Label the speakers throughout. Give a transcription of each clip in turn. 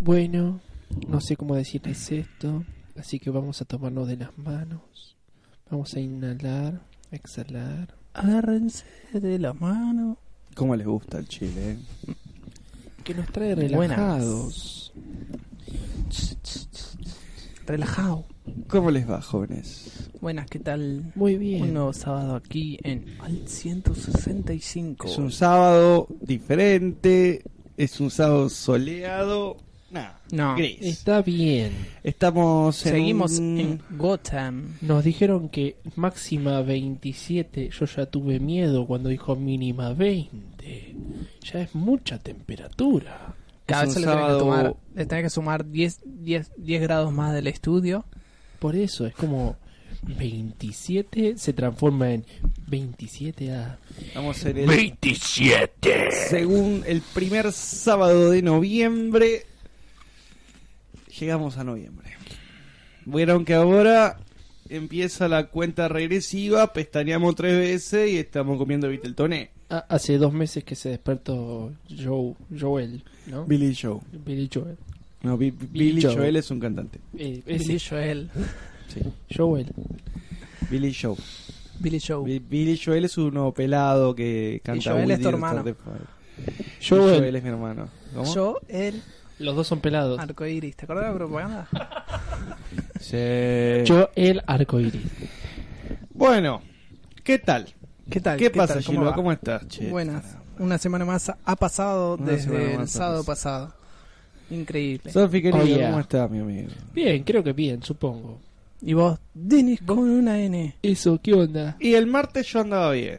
Speaker 1: Bueno, no sé cómo decirles esto, así que vamos a tomarnos de las manos. Vamos a inhalar, exhalar.
Speaker 2: Agárrense de la mano.
Speaker 3: ¿Cómo les gusta el chile? eh?
Speaker 1: Que nos trae
Speaker 2: Buenas.
Speaker 1: relajados.
Speaker 2: Relajado.
Speaker 3: ¿Cómo les va, jóvenes?
Speaker 2: Buenas, ¿qué tal?
Speaker 1: Muy
Speaker 2: Un
Speaker 1: bien.
Speaker 2: nuevo sábado aquí en Al 165.
Speaker 3: Es un sábado diferente, es un sábado soleado, nada,
Speaker 2: No.
Speaker 3: gris.
Speaker 1: Está bien.
Speaker 3: Estamos en
Speaker 2: Seguimos
Speaker 3: un-
Speaker 2: en Gotham.
Speaker 1: Nos dijeron que máxima 27, yo ya tuve miedo cuando dijo mínima 20. Ya es mucha temperatura.
Speaker 2: Cada
Speaker 3: Es
Speaker 2: vez
Speaker 3: un
Speaker 2: le tenés que
Speaker 3: sábado-
Speaker 2: tomar- le tenés que sumar 10, 10, 10 grados más del estudio.
Speaker 1: Por eso es como 27 se transforma en 27 a
Speaker 3: Estamos en el 27. Según el primer sábado de noviembre, llegamos a noviembre. Vieron que ahora empieza la cuenta regresiva, pestañeamos tres veces y estamos comiendo Viteltoné.
Speaker 1: Ah, hace dos meses que se despertó Joe, Joel, ¿no?
Speaker 3: Billy Joe.
Speaker 1: Billy Joel.
Speaker 3: No, Bi- Billy
Speaker 1: Joel.
Speaker 3: Joel. es un cantante.
Speaker 1: Eh, ese,
Speaker 2: Billy Joel.
Speaker 3: Sí.
Speaker 1: Joel.
Speaker 3: Billy Joe.
Speaker 2: Billy Joel.
Speaker 3: Bi- Billy Joel es uno pelado que canta
Speaker 2: Joel
Speaker 3: Woody
Speaker 2: es tu
Speaker 3: and
Speaker 2: hermano.
Speaker 3: Stardew Valley.
Speaker 1: Joel.
Speaker 3: Joel es mi hermano. ¿Cómo?
Speaker 2: Joel
Speaker 1: Los dos son pelados.
Speaker 2: Arcoiris. ¿Te acuerdas de la propaganda?
Speaker 3: Sí.
Speaker 1: Joel Arcoiris.
Speaker 3: Bueno, ¿qué tal?
Speaker 2: ¿Qué tal?
Speaker 3: ¿Qué, pasa,
Speaker 2: tal?
Speaker 3: Gilba?
Speaker 2: va?
Speaker 3: ¿Cómo estás? che?
Speaker 2: Buenas. Una semana más ha pasado
Speaker 3: Una semana
Speaker 2: desde el
Speaker 3: más ha
Speaker 2: sábado pasado. Increíble.
Speaker 3: Sofi, querido,
Speaker 1: Oh, yeah.
Speaker 3: ¿cómo estás, mi amigo?
Speaker 1: Bien, creo que bien, supongo.
Speaker 2: y vos, Denis con una N.
Speaker 1: Eso, ¿qué onda?
Speaker 3: Y el martes yo andaba bien.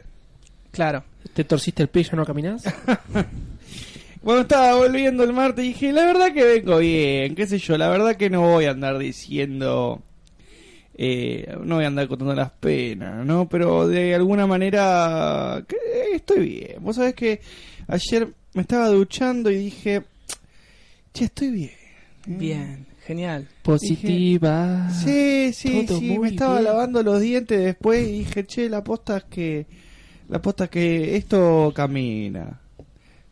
Speaker 2: Claro.
Speaker 1: ¿Te torciste el pie y ya no caminás?
Speaker 3: Bueno, estaba volviendo el martes y dije, la verdad que vengo bien, qué sé yo, la verdad que no voy a andar diciendo, eh, no voy a andar contando las penas, ¿no? Pero de alguna manera que, eh, estoy bien. Vos sabés que ayer me estaba duchando y dije, che, estoy bien.
Speaker 2: Mm. Bien. Genial.
Speaker 1: Positiva.
Speaker 3: Sí, sí,
Speaker 1: Ah, Todo
Speaker 3: sí,
Speaker 1: muy
Speaker 3: me estaba
Speaker 1: bien.
Speaker 3: lavando los dientes después y dije, che, la posta es que, la posta es que esto camina.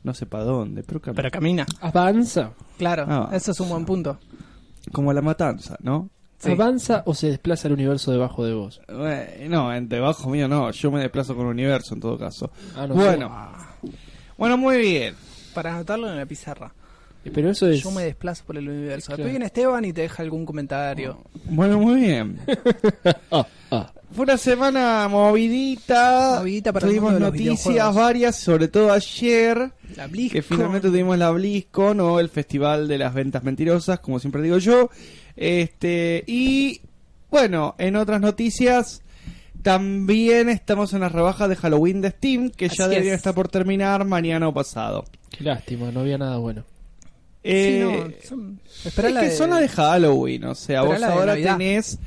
Speaker 3: No sé para dónde, pero camina.
Speaker 2: Pero camina.
Speaker 1: Avanza.
Speaker 2: Claro.
Speaker 3: Ah.
Speaker 2: Eso es un buen punto.
Speaker 3: Como la matanza, ¿no?
Speaker 2: Sí.
Speaker 1: Avanza o se desplaza el universo debajo de vos.
Speaker 3: Eh, No, en debajo mío no, yo me desplazo con el universo en todo caso.
Speaker 1: Ah, no sé.
Speaker 3: bueno, bueno, muy bien.
Speaker 2: Para anotarlo en la pizarra.
Speaker 1: Eh, Pero eso es.
Speaker 2: Yo me desplazo por el universo.
Speaker 1: Claro.
Speaker 2: Después viene Esteban y te deja algún comentario.
Speaker 3: Bueno, muy bien.
Speaker 1: Ah, ah.
Speaker 3: Fue una semana movidita.
Speaker 2: Movidita para el
Speaker 3: tuvimos
Speaker 2: mundo de los
Speaker 3: noticias
Speaker 2: videojuegos.
Speaker 3: varias, sobre todo ayer.
Speaker 2: La Blizz.
Speaker 3: Que finalmente tuvimos la BlizzCon o el Festival de las Ventas Mentirosas, como siempre digo yo. Este, y bueno, en otras noticias, también estamos en las rebajas de Halloween de Steam, que ya
Speaker 2: Así
Speaker 3: deberían
Speaker 2: es.
Speaker 3: estar por terminar mañana o pasado.
Speaker 1: Qué lástima, no había nada bueno.
Speaker 2: Sí,
Speaker 3: Eh,
Speaker 2: no, son- Esperá
Speaker 3: es
Speaker 2: la
Speaker 3: que
Speaker 2: de-
Speaker 3: son las de Halloween, o sea,
Speaker 2: Pero
Speaker 3: vos
Speaker 2: la de
Speaker 3: ahora
Speaker 2: Navidad.
Speaker 3: tenés.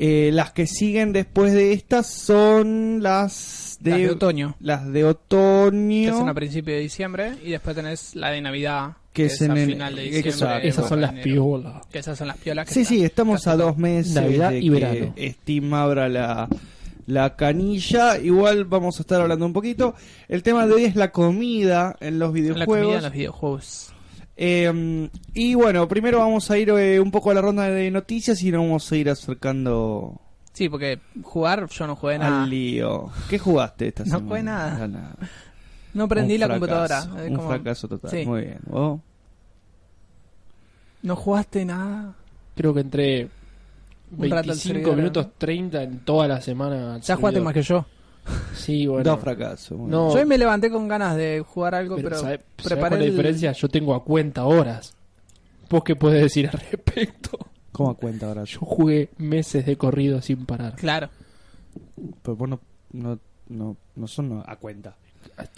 Speaker 3: eh, las que siguen después de estas son las de,
Speaker 2: las de otoño.
Speaker 3: las de otoño,
Speaker 2: que son a principio de diciembre y después tenés la de Navidad
Speaker 3: Que es en
Speaker 2: a
Speaker 3: el- eh,
Speaker 2: final de
Speaker 3: que
Speaker 2: diciembre
Speaker 3: esa-
Speaker 2: o
Speaker 1: Esas son las
Speaker 2: enero.
Speaker 1: piolas.
Speaker 2: que esas son las piolas que
Speaker 3: Sí,
Speaker 2: están
Speaker 3: sí, estamos
Speaker 2: casi
Speaker 3: a
Speaker 2: todo.
Speaker 3: dos meses
Speaker 1: Navidad
Speaker 3: de
Speaker 1: y
Speaker 3: que
Speaker 1: verano.
Speaker 3: Steam abra la, la canilla. Igual vamos a estar hablando un poquito. El tema de hoy es la comida en los
Speaker 2: En la comida de
Speaker 3: videojuegos.
Speaker 2: los videojuegos
Speaker 3: Eh, y bueno, primero vamos a ir eh, un poco a la ronda de noticias y nos vamos a ir acercando
Speaker 2: sí porque jugar yo no jugué nada
Speaker 3: al lío. ¿Qué jugaste esta
Speaker 2: No
Speaker 3: semana?
Speaker 2: jugué nada.
Speaker 3: nada.
Speaker 2: no prendí
Speaker 3: Un
Speaker 2: la
Speaker 3: fracaso,
Speaker 2: computadora Es
Speaker 3: Un
Speaker 2: como,
Speaker 3: fracaso total.
Speaker 2: Sí.
Speaker 3: Muy bien. ¿Vos?
Speaker 2: no jugaste nada
Speaker 1: Creo que entre
Speaker 2: Un rato al
Speaker 1: 25
Speaker 2: servidor,
Speaker 1: minutos 30 en toda la semana. al
Speaker 2: ya jugaste
Speaker 1: servidor.
Speaker 2: más que yo
Speaker 1: Sí, bueno.
Speaker 3: Dos fracasos. muy
Speaker 1: No,
Speaker 3: bien.
Speaker 2: yo hoy me levanté con ganas de jugar algo pero,
Speaker 1: Pero, ¿sabe- sabe
Speaker 2: preparé
Speaker 1: cuál es la
Speaker 2: el-
Speaker 1: diferencia? Yo tengo a cuenta horas. ¿Vos qué puedes decir al respecto?
Speaker 3: ¿Cómo cuenta ahora? Yo,
Speaker 1: Yo jugué meses de corrido sin parar.
Speaker 2: claro
Speaker 3: pero vos no, no, no, no son a cuenta.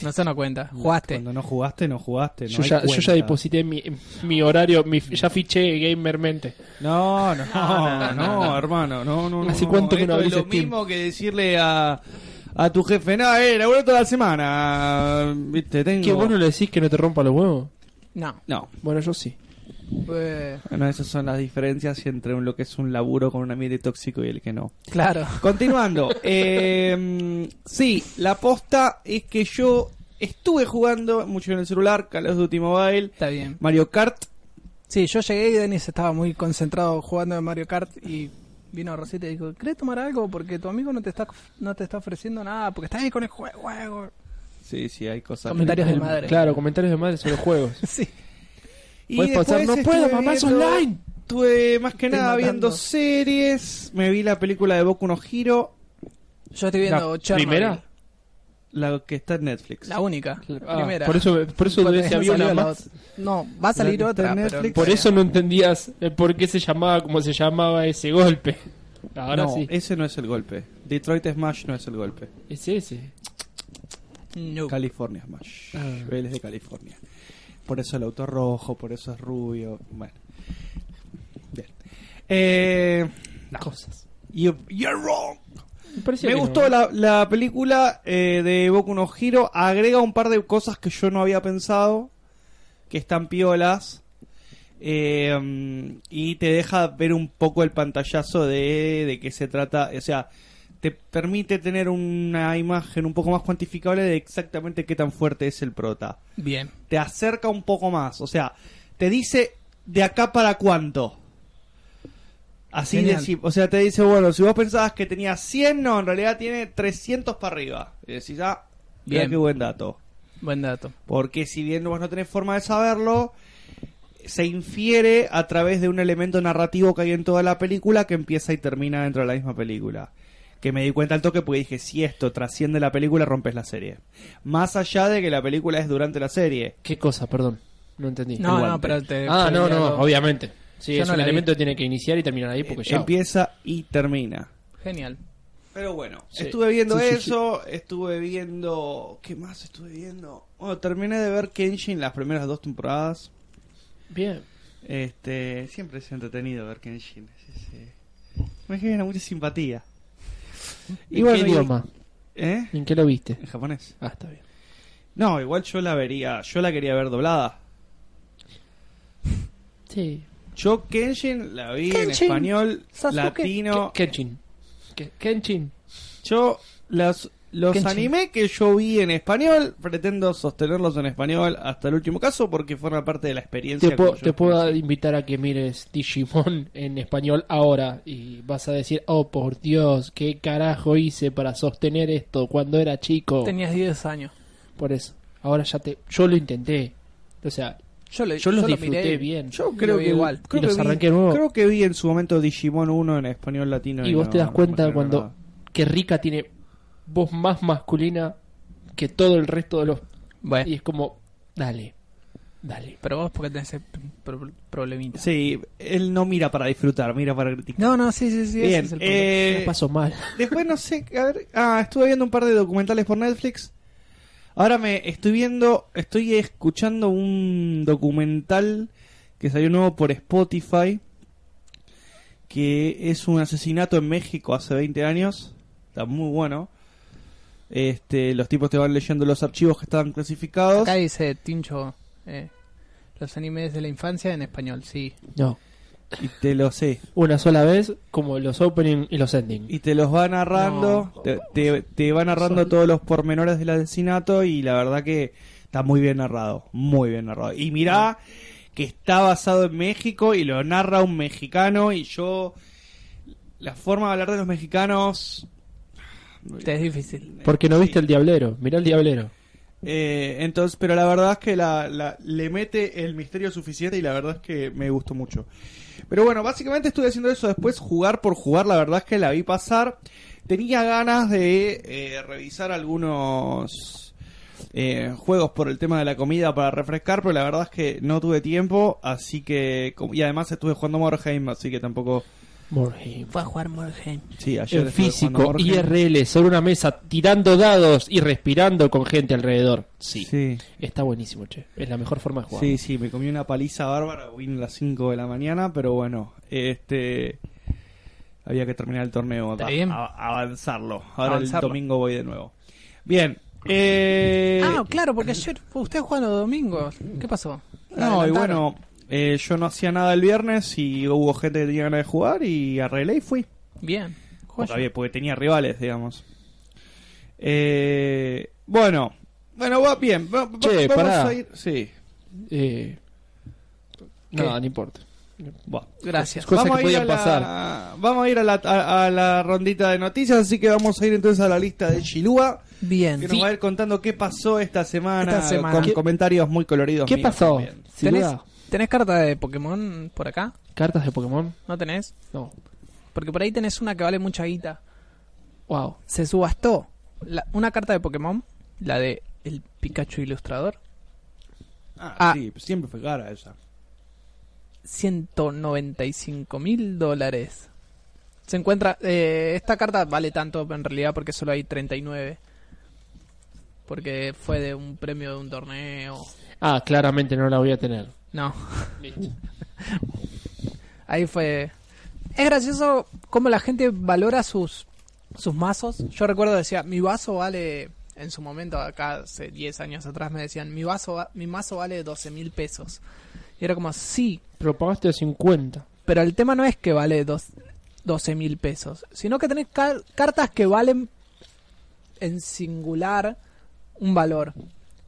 Speaker 2: no se no cuenta jugaste
Speaker 3: Cuando no jugaste, no jugaste. No
Speaker 1: Yo
Speaker 3: hay
Speaker 1: ya, yo
Speaker 3: cuenta.
Speaker 1: ya deposité mi, mi horario, mi, ya fiché gamermente.
Speaker 3: No, no, no,
Speaker 2: no,
Speaker 3: hermano. No, no, no.
Speaker 1: ¿Hace cuánto que
Speaker 3: Esto
Speaker 1: no
Speaker 3: es
Speaker 1: abrís
Speaker 3: lo
Speaker 1: Steam?
Speaker 3: mismo que decirle a, a tu jefe, nada, eh, laburo toda la semana. Viste, tengo.
Speaker 1: ¿Que vos no le decís que no te rompa los huevos?
Speaker 2: no
Speaker 3: No.
Speaker 1: Bueno, yo sí.
Speaker 2: eh,
Speaker 3: Bueno, esas son las diferencias entre un- lo que es un laburo con un ambiente tóxico y el que no.
Speaker 2: claro
Speaker 3: Continuando. eh, sí, la posta es que yo estuve jugando mucho en el celular, Call of Duty Mobile,
Speaker 2: está bien
Speaker 3: Mario Kart,
Speaker 2: Sí, yo llegué y Denis estaba muy concentrado jugando en Mario Kart y vino Rosita y dijo, ¿querés tomar algo? Porque tu amigo no te está, no te está ofreciendo nada, porque estás ahí con el jue- juego.
Speaker 3: Sí, sí, hay cosas.
Speaker 2: Comentarios
Speaker 3: que-
Speaker 2: de madre.
Speaker 1: Claro, comentarios de madre sobre juegos.
Speaker 2: Sí.
Speaker 3: Y
Speaker 1: Puedes pasar,
Speaker 3: después
Speaker 1: no puedo,
Speaker 3: estuve
Speaker 1: mamá, es
Speaker 3: viendo-
Speaker 1: online.
Speaker 3: Estuve más que
Speaker 2: Estoy
Speaker 3: nada
Speaker 2: matando.
Speaker 3: viendo series. Me vi la película de Boku no Hero,
Speaker 2: Yo estoy viendo
Speaker 1: La
Speaker 2: Chernobyl.
Speaker 1: primera.
Speaker 3: la que está en Netflix.
Speaker 2: La única. La
Speaker 1: Ah,
Speaker 2: primera.
Speaker 1: Por eso, por eso
Speaker 2: Porque
Speaker 1: dudé si
Speaker 2: no
Speaker 1: había
Speaker 2: salió
Speaker 1: una
Speaker 2: la
Speaker 1: más.
Speaker 2: otra. No, va a salir
Speaker 3: La que está
Speaker 2: otra.
Speaker 3: en
Speaker 2: pero-
Speaker 3: Netflix.
Speaker 1: Por eso no entendías eh, por qué se llamaba como se llamaba ese golpe. Ahora
Speaker 3: no,
Speaker 1: sí.
Speaker 3: eh, ese no es el golpe. Detroit Smash no es el golpe.
Speaker 1: Es ese.
Speaker 2: No.
Speaker 3: California Smash.
Speaker 1: Ah.
Speaker 3: Vélez de California. Por eso el auto rojo, por eso es rubio. Bueno. Bien. Eh,
Speaker 1: Cosas.
Speaker 3: you- you're wrong.
Speaker 1: Me, parecía
Speaker 3: Me
Speaker 1: que no.
Speaker 3: gustó la, la película eh, de Boku no Hero. Agrega un par de cosas que yo no había pensado. Que están piolas. Eh, mm, y te deja ver un poco el pantallazo de, de qué se trata. O sea, te permite tener una imagen un poco más cuantificable de exactamente qué tan fuerte es el prota.
Speaker 2: Bien.
Speaker 3: Te acerca un poco más. O sea, te dice de acá para cuánto. Así de
Speaker 2: Genial.
Speaker 3: simple. O sea, te dice, bueno, si vos pensabas que tenía 100, no, en realidad tiene 300 para arriba. Y decís, ah, bien,
Speaker 2: Bien.
Speaker 3: qué buen dato.
Speaker 2: Buen dato.
Speaker 3: Porque si bien vos no tenés forma de saberlo, se infiere a través de un elemento narrativo que hay en toda la película que empieza y termina dentro de la misma película. Que me di cuenta al toque porque dije, si esto trasciende la película, rompes la serie. Más allá de que la película es durante la serie.
Speaker 1: ¿Qué cosa? Perdón. No entendí.
Speaker 2: No,
Speaker 3: El
Speaker 2: no,
Speaker 3: guante.
Speaker 2: pero te.
Speaker 1: ah, no, no,
Speaker 2: algo-
Speaker 1: obviamente. Sí,
Speaker 2: Yo
Speaker 1: es
Speaker 2: no
Speaker 1: un
Speaker 2: la vi.
Speaker 1: elemento que tiene que iniciar y terminar ahí porque
Speaker 3: Eh,
Speaker 1: ya.
Speaker 3: Empieza y termina.
Speaker 2: Genial.
Speaker 3: Pero bueno,
Speaker 1: Sí.
Speaker 3: estuve viendo
Speaker 1: Sí, sí,
Speaker 3: eso, estuve viendo... ¿Qué más estuve viendo? Bueno, terminé de ver Kenshin las primeras dos temporadas.
Speaker 1: Bien.
Speaker 3: Este, siempre es entretenido ver Kenshin. sí, sí. Me genera mucha simpatía.
Speaker 1: ¿En
Speaker 3: Y bueno,
Speaker 1: qué
Speaker 3: y-
Speaker 1: idioma?
Speaker 3: ¿Eh?
Speaker 1: ¿En qué lo viste?
Speaker 3: En japonés.
Speaker 1: Ah, está bien.
Speaker 3: No, igual yo la vería, yo la quería ver doblada.
Speaker 1: Sí.
Speaker 3: Yo Kenshin la vi en
Speaker 2: Kenshin.
Speaker 3: español,
Speaker 2: Sasuke.
Speaker 3: latino.
Speaker 1: Kenshin. Ke- Kenshin.
Speaker 3: Yo las los
Speaker 1: Kenshin.
Speaker 3: anime que yo vi en español pretendo sostenerlos en español hasta el último caso porque forma parte de la experiencia.
Speaker 1: Te, puedo-
Speaker 3: que yo
Speaker 1: te puedo
Speaker 3: conocí.
Speaker 1: invitar a que mires Digimon en español ahora y vas a decir, oh por Dios, qué carajo hice para sostener esto cuando era chico.
Speaker 2: Tenías 10 años.
Speaker 1: Por eso, ahora ya te... Yo lo intenté. O sea,
Speaker 2: Yo, lo-
Speaker 1: yo los
Speaker 2: lo
Speaker 1: disfruté
Speaker 2: miré.
Speaker 1: bien.
Speaker 3: Yo
Speaker 2: Lo
Speaker 3: creo
Speaker 2: vi
Speaker 3: que
Speaker 2: igual.
Speaker 3: Creo
Speaker 1: Y los
Speaker 3: que vi-
Speaker 1: arranqué de nuevo.
Speaker 3: Creo que vi en su momento Digimon 1 en español latino.
Speaker 1: y vos
Speaker 3: no-
Speaker 1: te das
Speaker 3: no
Speaker 1: cuenta
Speaker 3: me
Speaker 1: cuando
Speaker 3: nada.
Speaker 1: que Rika tiene voz más masculina que todo el resto de los...
Speaker 2: Bueno,
Speaker 1: Y es como, dale, dale.
Speaker 2: pero vos porque tenés ese pro- problemita.
Speaker 3: Sí, él no mira para disfrutar, mira para criticar.
Speaker 2: No, no, sí, sí, sí. ese
Speaker 3: Bien,
Speaker 2: es el problema.
Speaker 3: eh,
Speaker 1: Me paso mal.
Speaker 3: después no sé, a ver, ah, estuve viendo un par de documentales por Netflix. Ahora me estoy viendo, estoy escuchando un documental que salió nuevo por Spotify, que es un asesinato en México hace 20 años. Está muy bueno. Este, los tipos te van leyendo los archivos que estaban clasificados.
Speaker 2: Acá dice Tincho. eh, los animes de la infancia en español, sí.
Speaker 1: No,
Speaker 3: Y te los sé.
Speaker 1: una sola vez como los opening y los ending.
Speaker 3: Y te los va narrando, te, te- te va narrando todos los pormenores del asesinato y la verdad que está muy bien narrado, muy bien narrado. Y mirá que está basado en México y lo narra un mexicano y yo... La forma de hablar de los mexicanos...
Speaker 2: Te es difícil.
Speaker 1: Porque no
Speaker 3: Sí.
Speaker 1: viste el diablero, mirá el diablero.
Speaker 3: Eh, entonces, pero la verdad es que la, la- le mete el misterio suficiente y la verdad es que me gustó mucho. Pero bueno, básicamente estuve haciendo eso después, jugar por jugar, la verdad es que la vi pasar. Tenía ganas de eh, revisar algunos eh, juegos por el tema de la comida para refrescar, pero la verdad es que no tuve tiempo, así que... como- Y además estuve jugando Morheim, así que tampoco...
Speaker 1: Morheim.
Speaker 2: Fue a jugar Morgen.
Speaker 3: Sí, ayer
Speaker 1: En
Speaker 3: estuve jugando
Speaker 1: físico,
Speaker 3: Morheim.
Speaker 1: IRL, sobre una mesa, tirando dados y respirando con gente alrededor. Sí.
Speaker 3: Sí.
Speaker 1: Está buenísimo, che. Es la mejor forma de jugar.
Speaker 3: Sí, sí, me comí una paliza bárbara, vine a las 5 de la mañana, pero bueno, este había que terminar el torneo,
Speaker 2: Está
Speaker 3: apa-
Speaker 2: bien.
Speaker 3: a- avanzarlo. Ahora
Speaker 2: Avanzarlo.
Speaker 3: el domingo voy de nuevo. Bien. eh,
Speaker 2: Ah, claro, porque ayer usted jugando domingo. ¿Qué pasó?
Speaker 3: no, y
Speaker 2: Adelantaron.
Speaker 3: bueno, eh, yo no hacía nada el viernes y hubo gente que tenía ganas de jugar y arreglé y fui.
Speaker 2: Bien.
Speaker 3: Porque,
Speaker 2: Joya.
Speaker 3: había- porque tenía rivales, digamos. Eh, bueno, bueno, va bien. va- va-
Speaker 1: Che,
Speaker 3: vamos
Speaker 1: pará.
Speaker 3: a ir. Sí.
Speaker 1: Eh, No, no importa.
Speaker 3: Buah.
Speaker 2: Gracias.
Speaker 1: Cosas que
Speaker 3: a ir
Speaker 1: podían
Speaker 3: a la-
Speaker 1: pasar.
Speaker 3: Vamos a ir a la, a- a la rondita de noticias, así que vamos a ir entonces a la lista de Chilúa,
Speaker 2: Bien.
Speaker 3: que nos va a ir contando qué pasó esta semana,
Speaker 2: Esta semana.
Speaker 3: con
Speaker 2: ¿Qué-
Speaker 3: comentarios muy coloridos.
Speaker 1: ¿Qué
Speaker 3: míos
Speaker 1: pasó?
Speaker 3: también.
Speaker 1: Sin
Speaker 2: ¿Tenés,
Speaker 1: duda,
Speaker 2: ¿Tenés carta de Pokémon por acá?
Speaker 1: ¿Cartas de Pokémon?
Speaker 2: ¿No tenés?
Speaker 1: No.
Speaker 2: Porque por ahí tenés una que vale mucha guita.
Speaker 1: Wow.
Speaker 2: Se subastó la- una carta de Pokémon, la de el Pikachu Ilustrador,
Speaker 3: Ah,
Speaker 2: Ah.
Speaker 3: sí, siempre fue cara esa.
Speaker 2: 195 mil dólares. Se encuentra... eh, esta carta vale tanto en realidad porque solo hay 39. Porque fue de un premio de un torneo.
Speaker 1: Ah, claramente no la voy a tener.
Speaker 2: No. Ahí fue. Es gracioso cómo la gente valora sus, sus mazos. Yo recuerdo decía, mi vaso vale. En su momento, acá hace 10 años atrás, me decían, mi, vaso va- mi mazo vale 12 mil pesos. Y era como, sí,
Speaker 1: Pero pagaste 50.
Speaker 2: pero el tema no es que vale dos, 12 mil pesos, sino que tenés car- cartas que valen en singular un valor.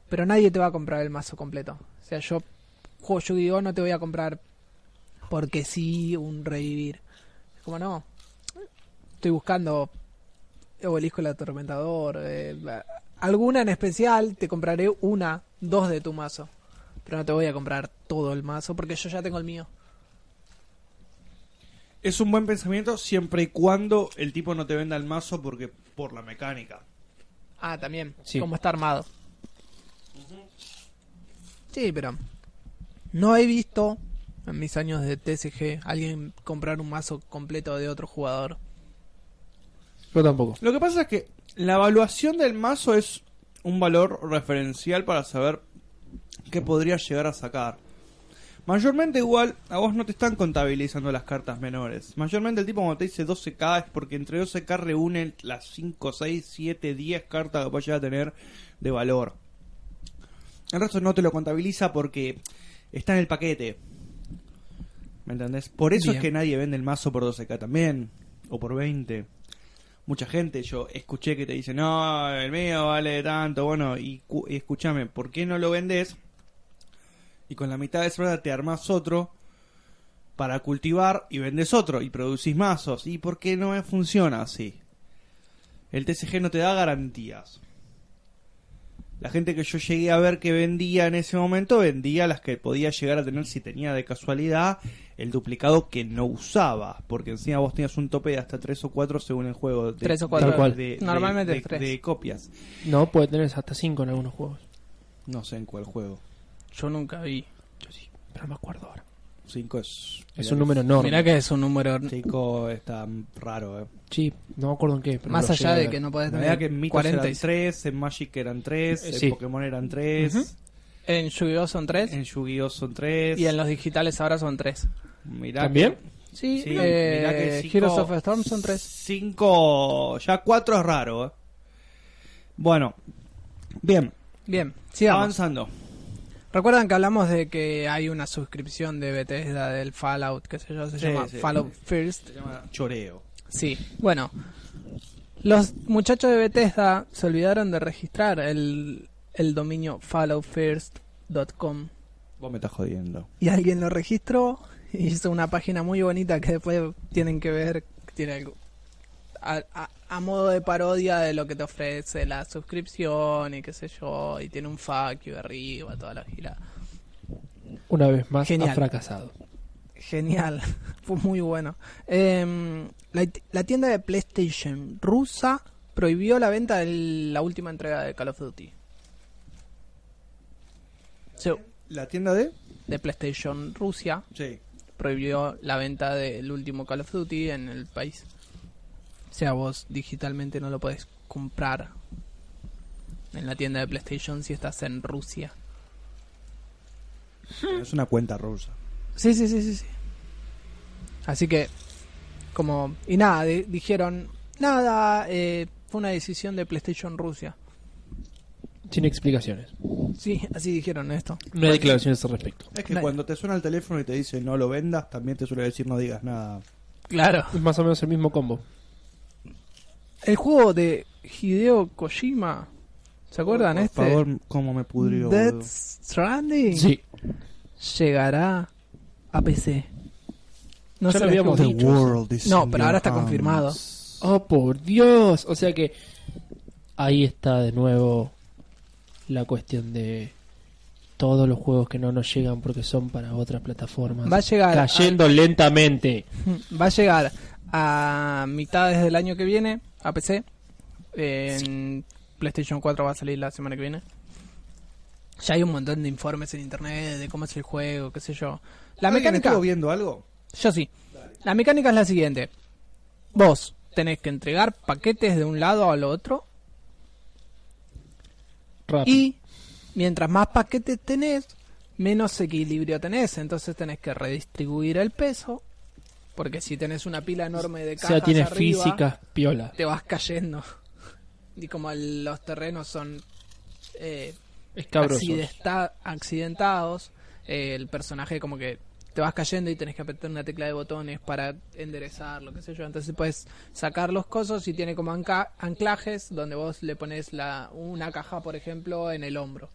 Speaker 2: Pero nadie te va a comprar el mazo completo. O sea, yo juego Yu-Gi-Oh! no te voy a comprar porque sí un revivir. Como no, estoy buscando Obelisco el Atormentador. eh, la- alguna en especial, te compraré una, dos de tu mazo. Pero no te voy a comprar todo el mazo porque yo ya tengo el mío.
Speaker 3: Es un buen pensamiento siempre y cuando el tipo no te venda el mazo porque por la mecánica.
Speaker 2: Ah, también.
Speaker 1: Sí.
Speaker 2: Cómo está armado. Sí, pero no he visto en mis años de TCG alguien comprar un mazo completo de otro jugador.
Speaker 1: Yo tampoco.
Speaker 3: Lo que pasa es que la evaluación del mazo es un valor referencial para saber qué podrías llegar a sacar. Mayormente igual, a vos no te están contabilizando las cartas menores. Mayormente el tipo cuando te dice 12k es porque entre 12k reúnen las 5, 6, 7, 10 cartas que puedes llegar a tener de valor. El resto no te lo contabiliza porque está en el paquete. ¿Me entendés? Por eso
Speaker 2: Bien.
Speaker 3: es que nadie vende el mazo por 12k también. O por 20. Mucha gente, yo escuché que te dice, no, el mío vale tanto. Bueno, y, cu- y escúchame, ¿por qué no lo vendes? Y con la mitad de esa plata te armás otro para cultivar y vendes otro y producís mazos. ¿Y por qué no funciona así? El TCG no te da garantías. La gente que yo llegué a ver que vendía en ese momento vendía las que podía llegar a tener si tenía de casualidad el duplicado que no usaba. Porque encima vos tenías un tope de hasta 3 o 4 según el juego. De,
Speaker 2: Tres o
Speaker 3: de-
Speaker 2: cuatro.
Speaker 1: Tal cual.
Speaker 3: de- de-
Speaker 2: Normalmente
Speaker 3: de-
Speaker 2: es tres.
Speaker 3: de copias.
Speaker 1: No, pues, puede tener hasta 5 en algunos juegos.
Speaker 3: No sé en cuál juego.
Speaker 2: Yo nunca vi.
Speaker 1: Yo sí, pero no me acuerdo ahora.
Speaker 3: 5 es.
Speaker 1: Es un número enorme.
Speaker 2: Mirá que es un número
Speaker 3: Chico, está raro, eh.
Speaker 1: Sí, no me acuerdo en qué. pero
Speaker 2: más
Speaker 1: lo
Speaker 2: allá
Speaker 1: llegué a
Speaker 2: de
Speaker 1: ver.
Speaker 2: que no podés
Speaker 3: La verdad que en
Speaker 2: tener
Speaker 3: Mythos
Speaker 2: 40.
Speaker 3: eran 3, en Magic eran 3,
Speaker 1: Eh,
Speaker 3: en
Speaker 1: sí.
Speaker 3: Pokémon eran 3,
Speaker 2: En Yu-Gi-Oh son 3
Speaker 3: en Yu-Gi-Oh! son 3.
Speaker 2: y en los digitales ahora son 3.
Speaker 3: Mirá
Speaker 1: ¿También?
Speaker 2: Sí,
Speaker 3: Sí,
Speaker 2: eh,
Speaker 3: mirá que cinco-
Speaker 2: Heroes of Storm son 3.
Speaker 3: 5, ya 4 es raro, eh. Bueno, bien,
Speaker 2: Bien, sigamos.
Speaker 3: avanzando.
Speaker 2: ¿Recuerdan que hablamos de que hay una suscripción de Bethesda del Fallout, que se, yo, se
Speaker 3: Sí,
Speaker 2: llama
Speaker 3: sí.
Speaker 2: Fallout First?
Speaker 3: Se llama Choreo.
Speaker 2: Sí, bueno. Los muchachos de Bethesda se olvidaron de registrar el, el dominio followfirst.com
Speaker 3: Vos me estás jodiendo.
Speaker 2: y alguien lo registró y hizo una página muy bonita que después tienen que ver, tiene algo a, a- a modo de parodia de lo que te ofrece la suscripción y qué sé yo, y tiene un fuck you arriba, toda la gira.
Speaker 1: Una vez más ha
Speaker 2: Genial.
Speaker 1: fracasado.
Speaker 2: Genial, fue muy bueno. Em, la, la tienda de PlayStation rusa prohibió la venta de la última entrega de Call of Duty. So,
Speaker 3: ¿La tienda de?
Speaker 2: de PlayStation Rusia
Speaker 3: Sí.
Speaker 2: prohibió la venta del último Call of Duty en el país. O sea, vos digitalmente no lo podés comprar en la tienda de PlayStation si estás en Rusia.
Speaker 3: Es una cuenta rusa.
Speaker 2: Sí, sí, sí, sí, sí. Así que, como... Y nada, di- dijeron, nada, eh, fue una decisión de PlayStation Rusia.
Speaker 1: Sin explicaciones.
Speaker 2: Sí, así dijeron esto.
Speaker 1: No hay declaraciones al respecto.
Speaker 3: Es que
Speaker 2: Claro.
Speaker 3: cuando te suena el teléfono y te dice no lo vendas, también te suele decir no digas nada.
Speaker 2: Claro.
Speaker 1: Es más o menos el mismo combo.
Speaker 2: El juego de Hideo Kojima, ¿se acuerdan?
Speaker 3: Por
Speaker 2: este
Speaker 3: favor, cómo me pudrió.
Speaker 2: Death
Speaker 3: boludo.
Speaker 2: Stranding
Speaker 1: Sí.
Speaker 2: llegará a PC. No
Speaker 1: Ya
Speaker 2: se
Speaker 1: lo habíamos
Speaker 2: digo.
Speaker 1: dicho.
Speaker 2: No, pero ahora está confirmado.
Speaker 1: Oh, por Dios. O sea que ahí está de nuevo la cuestión de todos los juegos que no nos llegan porque son para otras plataformas.
Speaker 2: Va a llegar a-
Speaker 1: Cayendo lentamente.
Speaker 2: Mm, Va a llegar a mitades del año que viene a PC. En PlayStation 4 va a salir la semana que viene. Ya hay un montón de informes en internet de cómo es el juego, qué sé yo. La mecánica.
Speaker 3: estuvo viendo algo?
Speaker 2: Yo sí. La mecánica es la siguiente. Vos tenés que entregar paquetes de un lado al otro
Speaker 1: Rápido.
Speaker 2: y mientras más paquetes tenés, menos equilibrio tenés. Entonces tenés que redistribuir el peso. Porque si tenés una pila enorme de
Speaker 1: o
Speaker 2: cajas
Speaker 1: sea, tiene
Speaker 2: arriba,
Speaker 1: física piola.
Speaker 2: te vas cayendo. Y como el- los terrenos son eh,
Speaker 1: Escabroso.
Speaker 2: accidenta- accidentados, eh, el personaje como que te vas cayendo y tenés que apretar una tecla de botones para enderezarlo, qué sé yo. Entonces puedes sacar los cosos y tiene como anca- anclajes donde vos le pones la, una caja, por ejemplo, en el hombro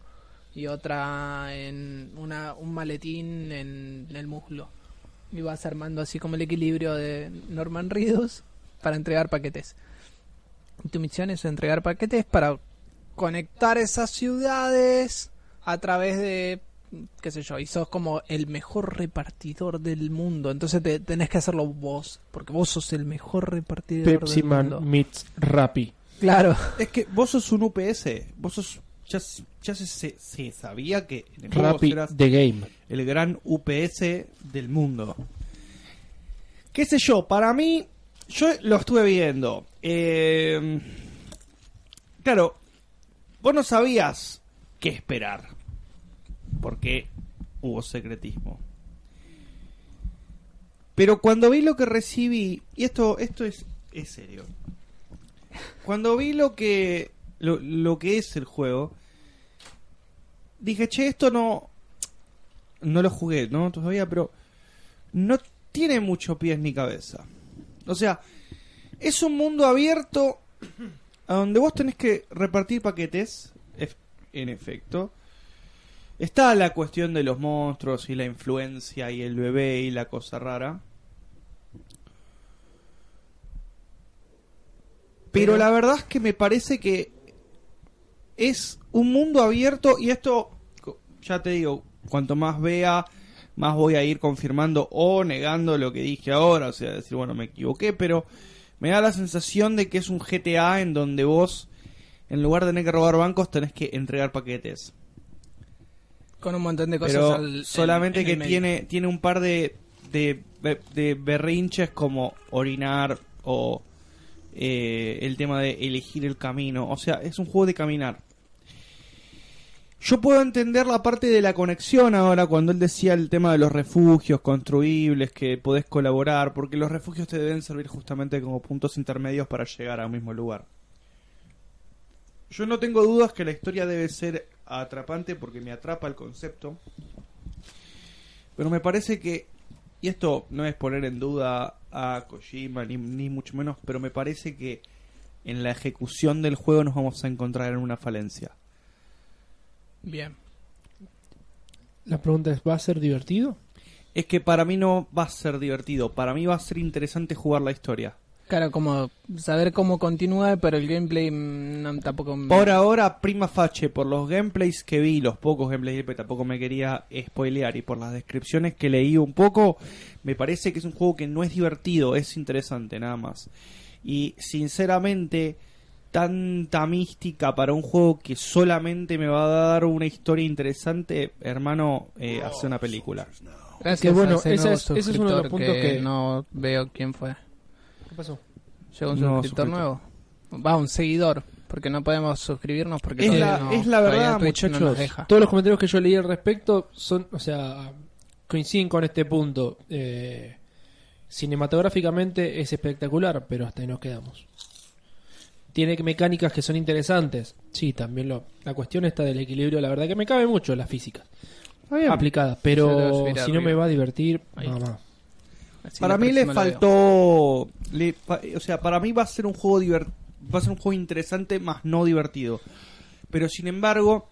Speaker 2: y otra en una, un maletín en, el muslo. Y vas armando así como el equilibrio de Norman Reedus para entregar paquetes. Y tu misión es entregar paquetes para conectar esas ciudades a través de qué sé yo, y sos como el mejor repartidor del mundo, entonces te, tenés que hacerlo vos, porque vos sos el mejor repartidor
Speaker 1: Pepsi
Speaker 2: del mundo.
Speaker 1: Man meets Rappi.
Speaker 2: Claro.
Speaker 3: Es que vos sos un UPS. Vos sos. Ya, s- ya se, se- se sabía que en el juego
Speaker 1: Rappi
Speaker 3: eras
Speaker 1: The Game.
Speaker 3: el gran UPS del mundo. ¿Qué sé yo? Para mí, yo lo estuve viendo. Eh, claro, vos no sabías qué esperar. Porque hubo secretismo. Pero cuando vi lo que recibí, y esto, esto es, es serio. Cuando vi lo que, lo, lo que es el juego, dije, che, esto no, no lo jugué, ¿no? Todavía, pero no tiene mucho pies ni cabeza. O sea, es un mundo abierto a donde vos tenés que repartir paquetes, ef- en efecto. Está la cuestión de los monstruos y la influencia y el bebé y la cosa rara. Pero
Speaker 2: Pero-
Speaker 3: la verdad es que me parece que es un mundo abierto y esto, co- ya te digo, cuanto más vea, más voy a ir confirmando o negando lo que dije ahora, o sea, decir, bueno, me equivoqué, pero me da la sensación de que es un GTA en donde vos, en lugar de tener que robar bancos, tenés que entregar paquetes.
Speaker 2: con un montón de cosas
Speaker 3: Pero
Speaker 2: al- en-
Speaker 3: solamente
Speaker 2: en el
Speaker 3: que
Speaker 2: medio.
Speaker 3: tiene, tiene un par de, de, de berrinches como orinar o eh, el tema de elegir el camino. O sea, es un juego de caminar. Yo puedo entender la parte de la conexión ahora cuando él decía el tema de los refugios construibles, que podés colaborar, porque los refugios te deben servir justamente como puntos intermedios para llegar a un mismo lugar. Yo no tengo dudas que la historia debe ser atrapante porque me atrapa el concepto. Pero me parece que, y esto no es poner en duda a Kojima, ni, ni mucho menos, pero me parece que en la ejecución del juego nos vamos a encontrar en una falencia.
Speaker 2: Bien.
Speaker 1: La pregunta es, ¿va a ser divertido?
Speaker 3: Es que para mí no va a ser divertido, para mí va a ser interesante jugar la historia.
Speaker 2: Claro, como saber cómo continúa, pero el gameplay mm, no, tampoco... me-
Speaker 3: Por ahora, prima facie, por los gameplays que vi, los pocos gameplays que tampoco me quería spoilear, y por las descripciones que leí un poco, me parece que es un juego que no es divertido, es interesante nada más. Y sinceramente, tanta mística para un juego que solamente me va a dar una historia interesante, hermano, eh, hace una película.
Speaker 2: Gracias
Speaker 1: que bueno,
Speaker 2: a ese
Speaker 1: esa
Speaker 2: nuevo
Speaker 1: es- ese es uno de los
Speaker 2: suscriptor
Speaker 1: puntos que-
Speaker 2: No veo quién fue.
Speaker 1: ¿Qué pasó?
Speaker 2: Llegó un
Speaker 3: Nuevo
Speaker 2: suscriptor
Speaker 3: suscriptor.
Speaker 2: nuevo. Va, un seguidor. Porque no podemos suscribirnos porque
Speaker 3: Es
Speaker 2: todavía
Speaker 3: la-
Speaker 2: no-
Speaker 3: es la
Speaker 2: todavía
Speaker 3: verdad,
Speaker 2: Twitch no nos
Speaker 1: Muchachos,
Speaker 2: deja.
Speaker 1: Ah, todos los comentarios que yo leí al respecto son, o sea, coinciden con este punto. Eh, cinematográficamente es espectacular, pero hasta ahí nos quedamos. Tiene mecánicas que son interesantes. Sí, también lo. La cuestión está del equilibrio. La verdad que me cabe mucho las físicas aplicadas,
Speaker 2: Se lo voy a
Speaker 1: pero
Speaker 2: subir
Speaker 1: si no
Speaker 2: arriba.
Speaker 1: me va a divertir,
Speaker 2: Ahí.
Speaker 1: mamá.
Speaker 2: Así
Speaker 3: para
Speaker 2: la
Speaker 3: mí le
Speaker 2: próxima la veo.
Speaker 3: faltó le fa- o sea para mí va a ser un juego divert- va a ser un juego interesante más no divertido pero sin embargo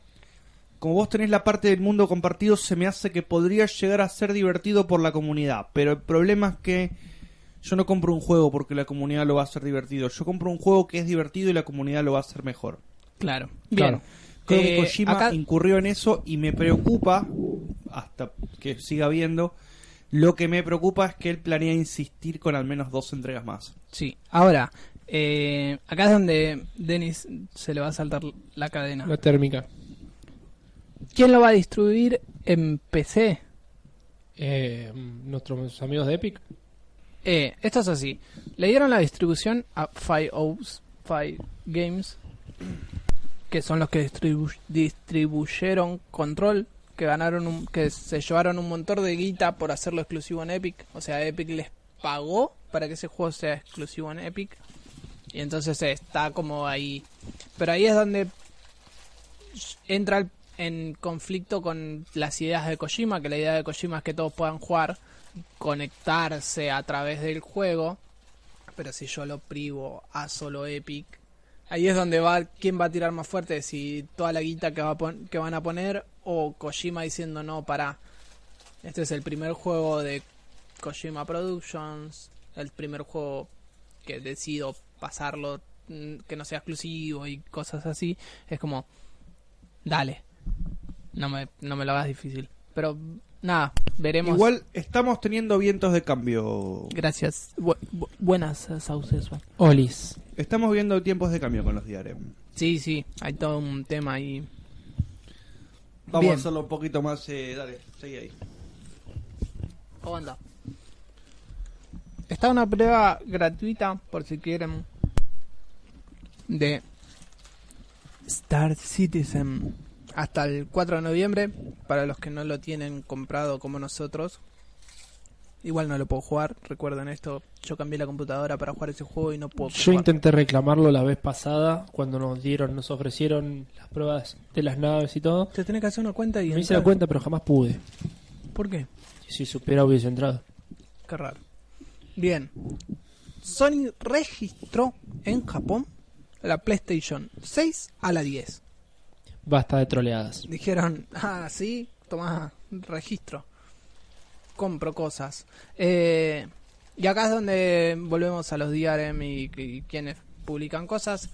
Speaker 3: como vos tenés la parte del mundo compartido, se me hace que podría llegar a ser divertido por la comunidad. Pero el problema es que yo no compro un juego porque la comunidad lo va a hacer divertido. Yo compro un juego que es divertido y la comunidad lo va a hacer mejor.
Speaker 2: Claro. Bien.
Speaker 1: Claro.
Speaker 3: Creo que
Speaker 2: Eh,
Speaker 3: Kojima
Speaker 2: acá-
Speaker 3: incurrió en eso y me preocupa, hasta que siga viendo, lo que me preocupa es que él planea insistir con al menos dos entregas más.
Speaker 2: Sí. Ahora, eh, acá es donde Dennis se le va a saltar la cadena.
Speaker 1: La térmica.
Speaker 2: ¿Quién lo va a distribuir en PC?
Speaker 1: Eh, nuestros amigos de Epic.
Speaker 2: Eh, esto es así. Le dieron la distribución a Five O's, Five Games, que son los que distribu- distribuyeron Control, que ganaron, un- que se llevaron un montón de guita por hacerlo exclusivo en Epic. O sea, Epic les pagó para que ese juego sea exclusivo en Epic. Y entonces eh, está como ahí. Pero ahí es donde entra el- en conflicto con las ideas de Kojima, que la idea de Kojima es que todos puedan jugar conectarse a través del juego, pero si yo lo privo a solo Epic, ahí es donde va quién va a tirar más fuerte, si toda la guita que, va a pon- que van a poner o Kojima diciendo no, para. Este es el primer juego de Kojima Productions, el primer juego que decido pasarlo mm, que no sea exclusivo y cosas así, es como dale. No me, no me lo hagas difícil. Pero nada, veremos.
Speaker 3: Igual estamos teniendo vientos de cambio.
Speaker 2: Gracias. Bu- bu- buenas eh, sauces. Juan.
Speaker 1: Olis.
Speaker 3: Estamos viendo tiempos de cambio con los diarios.
Speaker 2: Sí, sí, hay todo un tema ahí.
Speaker 3: Vamos
Speaker 2: Bien.
Speaker 3: a hacerlo un poquito más. eh, dale, seguí ahí.
Speaker 2: ¿Cómo anda? Está una prueba gratuita, por si quieren, de Star Citizen. Hasta el 4 de noviembre, para los que no lo tienen comprado como nosotros. Igual no lo puedo jugar, recuerden esto. Yo cambié la computadora para jugar ese juego y no puedo
Speaker 1: Yo
Speaker 2: jugar.
Speaker 1: intenté reclamarlo la vez pasada cuando nos dieron, nos ofrecieron las pruebas de las naves y todo.
Speaker 2: Te tenés que hacer una cuenta y
Speaker 1: Me hice la
Speaker 2: entrar.
Speaker 1: cuenta, pero jamás pude.
Speaker 2: ¿Por qué?
Speaker 1: Si supiera hubiese entrado.
Speaker 2: Qué raro. Bien. Sony registró en Japón la PlayStation 6 a la 10.
Speaker 1: Basta de troleadas.
Speaker 2: Dijeron, ah, sí, tomá registro. Compro cosas. Eh, y acá es donde volvemos a los DRM y, y quienes publican cosas.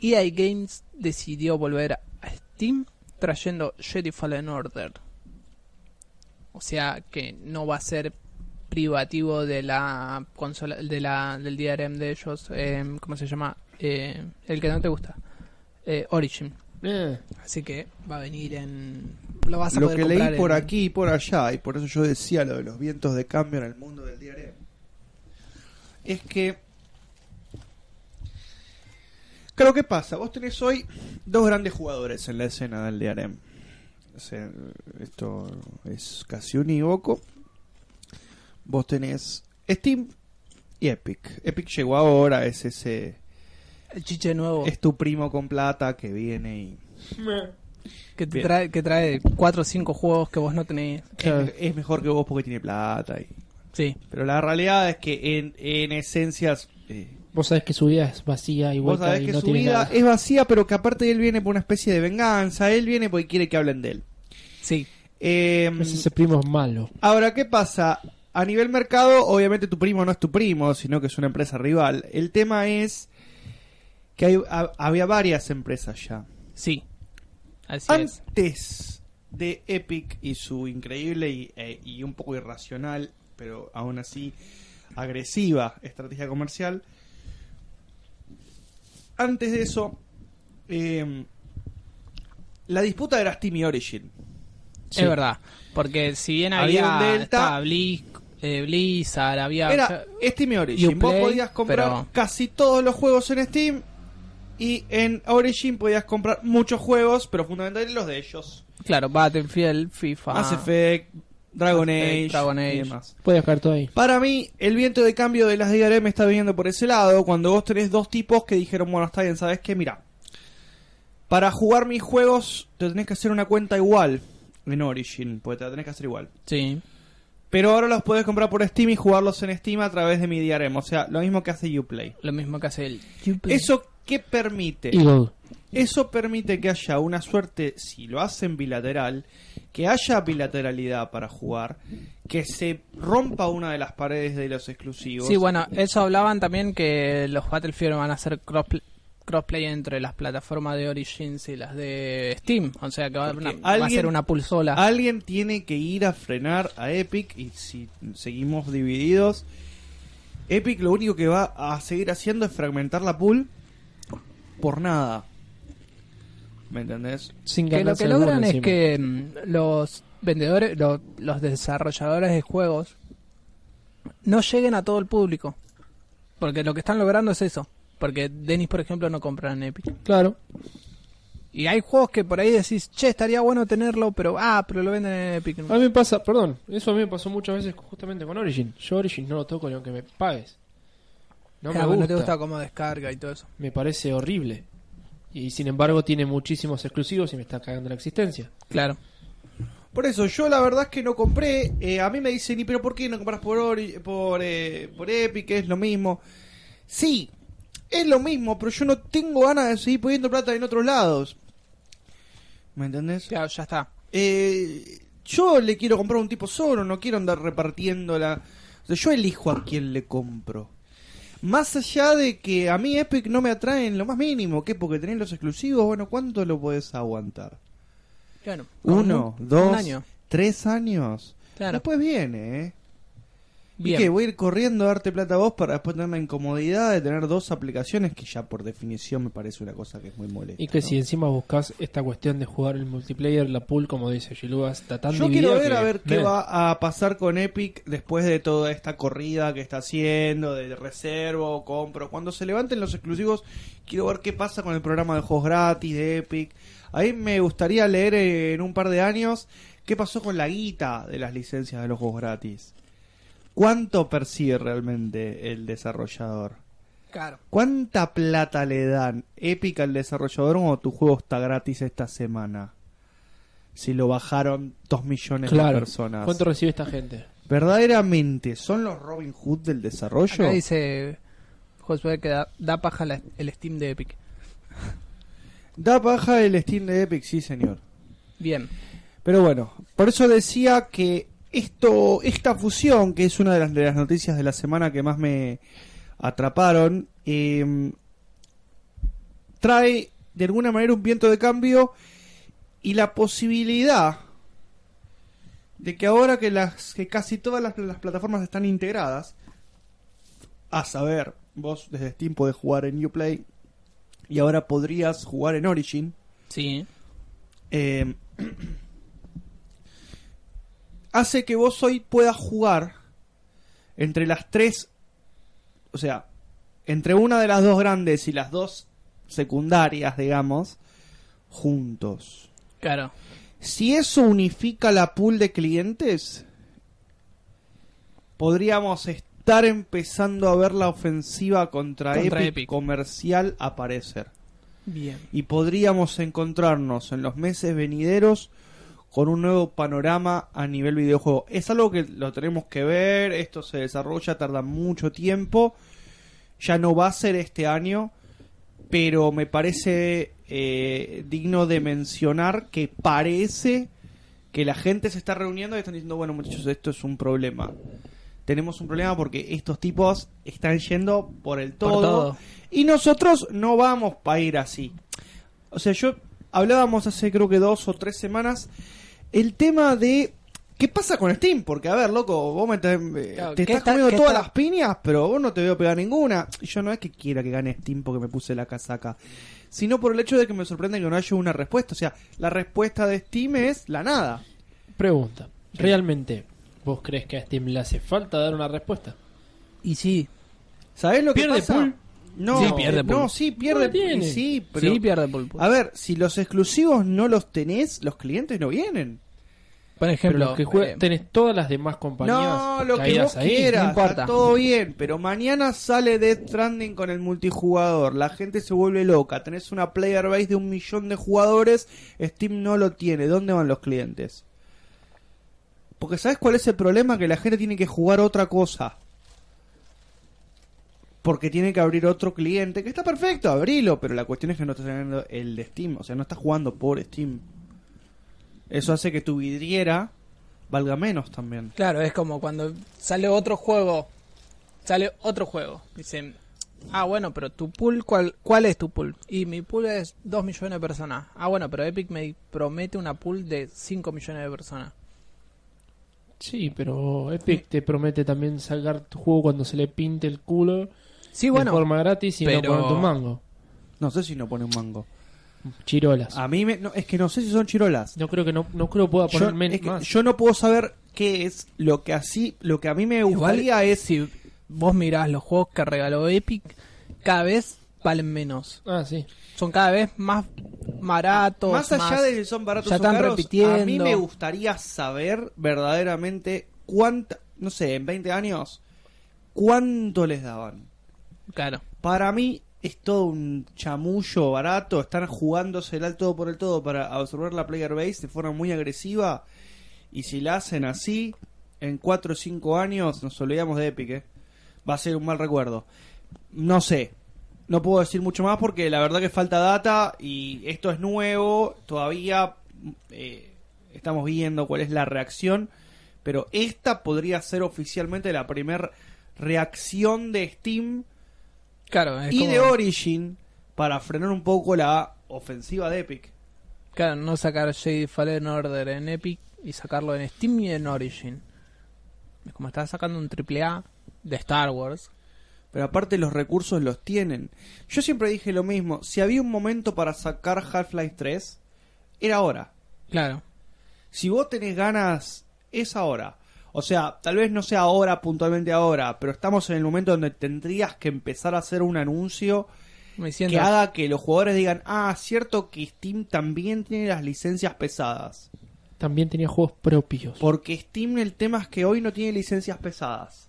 Speaker 2: EA Games decidió volver a Steam trayendo Jedi Fallen Order. O sea que no va a ser privativo de la consola de la, del DRM de ellos. eh, ¿Cómo se llama? Eh, el que no te gusta. Eh, Origin.
Speaker 1: Eh,
Speaker 2: Así que va a venir en. Lo vas a
Speaker 3: Lo
Speaker 2: poder
Speaker 3: que
Speaker 2: comprar
Speaker 3: leí por
Speaker 2: en-
Speaker 3: aquí y por allá, y por eso yo decía lo de los vientos de cambio en el mundo del diario, es que. Claro, ¿qué pasa? Vos tenés hoy dos grandes jugadores en la escena del DRM. O sea, esto es casi unívoco. Vos tenés Steam y Epic. Epic llegó ahora, es ese.
Speaker 2: El chiche nuevo
Speaker 3: Es tu primo con plata que viene y.
Speaker 2: que, te
Speaker 3: bien.
Speaker 2: trae, que trae 4 o 5 juegos que vos no tenés.
Speaker 1: Claro.
Speaker 3: Es, es mejor que vos porque tiene plata y.
Speaker 2: Sí.
Speaker 3: Pero la realidad es que en, en esencias... eh,
Speaker 1: Vos sabés que su vida es vacía y
Speaker 3: vos
Speaker 1: vuelta
Speaker 3: sabés
Speaker 1: y
Speaker 3: que
Speaker 1: no
Speaker 3: su
Speaker 1: tiene
Speaker 3: vida
Speaker 1: nada.
Speaker 3: es vacía, pero que aparte él viene por una especie de venganza. Él viene porque quiere que hablen de él.
Speaker 2: Sí.
Speaker 3: Eh,
Speaker 1: Es ese primo es malo.
Speaker 3: Ahora, ¿qué pasa? A nivel mercado, obviamente tu primo no es tu primo, sino que es una empresa rival. El tema es que hay- ha- había varias empresas ya.
Speaker 2: Sí. Así
Speaker 3: Ah,
Speaker 2: es.
Speaker 3: Antes de Epic y su increíble y, eh, y un poco irracional, pero aún así agresiva estrategia comercial, antes de eso, eh, la disputa era Steam y Origin.
Speaker 1: Sí.
Speaker 2: Es verdad. Porque si bien
Speaker 3: Había
Speaker 2: había.
Speaker 3: un Delta.
Speaker 2: estaba Blizz- eh, Blizzard, había.
Speaker 3: Era Steam y Origin. Vos
Speaker 2: Uplay,
Speaker 3: podías comprar
Speaker 2: pero-
Speaker 3: casi todos los juegos en Steam y en Origin podías comprar muchos juegos, pero fundamentalmente los de ellos.
Speaker 2: Claro, Battlefield, FIFA.
Speaker 3: Mass Effect, Dragon
Speaker 2: Mass Effect,
Speaker 3: Age,
Speaker 2: Dragon
Speaker 3: y
Speaker 2: Age.
Speaker 3: demás.
Speaker 1: Puede dejar todo ahí.
Speaker 3: Para mí, el viento de cambio de las DRM está viniendo por ese lado, cuando vos tenés dos tipos que dijeron, bueno, está bien, ¿sabes qué? Mira, para jugar mis juegos te tenés que hacer una cuenta igual en Origin, porque te la tenés que hacer igual.
Speaker 2: Sí.
Speaker 3: Pero ahora los podés comprar por Steam y jugarlos en Steam a través de mi DRM, o sea, lo mismo que hace Uplay.
Speaker 2: Lo mismo que hace el.
Speaker 3: Eso ¿Qué permite?
Speaker 2: Eh,
Speaker 1: Y Gog.
Speaker 3: Eso permite que haya una suerte, si lo hacen bilateral, que haya bilateralidad para jugar, que se rompa una de las paredes de los exclusivos.
Speaker 2: Sí, bueno, eso hablaban también que los Battlefield van a hacer crossplay, crossplay entre las plataformas de Origins y las de Steam. O sea que va, a haber una-
Speaker 3: Porque
Speaker 2: va a
Speaker 3: alguien-
Speaker 2: ser una pulsola.
Speaker 3: Alguien tiene que ir a frenar a Epic y si seguimos divididos, Epic lo único que va a seguir haciendo es fragmentar la pool por nada. ¿Me entendés?
Speaker 1: Sin
Speaker 2: que lo
Speaker 1: ganarse
Speaker 2: que
Speaker 1: alguno
Speaker 2: logran es
Speaker 1: encima.
Speaker 2: que mm, los vendedores, lo- los desarrolladores de juegos no lleguen a todo el público. Porque lo que están logrando es eso. Porque Denis, por ejemplo, no compra en Epic.
Speaker 1: Claro.
Speaker 2: Y hay juegos que por ahí decís, che, estaría bueno tenerlo, pero ah, pero lo venden en Epic.
Speaker 1: A mí me pasa, perdón, eso a mí me pasó muchas veces justamente con Origin. Yo Origin no lo toco ni aunque me pagues. No me
Speaker 2: Claro,
Speaker 1: gusta.
Speaker 2: no te gusta cómo descarga y todo eso.
Speaker 1: Me parece horrible. Y sin embargo tiene muchísimos exclusivos y me está cagando la existencia.
Speaker 2: Claro.
Speaker 3: Por eso, yo la verdad es que no compré. Eh, a mí me dicen, ¿y pero por qué no compras por, Ori- por, eh, por Epic? Es lo mismo. Sí, es lo mismo, pero yo no tengo ganas de seguir poniendo plata en otros lados. ¿Me entendés?
Speaker 2: Claro, ya está.
Speaker 3: Eh, yo le quiero comprar a un tipo solo, no quiero andar repartiéndola. O sea, yo elijo a quién le compro. Más allá de que a mí Epic no me atrae en lo más mínimo, ¿qué? Porque tenés los exclusivos, bueno, ¿cuánto lo podés aguantar?
Speaker 2: Claro.
Speaker 3: Uno, dos,
Speaker 2: Un año.
Speaker 3: tres años.
Speaker 2: Claro.
Speaker 3: Después viene, ¿eh?
Speaker 2: Bien.
Speaker 3: ¿Y qué? Voy a ir corriendo a darte plata a vos para después tener la incomodidad de tener dos aplicaciones que ya por definición me parece una cosa que es muy molesta.
Speaker 1: Y que
Speaker 3: ¿no?
Speaker 1: si encima buscas esta cuestión de jugar el multiplayer, la pool, como dice Gilúa, está tan
Speaker 3: Yo
Speaker 1: dividida
Speaker 3: quiero ver
Speaker 1: que-
Speaker 3: a ver qué
Speaker 1: Ven.
Speaker 3: va a pasar con Epic después de toda esta corrida que está haciendo, de reservo, compro. Cuando se levanten los exclusivos, quiero ver qué pasa con el programa de juegos gratis de Epic. Ahí me gustaría leer en un par de años qué pasó con la guita de las licencias de los juegos gratis. ¿Cuánto percibe realmente el desarrollador?
Speaker 2: Claro.
Speaker 3: ¿Cuánta plata le dan Epic al desarrollador cuando tu juego está gratis esta semana? Si lo bajaron 2 millones de
Speaker 1: Claro.
Speaker 3: personas.
Speaker 1: ¿Cuánto recibe esta gente?
Speaker 3: ¿Verdaderamente son los Robin Hood del desarrollo?
Speaker 2: Acá dice Josué que da, da paja la- el Steam de Epic.
Speaker 3: Da baja el Steam de Epic, sí señor.
Speaker 2: Bien.
Speaker 3: Pero bueno, por eso decía que esto, esta fusión, que es una de las, de las noticias de la semana que más me atraparon, eh, trae de alguna manera un viento de cambio y la posibilidad de que ahora que las que casi todas las, las plataformas están integradas, a saber, vos desde Steam podés jugar en Uplay y ahora podrías jugar en Origin.
Speaker 2: Sí.
Speaker 3: Eh, hace que vos hoy puedas jugar entre las tres, o sea, entre una de las dos grandes y las dos secundarias, digamos, juntos.
Speaker 2: Claro.
Speaker 3: Si eso unifica la pool de clientes, podríamos estar empezando a ver la ofensiva contra,
Speaker 2: Contra
Speaker 3: Epic
Speaker 2: Epic.
Speaker 3: comercial aparecer
Speaker 2: Bien.
Speaker 3: y podríamos encontrarnos en los meses venideros con un nuevo panorama a nivel videojuego. Es algo que lo tenemos que ver, esto se desarrolla, tarda mucho tiempo, ya no va a ser este año, pero me parece eh, digno de mencionar que parece que la gente se está reuniendo y están diciendo, bueno muchachos, esto es un problema. Tenemos un problema porque estos tipos están yendo por el
Speaker 2: Por
Speaker 3: todo,
Speaker 2: todo.
Speaker 3: y nosotros no vamos para ir así. O sea, yo hablábamos hace creo que dos o tres semanas el tema de qué pasa con Steam, porque a ver, loco, vos me te, eh,
Speaker 2: Claro,
Speaker 3: te
Speaker 2: ¿qué
Speaker 3: estás
Speaker 2: está-
Speaker 3: comiendo
Speaker 2: qué
Speaker 3: todas
Speaker 2: está-
Speaker 3: las piñas, pero vos no te veo pegar ninguna. Y Yo no es que quiera que gane Steam porque me puse la casaca, sino por el hecho de que me sorprende que no haya una respuesta. O sea, la respuesta de Steam es la nada.
Speaker 1: Pregunta. ¿Realmente vos crees que a Steam le hace falta dar una respuesta?
Speaker 2: Y sí.
Speaker 3: ¿Sabés lo que
Speaker 1: ¿Pierde
Speaker 3: pasa?
Speaker 1: pool?
Speaker 3: No,
Speaker 2: Sí, pierde
Speaker 3: no,
Speaker 2: pool.
Speaker 3: sí pierde
Speaker 1: No tiene.
Speaker 3: Sí, pero
Speaker 2: sí pierde pulpo.
Speaker 3: a ver, si los exclusivos no los tenés, los clientes no vienen.
Speaker 2: Por
Speaker 1: Pero
Speaker 2: ejemplo,
Speaker 1: los que juegan-
Speaker 2: eh,
Speaker 1: tenés todas las demás compañías pues,
Speaker 3: No, lo que
Speaker 1: caídas
Speaker 3: vos
Speaker 1: ahí.
Speaker 3: quieras,
Speaker 2: no importa.
Speaker 3: está todo bien, pero mañana sale Death Stranding con el multijugador, la gente se vuelve loca, tenés una player base de un millón de jugadores, Steam no lo tiene, ¿dónde van los clientes? Porque ¿sabes cuál es el problema? Que la gente tiene que jugar otra cosa. porque tiene que abrir otro cliente, que está perfecto, abrilo, pero la cuestión es que no estás teniendo el de Steam, o sea, no estás jugando por Steam. Eso hace que tu vidriera valga menos también.
Speaker 2: Claro, es como cuando sale otro juego. Sale otro juego. Dicen, ah, bueno, pero tu pool, ¿cuál, cuál es tu pool? Y mi pool es 2 millones de personas. Ah, bueno, pero Epic me promete una pool de 5 millones de personas.
Speaker 1: Sí, pero Epic te promete también sacar tu juego cuando se le pinte el culo
Speaker 2: Sí,
Speaker 1: de
Speaker 2: bueno.
Speaker 1: forma gratis y
Speaker 2: pero-
Speaker 1: no poner tu mango.
Speaker 3: No sé si no pone un mango.
Speaker 1: Chirolas.
Speaker 3: A mí me- no, es que no sé si son chirolas.
Speaker 1: No creo que no, no creo pueda
Speaker 3: Yo,
Speaker 1: poner men-
Speaker 3: es que
Speaker 1: más.
Speaker 3: yo no puedo saber qué es lo que así, lo que a mí me
Speaker 2: Igual
Speaker 3: gustaría es
Speaker 2: si vos mirás los juegos que regaló Epic, cada vez valen menos.
Speaker 1: Ah, sí.
Speaker 2: Son cada vez más baratos.
Speaker 3: Más allá de si son baratos
Speaker 2: ya
Speaker 3: o
Speaker 2: están
Speaker 3: caros,
Speaker 2: repitiendo.
Speaker 3: a mí me gustaría saber verdaderamente cuánta, no sé, en 20 años, cuánto les daban.
Speaker 2: Claro.
Speaker 3: Para mí es todo un chamullo barato, están jugándose el todo por el todo para absorber la player base de forma muy agresiva. Y si la hacen así, en 4 o 5 años nos olvidamos de Epic, ¿eh? Va a ser un mal recuerdo. No sé. No puedo decir mucho más porque la verdad que falta data y esto es nuevo. Todavía eh, estamos viendo cuál es la reacción. Pero esta podría ser oficialmente la primera reacción de Steam
Speaker 2: Claro, es
Speaker 3: y
Speaker 2: como-
Speaker 3: de Origin para frenar un poco la ofensiva de Epic.
Speaker 2: Claro, no sacar Jade Fallen Order en Epic y sacarlo en Steam y en Origin. Es como estás sacando un triple A de Star Wars.
Speaker 3: Pero aparte los recursos los tienen. Yo siempre dije lo mismo, si había un momento para sacar Half-Life 3, era ahora.
Speaker 2: Claro.
Speaker 3: Si vos tenés ganas, es ahora. O sea, tal vez no sea ahora, puntualmente ahora, pero estamos en el momento donde tendrías que empezar a hacer un anuncio
Speaker 2: Me siento.
Speaker 3: que haga que los jugadores digan, ah, cierto que Steam también tiene las licencias pesadas.
Speaker 1: También tenía juegos propios.
Speaker 3: Porque Steam el tema es que hoy no tiene licencias pesadas.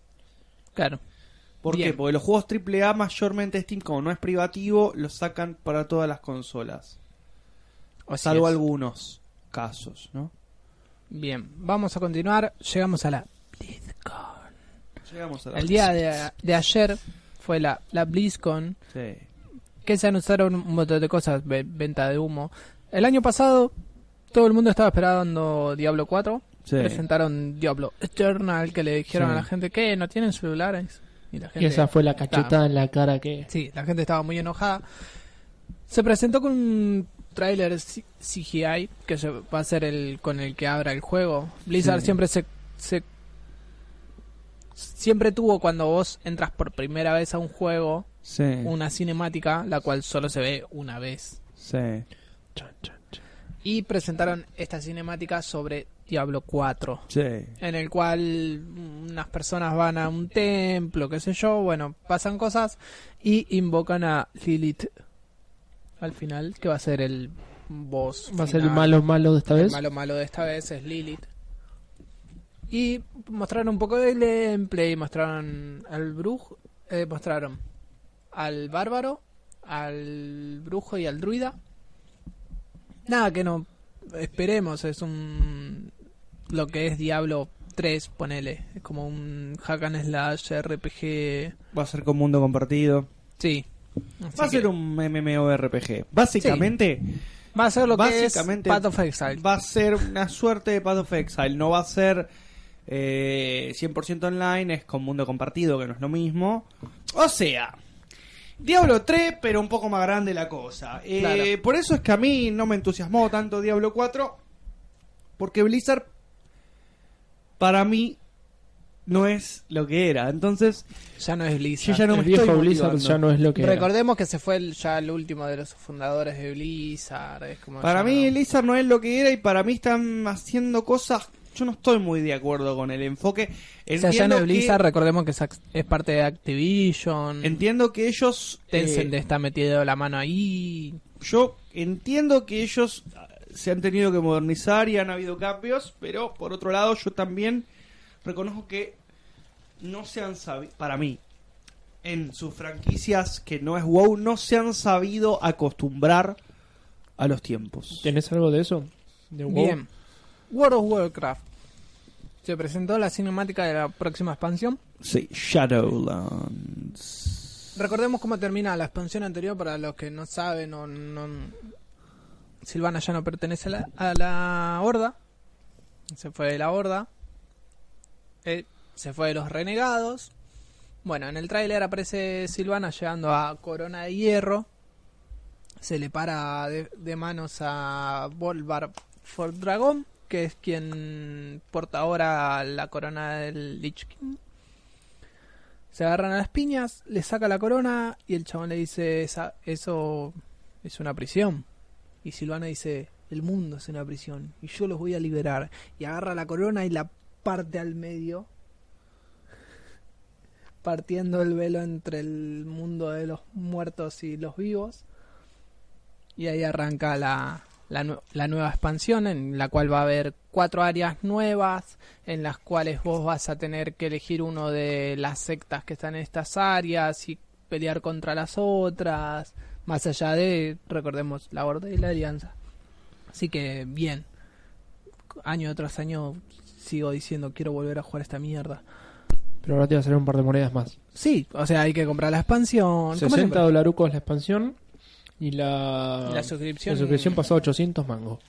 Speaker 2: Claro.
Speaker 3: ¿Por qué?
Speaker 2: Bien.
Speaker 3: Porque los juegos AAA mayormente Steam, como no es privativo, los sacan para todas las consolas.
Speaker 2: Así
Speaker 3: salvo
Speaker 2: es.
Speaker 3: algunos casos, ¿no?
Speaker 2: Bien, vamos a continuar. Llegamos a la BlizzCon.
Speaker 3: Llegamos a la...
Speaker 2: El día de, de ayer fue la, la BlizzCon,
Speaker 3: Sí.
Speaker 2: que se anunciaron un montón de cosas, ve- venta de humo. El año pasado todo el mundo estaba esperando Diablo 4.
Speaker 3: Sí.
Speaker 2: Presentaron Diablo Eternal, que le dijeron
Speaker 3: Sí.
Speaker 2: a la gente que no tienen celulares. Y la
Speaker 1: Y
Speaker 2: gente
Speaker 1: esa fue la cachetada en la cara que...
Speaker 2: Sí, la gente estaba muy enojada. Se presentó con un tráiler C- CGI que se- va a ser el con el que abra el juego. Blizzard
Speaker 3: Sí.
Speaker 2: siempre se, se- siempre tuvo cuando vos entras por primera vez a un juego
Speaker 3: Sí.
Speaker 2: una cinemática la cual solo se ve una vez.
Speaker 3: Sí.
Speaker 1: Chan, chan, chan.
Speaker 2: Y presentaron esta cinemática sobre Diablo 4
Speaker 3: Sí.
Speaker 2: en el cual unas personas van a un templo, qué sé yo, bueno, pasan cosas y invocan a Lilith al final, que va a ser el boss.
Speaker 1: Va a ser el
Speaker 2: final.
Speaker 1: malo malo de esta
Speaker 2: El
Speaker 1: vez.
Speaker 2: malo malo de esta vez es Lilith. Y mostraron un poco de gameplay, mostraron al brujo, eh, mostraron al bárbaro, al brujo y al druida. Nada que no esperemos, es un lo que es Diablo 3, ponele, es como un hack and slash RPG.
Speaker 3: Va a ser con mundo compartido.
Speaker 2: Sí. Así
Speaker 3: Va a
Speaker 2: que
Speaker 3: ser un MMORPG. Básicamente,
Speaker 2: va a ser lo que es
Speaker 3: básicamente-
Speaker 2: Path of Exile.
Speaker 3: va a ser una suerte de Path of Exile. No va a ser eh, 100% online, es con mundo compartido, que no es lo mismo. O sea, Diablo 3, pero un poco más grande la cosa. Eh,
Speaker 2: Claro.
Speaker 3: Por eso es que a mí no me entusiasmó tanto Diablo 4, porque Blizzard, para mí, no es lo que era. Entonces,
Speaker 2: Ya no es Blizzard.
Speaker 3: yo ya no
Speaker 1: el
Speaker 3: me
Speaker 1: viejo
Speaker 3: estoy
Speaker 1: Blizzard
Speaker 3: motivando.
Speaker 1: ya no es lo que era.
Speaker 2: Recordemos que se fue el- ya el último de los fundadores de Blizzard. es como
Speaker 3: Para
Speaker 2: ya
Speaker 3: mí
Speaker 2: no-
Speaker 3: Blizzard no es lo que era y para mí están haciendo cosas... Yo no estoy muy de acuerdo con el enfoque.
Speaker 2: o sea, ya no
Speaker 3: Entiendo
Speaker 2: es
Speaker 3: que-
Speaker 2: Blizzard, recordemos que es, ac- es parte de Activision.
Speaker 3: Entiendo que ellos...
Speaker 2: Tencent
Speaker 3: eh,
Speaker 2: está metido la mano ahí.
Speaker 3: yo entiendo que ellos ah, se han tenido que modernizar y han habido cambios, pero por otro lado yo también reconozco que no se han sabido, para mí, en sus franquicias que no es WoW, no se han sabido acostumbrar a los tiempos.
Speaker 1: ¿Tenés algo de eso? De WoW.
Speaker 2: Bien. World of Warcraft. Se presentó la cinemática de la próxima expansión.
Speaker 3: Sí, Shadowlands.
Speaker 2: recordemos cómo termina la expansión anterior para los que no saben o no... Silvana ya no pertenece a la, a la horda. Se fue de la horda. Eh, se fue de los renegados. Bueno, en el tráiler aparece Silvana llegando a Corona de Hierro. Se le para de, de manos a Volvar Ford Dragon, que es quien porta ahora la corona del Lich King. Se agarran a las piñas, le saca la corona y el chabón le dice, "Esa- eso es una prisión. Y Silvana dice, el mundo es una prisión y yo los voy a liberar. Y agarra la corona y la parte al medio, partiendo el velo entre el mundo de los muertos y los vivos. Y ahí arranca la, la, nue- la nueva expansión en la cual va a haber cuatro áreas nuevas en las cuales vos vas a tener que elegir uno de las sectas que están en estas áreas y pelear contra las otras, más allá de, recordemos, la Horda y la Alianza. Así que bien, año tras año sigo diciendo quiero volver a jugar esta mierda.
Speaker 1: Pero ahora te va a salir un par de monedas más.
Speaker 2: Sí, o sea, hay que comprar la expansión. como
Speaker 1: 60
Speaker 2: siempre.
Speaker 1: dolarucos la expansión y la,
Speaker 2: La suscripción-
Speaker 1: la suscripción pasó a 800 mangos.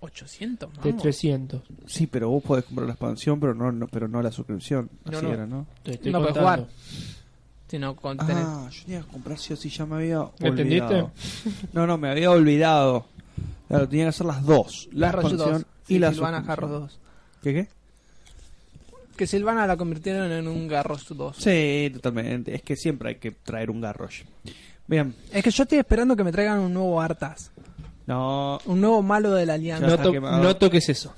Speaker 2: 800,
Speaker 1: De
Speaker 2: vamos.
Speaker 1: 300.
Speaker 3: Sí, pero vos podés comprar la expansión, pero no, no- pero no la suscripción.
Speaker 2: No,
Speaker 3: Así
Speaker 2: no.
Speaker 3: era, ¿no?
Speaker 1: Te estoy
Speaker 2: No puedes
Speaker 1: contando.
Speaker 2: Si no, con tenés-
Speaker 3: Ah, yo tenía que comprar sí o sí, ya me había
Speaker 1: ¿Me
Speaker 3: olvidado.
Speaker 1: entendiste?
Speaker 3: No, no, me había olvidado. Claro, tenía que hacer las dos. La
Speaker 2: Harrods
Speaker 3: expansión
Speaker 2: 2,
Speaker 3: y la
Speaker 2: Silvana
Speaker 3: suscripción.
Speaker 2: Harrods 2.
Speaker 3: ¿Qué qué?
Speaker 2: Que Silvana la convirtieron en un Garros 2.
Speaker 3: Sí, totalmente. Es que siempre hay que traer un garrosh. Bien.
Speaker 2: Es que yo estoy esperando que me traigan un nuevo Artas.
Speaker 3: No,
Speaker 2: Un nuevo malo de la alianza.
Speaker 3: Ya
Speaker 1: No,
Speaker 3: está
Speaker 1: to-
Speaker 3: quemado.
Speaker 1: no toques eso.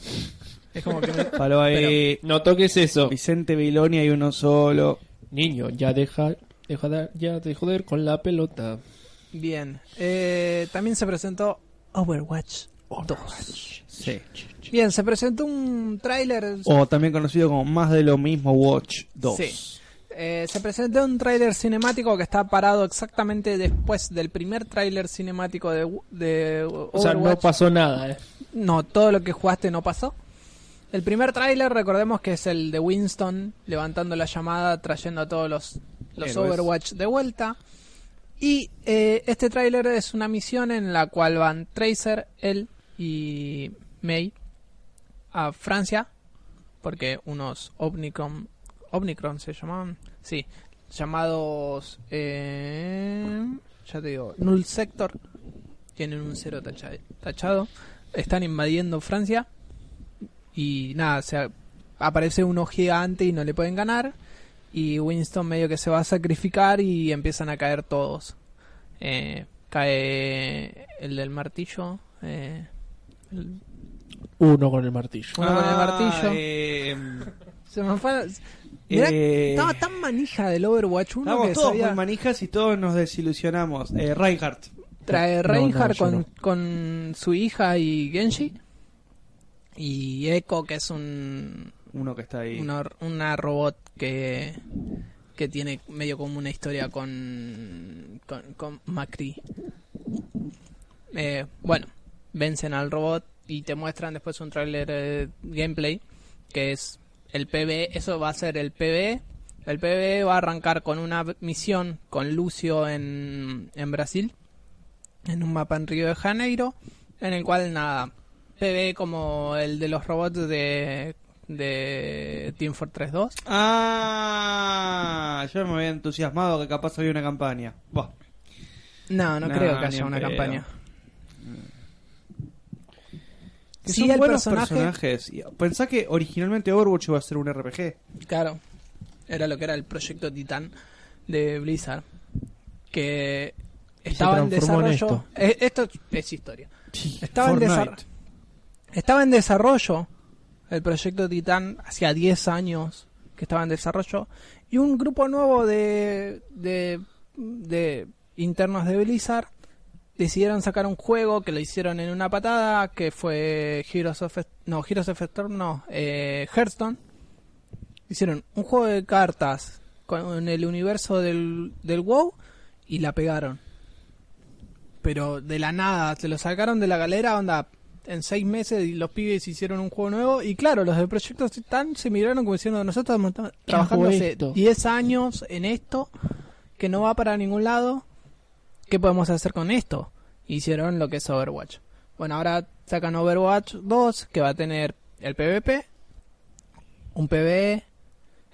Speaker 2: Es como que me-
Speaker 3: palo ahí.
Speaker 1: No toques eso.
Speaker 3: Vicente Viloni hay uno solo.
Speaker 1: Niño, ya deja, deja de, ya de joder con la pelota.
Speaker 2: Bien. Eh, también se presentó Overwatch 2.
Speaker 3: Sí.
Speaker 2: Bien, se presentó un tráiler.
Speaker 1: Oh.
Speaker 3: O también conocido como Más de lo mismo Watch 2.
Speaker 2: Sí. Eh, se presentó un tráiler cinemático que está parado exactamente después del primer tráiler cinemático de, de Overwatch.
Speaker 1: O sea, no pasó nada. eh.
Speaker 2: No, todo lo que jugaste no pasó. El primer tráiler, recordemos que es el de Winston levantando la llamada, trayendo a todos los, los
Speaker 3: Héroes.
Speaker 2: Overwatch de vuelta. Y eh, este tráiler es una misión en la cual van Tracer, él y May a Francia, porque unos Omnicron, Omnicron se llamaban, sí, llamados, eh, ya te digo, Null Sector, tienen un cero tacha- tachado, están invadiendo Francia y nada, o sea, aparece uno gigante y no le pueden ganar y Winston medio que se va a sacrificar y empiezan a caer todos. Eh, cae el del martillo, eh, el-
Speaker 1: Uno con el martillo.
Speaker 2: Uno con el martillo.
Speaker 3: Ah, eh,
Speaker 2: se me fue... Mirá,
Speaker 3: eh,
Speaker 2: estaba tan manija del Overwatch 1
Speaker 3: Estábamos
Speaker 2: que
Speaker 3: todos
Speaker 2: sabía
Speaker 3: muy manijas y todos nos desilusionamos. Eh, Reinhardt.
Speaker 2: trae
Speaker 1: No, no,
Speaker 2: Reinhardt
Speaker 1: yo
Speaker 2: con,
Speaker 1: no.
Speaker 2: con su hija y Genji y Echo que es un
Speaker 3: Uno que está ahí.
Speaker 2: una, una robot que que tiene medio como una historia con con, con Macri. Eh, bueno, vencen al robot y te muestran después un trailer gameplay que es el PvE, eso va a ser el PvE. El PvE va a arrancar con una v- misión con Lucio en, en Brasil, en un mapa en Río de Janeiro, en el cual nada, PvE como el de los robots de, de Team Fortress 2.
Speaker 3: Ah, yo me había entusiasmado que capaz había una campaña. Buah.
Speaker 2: No, no
Speaker 3: No,
Speaker 2: creo que
Speaker 3: ni
Speaker 2: haya
Speaker 3: en
Speaker 2: una
Speaker 3: pedo.
Speaker 2: campaña.
Speaker 3: Que
Speaker 2: Sí,
Speaker 3: son
Speaker 2: el
Speaker 3: buenos
Speaker 2: personaje-
Speaker 3: personajes. Y ah, Pensá que originalmente Overwatch iba a ser un RPG.
Speaker 2: Claro, era lo que era el proyecto Titán de Blizzard, que
Speaker 1: Y se
Speaker 2: estaba en
Speaker 1: transformó en
Speaker 2: desarrollo. Eh, esto es historia. Estaba en
Speaker 3: Fortnite.
Speaker 2: desarrollo. Estaba en desarrollo el proyecto Titán hacía 10 años que estaba en desarrollo y un grupo nuevo de, de, de internos de Blizzard decidieron sacar un juego que lo hicieron en una patada que fue Heroes of no Heroes of Storm no eh, Hearthstone hicieron un juego de cartas con el universo del, del WoW y la pegaron pero de la nada se lo sacaron de la galera onda en seis meses y los pibes hicieron un juego nuevo. Y claro, los de Proyecto tan se miraron como diciendo, nosotros estamos tra- trabajando
Speaker 1: hago
Speaker 2: hace
Speaker 1: esto?
Speaker 2: 10 años en esto, que no va para ningún lado, ¿qué podemos hacer con esto? Hicieron lo que es Overwatch. Bueno, ahora sacan Overwatch 2, que va a tener el PvP, un PvE,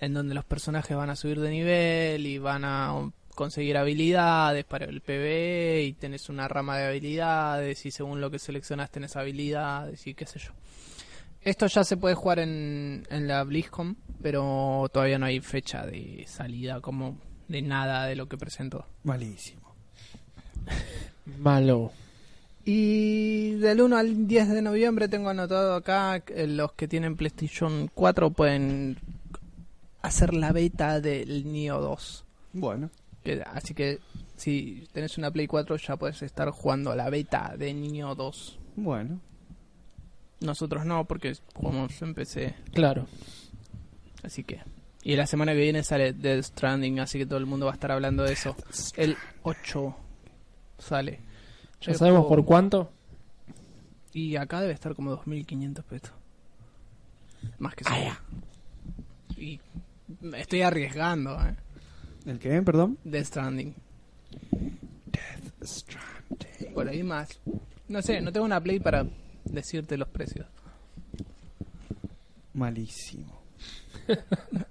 Speaker 2: en donde los personajes van a subir de nivel y van a um, conseguir habilidades para el PvE y tenés una rama de habilidades y según lo que seleccionas tenés habilidades y qué sé yo. Esto ya se puede jugar en, en la BlizzCon, pero todavía no hay fecha de salida como de nada de lo que presentó.
Speaker 3: Malísimo.
Speaker 1: Malo.
Speaker 2: Y del 1 al 10 de noviembre tengo anotado acá que los que tienen PlayStation 4 pueden hacer la beta del Neo 2.
Speaker 3: Bueno.
Speaker 2: Que- así que si tenés una Play 4 ya puedes estar jugando a la beta de Neo 2.
Speaker 3: Bueno.
Speaker 2: Nosotros no, porque jugamos en PC.
Speaker 1: Claro.
Speaker 2: Así que. Y la semana que viene sale Dead Stranding, así que todo el mundo va a estar hablando de eso. El 8 sale.
Speaker 1: ¿Ya
Speaker 2: El
Speaker 1: sabemos
Speaker 2: juego-
Speaker 1: por cuánto?
Speaker 2: Y acá debe estar como 2.500 pesos. Más que eso. Y me estoy arriesgando, eh.
Speaker 3: ¿El qué? Perdón.
Speaker 2: Death Stranding. Por ahí más. No sé, no tengo una play para decirte los precios.
Speaker 3: Malísimo.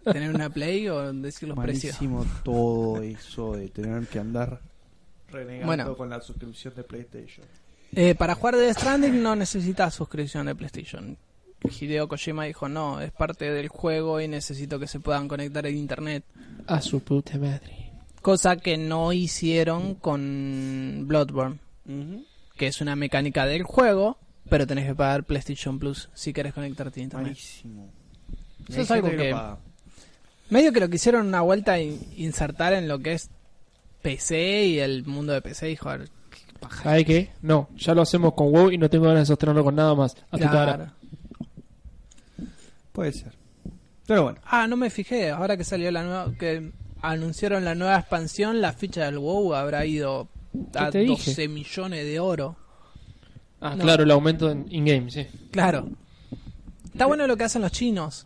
Speaker 2: ¿Tener una play o decir los precios?
Speaker 3: Malísimo todo eso de tener que andar renegando
Speaker 2: Bueno.
Speaker 3: con la suscripción de PlayStation.
Speaker 2: Eh, para jugar Death Stranding no necesitas suscripción de PlayStation. Hideo Kojima dijo, no, es parte del juego y necesito que se puedan conectar en internet.
Speaker 1: A su puta madre.
Speaker 2: Cosa que no hicieron con Bloodborne. que es una mecánica del juego, pero tenés que pagar PlayStation Plus si querés conectarte a internet.
Speaker 3: Malísimo.
Speaker 2: Eso
Speaker 3: Hay
Speaker 2: es algo
Speaker 3: gente lo
Speaker 2: que-
Speaker 3: paga.
Speaker 2: Medio que lo quisieron una vuelta a in- insertar en lo que es PC y el mundo de PC, hijo. qué paja.
Speaker 1: ¿Sabes qué? No, ya lo hacemos con WoW y no tengo ganas de sostenerlo con nada más. A tu
Speaker 2: Claro.
Speaker 1: cara.
Speaker 3: Puede ser. Pero bueno.
Speaker 2: Ah, no me fijé, ahora que salió la nueva que anunciaron la nueva expansión, la ficha del WoW habrá ido a
Speaker 1: ¿Qué te
Speaker 2: 12
Speaker 1: dije?
Speaker 2: millones de oro.
Speaker 1: Ah,
Speaker 2: No.
Speaker 1: claro, el aumento en in-game, sí.
Speaker 2: Claro. Está bueno lo que hacen los chinos.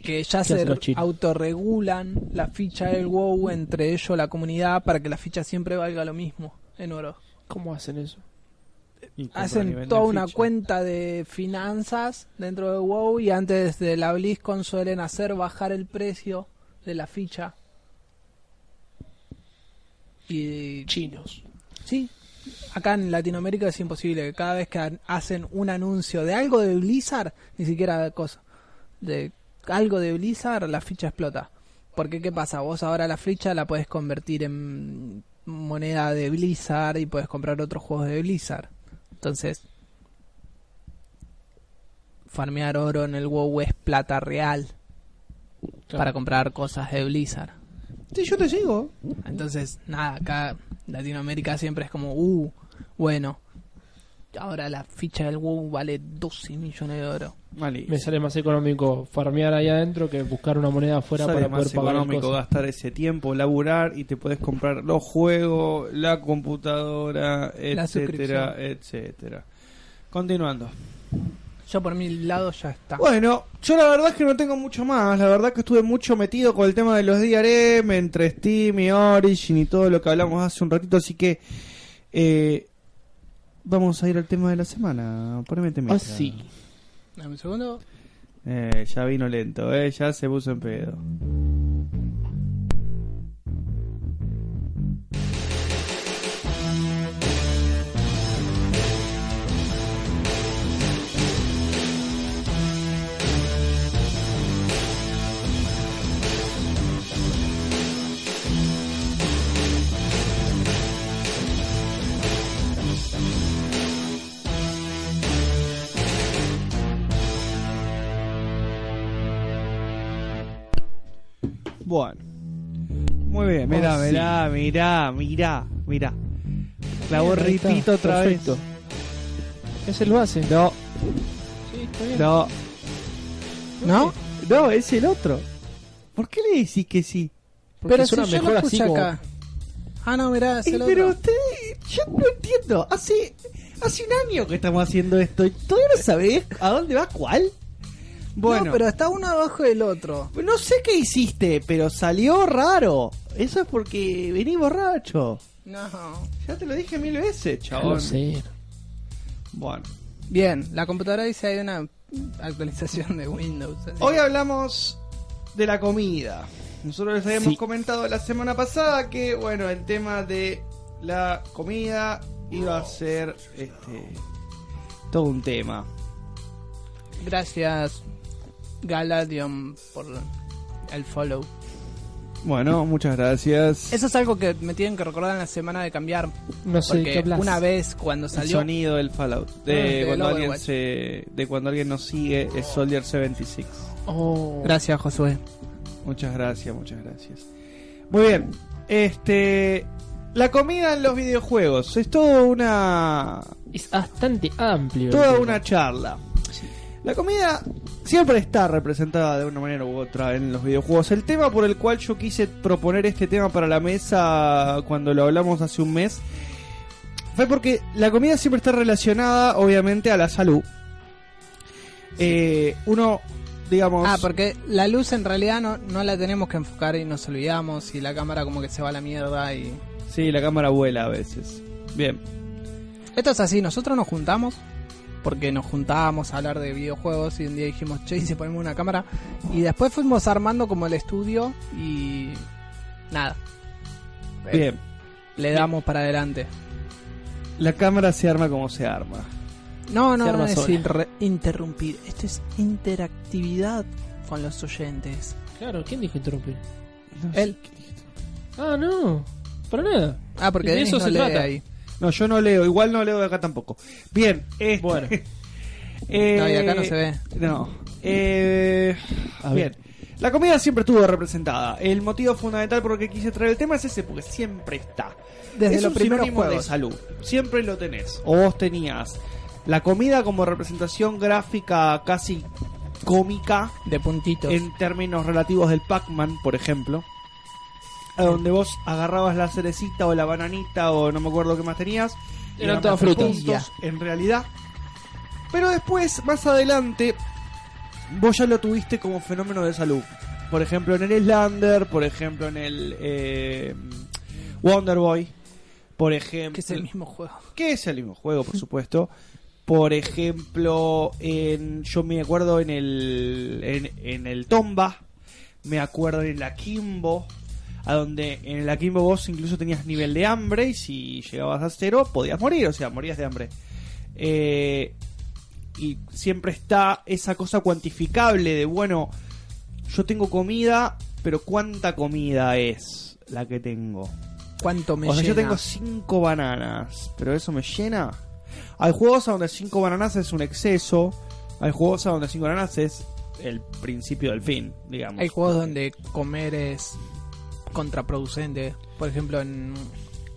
Speaker 2: Que ya se
Speaker 1: hacen los chinos?
Speaker 2: autorregulan la ficha del WoW entre ellos, la comunidad, para que la ficha siempre valga lo mismo en oro.
Speaker 1: ¿Cómo hacen eso?
Speaker 3: y compra nivel
Speaker 2: Hacen
Speaker 3: de
Speaker 2: toda una
Speaker 3: ficha.
Speaker 2: cuenta de finanzas dentro de WoW y antes de la BlizzCon suelen hacer bajar el precio de la ficha. Y
Speaker 1: Chinos.
Speaker 2: Sí, acá en Latinoamérica es imposible que cada vez que han- hacen un anuncio de algo de Blizzard, ni siquiera de cosa, de algo de Blizzard, la ficha explota. Porque qué pasa, vos ahora la ficha la podés convertir en moneda de Blizzard y podés comprar otros juegos de Blizzard. Entonces, farmear oro en el WoW es plata real para comprar cosas de Blizzard.
Speaker 3: Sí, yo te sigo.
Speaker 2: Entonces, nada, acá Latinoamérica siempre es como, uh, bueno, ahora la ficha del WoW vale 12 millones de oro.
Speaker 3: Malísimo.
Speaker 1: Me sale más económico farmear ahí adentro que buscar una moneda afuera
Speaker 3: Sale
Speaker 1: para
Speaker 3: más
Speaker 1: poder pagar el
Speaker 3: económico
Speaker 1: coso.
Speaker 3: gastar ese tiempo, laburar y te podés comprar los juegos, la computadora, etcétera,
Speaker 2: suscripción.
Speaker 3: etcétera. Continuando.
Speaker 2: Yo por mi lado ya
Speaker 1: Ah.
Speaker 2: está.
Speaker 3: Bueno, yo la verdad es que no tengo mucho más. La verdad que estuve mucho metido con el tema de los DRM entre Steam y Origin y todo lo que hablamos hace un ratito. Así que eh, vamos a ir al tema de la semana. Poneme temita.
Speaker 1: Ah, sí.
Speaker 2: Dame un segundo.
Speaker 3: Eh, ya vino lento, eh, ya se puso en pedo. Bueno. Muy bien, mirá,
Speaker 1: Oh, sí.
Speaker 3: mirá, mirá, mirá, mirá. Clavó
Speaker 1: Ahí está,
Speaker 3: ritito otra
Speaker 1: perfecto. Ese lo hace.
Speaker 3: vez. No,
Speaker 1: Sí, está bien.
Speaker 3: no,
Speaker 2: ¿No?
Speaker 3: no, es el otro. ¿Por qué le decís que sí?
Speaker 1: Porque
Speaker 2: Pero si
Speaker 1: suena
Speaker 2: yo
Speaker 1: mejor
Speaker 2: lo
Speaker 1: así
Speaker 2: puse
Speaker 1: como-
Speaker 2: acá. Ah, no, mirá, es
Speaker 3: Eh,
Speaker 2: el
Speaker 3: pero
Speaker 2: otro.
Speaker 3: usted, yo no entiendo. Hace Hace un año que estamos haciendo esto y todavía no sabés a dónde va cuál. Bueno,
Speaker 2: No, pero
Speaker 3: pero...
Speaker 2: está uno abajo del otro.
Speaker 3: no sé qué hiciste, pero salió raro. Eso es porque vení borracho.
Speaker 2: No.
Speaker 3: Ya te lo dije mil veces,
Speaker 1: No
Speaker 3: chabón.
Speaker 1: lo sé.
Speaker 3: Bueno.
Speaker 2: Bien, la computadora dice hay una actualización de Windows. así.
Speaker 3: Hoy hablamos de la comida. Nosotros les habíamos
Speaker 1: Sí.
Speaker 3: comentado la semana pasada que, bueno, el tema de la comida iba a ser este, todo un tema.
Speaker 2: Gracias, Galadion, por el follow.
Speaker 3: Bueno, muchas gracias.
Speaker 2: Eso es algo que me tienen que recordar en la semana de cambiar.
Speaker 1: No sé de qué
Speaker 2: Porque
Speaker 1: hablas.
Speaker 2: una vez cuando
Speaker 3: El
Speaker 2: salió.
Speaker 3: sonido del Fallout.
Speaker 2: Ah,
Speaker 3: De,
Speaker 2: del
Speaker 3: cuando alguien
Speaker 2: Overwatch.
Speaker 3: se, de cuando alguien nos sigue es Soldier 76.
Speaker 1: Oh.
Speaker 2: Gracias, Josué.
Speaker 3: Muchas gracias, muchas gracias. Muy bien. Este. La comida en los videojuegos. Es todo una.
Speaker 1: Es bastante amplio.
Speaker 3: toda una charla. La comida siempre está representada de una manera u otra en los videojuegos. El tema por el cual yo quise proponer este tema para la mesa cuando lo hablamos hace un mes fue porque la comida siempre está relacionada, obviamente, a la salud. Eh, uno, digamos.
Speaker 2: Ah, porque la luz en realidad no, no la tenemos que enfocar y nos olvidamos y la cámara como que se va a la mierda y...
Speaker 3: Sí, la cámara vuela a veces. Bien.
Speaker 2: Esto es así, nosotros nos juntamos porque nos juntábamos a hablar de videojuegos y un día dijimos, che, y si ponemos una cámara. Y después fuimos armando como el estudio y... Nada. Eh,
Speaker 3: Bien.
Speaker 2: Le damos para adelante.
Speaker 3: La cámara se arma como se arma.
Speaker 2: No, no,
Speaker 1: Se arma
Speaker 2: no es
Speaker 1: sola.
Speaker 2: inter- interrumpir. Esto es interactividad con los oyentes.
Speaker 1: Claro, ¿quién dijo interrumpir?
Speaker 3: No sé
Speaker 2: Él.
Speaker 3: qué-
Speaker 1: Ah, no. Para nada.
Speaker 2: Ah, porque
Speaker 1: De
Speaker 2: Denis
Speaker 1: eso
Speaker 2: no
Speaker 1: se
Speaker 2: lee
Speaker 1: trata.
Speaker 2: ahí.
Speaker 3: No, yo no leo, igual no leo de acá tampoco. Bien, este,
Speaker 1: Bueno.
Speaker 3: eh,
Speaker 2: No, y acá no se ve.
Speaker 3: No. Eh,
Speaker 1: A ver.
Speaker 3: bien. La comida siempre estuvo representada. El motivo fundamental por el que quise traer el tema es ese, porque siempre está.
Speaker 2: Desde
Speaker 3: es
Speaker 2: los
Speaker 3: un
Speaker 2: primeros
Speaker 3: sinónimo de
Speaker 2: juegos.
Speaker 3: salud. Siempre lo tenés. O vos tenías la comida como representación gráfica casi cómica
Speaker 2: De puntitos.
Speaker 3: en términos relativos del Pac-Man, por ejemplo, a donde vos agarrabas la cerecita o la bananita o no me acuerdo qué más tenías. y
Speaker 1: Eran todas frutas.
Speaker 3: puntos, En realidad. Pero después, más adelante, vos ya lo tuviste como fenómeno de salud. Por ejemplo, en el Slander, por ejemplo, en el eh, Wonder Boy, por ejemplo
Speaker 2: Que es el mismo juego.
Speaker 3: que es el mismo juego, por supuesto. Por ejemplo, en, yo me acuerdo en el, en, en el Tomba, me acuerdo en la Kimbo, a donde en la Kimbo vos incluso tenías nivel de hambre y si llegabas a cero podías morir, o sea, morías de hambre. Eh, y siempre está esa cosa cuantificable de, bueno, yo tengo comida, pero ¿cuánta comida es la que tengo?
Speaker 2: ¿Cuánto me
Speaker 3: o sea, yo
Speaker 2: llena?
Speaker 3: tengo cinco bananas, pero eso me llena. Hay juegos a donde cinco bananas es un exceso. Hay juegos a donde cinco bananas es el principio del fin, digamos.
Speaker 2: Hay juegos donde comer es contraproducente. Por ejemplo, en,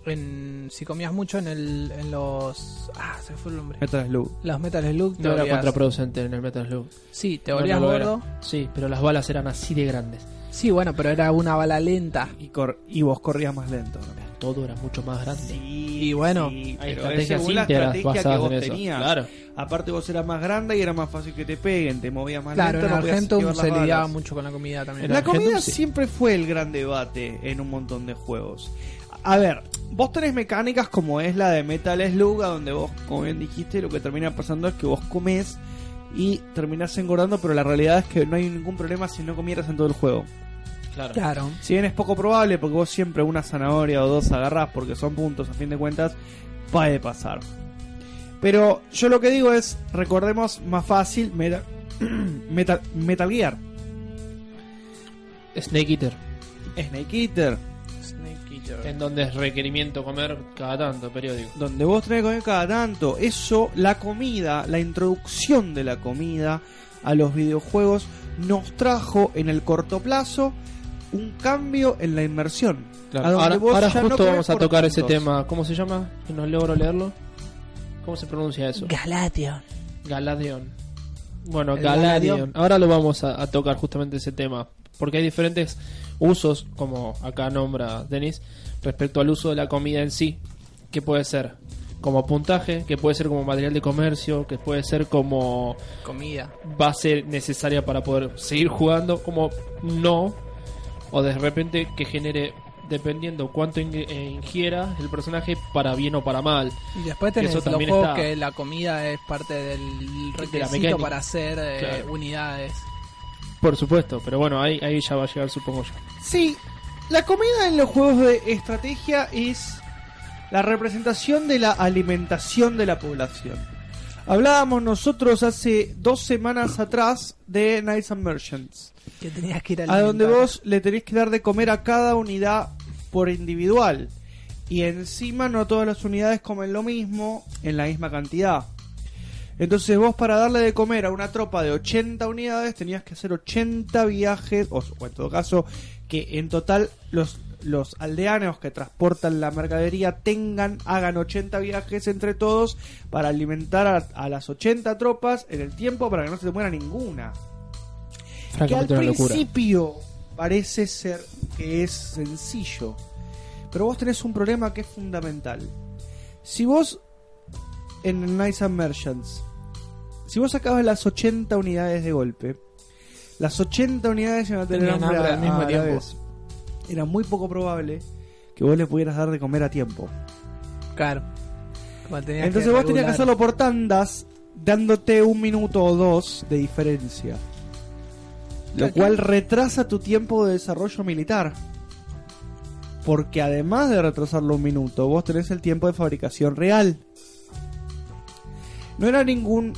Speaker 2: en si comías mucho en, el, en los... Ah, se me fue el nombre.
Speaker 3: Metal Slug.
Speaker 2: Los Metal Slug,
Speaker 1: No era
Speaker 2: teorías-
Speaker 1: contraproducente en el Metal Slug.
Speaker 2: Sí, teorías
Speaker 1: No, no lo
Speaker 2: gordo.
Speaker 1: era. Sí, pero las balas eran así de grandes.
Speaker 2: Sí, bueno, pero era una bala lenta.
Speaker 3: Y, cor- y vos corrías más lento. ¿no?
Speaker 1: Todo era mucho más grande.
Speaker 3: Sí,
Speaker 2: Y bueno,
Speaker 3: sí,
Speaker 1: Hay
Speaker 3: pero es
Speaker 1: estrategias
Speaker 3: según la
Speaker 1: íntegras
Speaker 3: estrategia que
Speaker 1: basadas
Speaker 3: vos
Speaker 1: en eso.
Speaker 3: tenías.
Speaker 1: Claro.
Speaker 3: Aparte vos eras más grande y era más fácil que te peguen, te movías más
Speaker 2: Claro,
Speaker 3: lento.
Speaker 2: en
Speaker 3: no podías
Speaker 2: Argentum
Speaker 3: esquivar las
Speaker 2: se lidiaba
Speaker 3: balas.
Speaker 2: mucho con la comida también.
Speaker 1: En
Speaker 3: La
Speaker 1: Argentum,
Speaker 3: comida
Speaker 1: sí.
Speaker 3: siempre fue el gran debate en un montón de juegos. A ver, vos tenés mecánicas como es la de Metal Slug, a donde vos, como bien dijiste, lo que termina pasando es que vos comés y terminás engordando, pero la realidad es que no hay ningún problema si no comieras en todo el juego.
Speaker 1: Claro.
Speaker 2: Claro.
Speaker 3: Si bien es poco probable, porque vos siempre una zanahoria o dos agarrás, porque son puntos, a fin de cuentas, puede pasar. Pero yo lo que digo es, recordemos más fácil Meta- Metal, Metal Gear,
Speaker 1: Snake Eater.
Speaker 3: Snake Eater,
Speaker 2: Snake Eater.
Speaker 1: En donde es requerimiento comer cada tanto, periódico.
Speaker 3: donde vos tenés que comer cada tanto. Eso, la comida, la introducción de la comida a los videojuegos nos trajo en el corto plazo un cambio en la inmersión. A donde
Speaker 1: Ahora,
Speaker 3: vos
Speaker 1: ahora
Speaker 3: ya no
Speaker 1: justo
Speaker 3: comés
Speaker 1: vamos a
Speaker 3: por
Speaker 1: tocar ese
Speaker 3: puntos.
Speaker 1: tema. ¿Cómo se llama? Que no logro leerlo. ¿Cómo se pronuncia eso?
Speaker 2: Galation.
Speaker 1: Galadion. Bueno,
Speaker 2: El
Speaker 1: Galadion.
Speaker 2: Galadion.
Speaker 1: Ahora lo vamos a, a tocar justamente ese tema. Porque hay diferentes usos, como acá nombra Denis, respecto al uso de la comida en sí. Que puede ser como puntaje, que puede ser como material de comercio, que puede ser como
Speaker 2: Comida.
Speaker 1: base necesaria para poder seguir jugando, como no, o de repente que genere, dependiendo cuánto ing- eh, ingiera el personaje, para bien o para mal.
Speaker 2: Y después
Speaker 1: Que
Speaker 2: tenés
Speaker 1: eso
Speaker 2: los
Speaker 1: también
Speaker 2: juegos
Speaker 1: está-
Speaker 2: que la comida es parte del
Speaker 1: la
Speaker 2: requisito
Speaker 1: mecánica.
Speaker 2: para hacer eh,
Speaker 1: Claro.
Speaker 2: unidades.
Speaker 1: Por supuesto, pero bueno, ahí, ahí ya va a llegar, supongo yo.
Speaker 3: Sí, la comida en los juegos de estrategia es la representación de la alimentación de la población. Hablábamos nosotros hace dos semanas atrás de Knights and Merchants,
Speaker 2: Que tenías que ir al
Speaker 3: a donde
Speaker 2: inventario.
Speaker 3: vos le tenés que dar de comer a cada unidad por individual. Y encima no todas las unidades comen lo mismo en la misma cantidad. Entonces vos para darle de comer a una tropa de 80 unidades tenías que hacer 80 viajes, o, o en todo caso, que en total los, los aldeanos que transportan la mercadería tengan, hagan 80 viajes entre todos para alimentar a, a las 80 tropas en el tiempo para que no se te muera ninguna. Que al
Speaker 1: Francamente una locura.
Speaker 3: principio parece ser que es sencillo, pero vos tenés un problema que es fundamental. Si vos en Nice and Merchants, si vos sacabas las 80 unidades de golpe, las 80 unidades iban a tener
Speaker 2: Tenían hambre
Speaker 3: a-
Speaker 2: al mismo
Speaker 3: a la
Speaker 2: tiempo.
Speaker 3: vez. Era muy poco probable que vos le pudieras dar de comer a tiempo.
Speaker 2: Claro. Como tenías que
Speaker 3: Entonces vos tenías que
Speaker 2: regular.
Speaker 3: hacerlo por tandas, dándote un minuto o dos de diferencia. Lo
Speaker 2: Claro.
Speaker 3: cual retrasa tu tiempo de desarrollo militar. Porque además de retrasarlo un minuto, vos tenés el tiempo de fabricación real. No era ningún.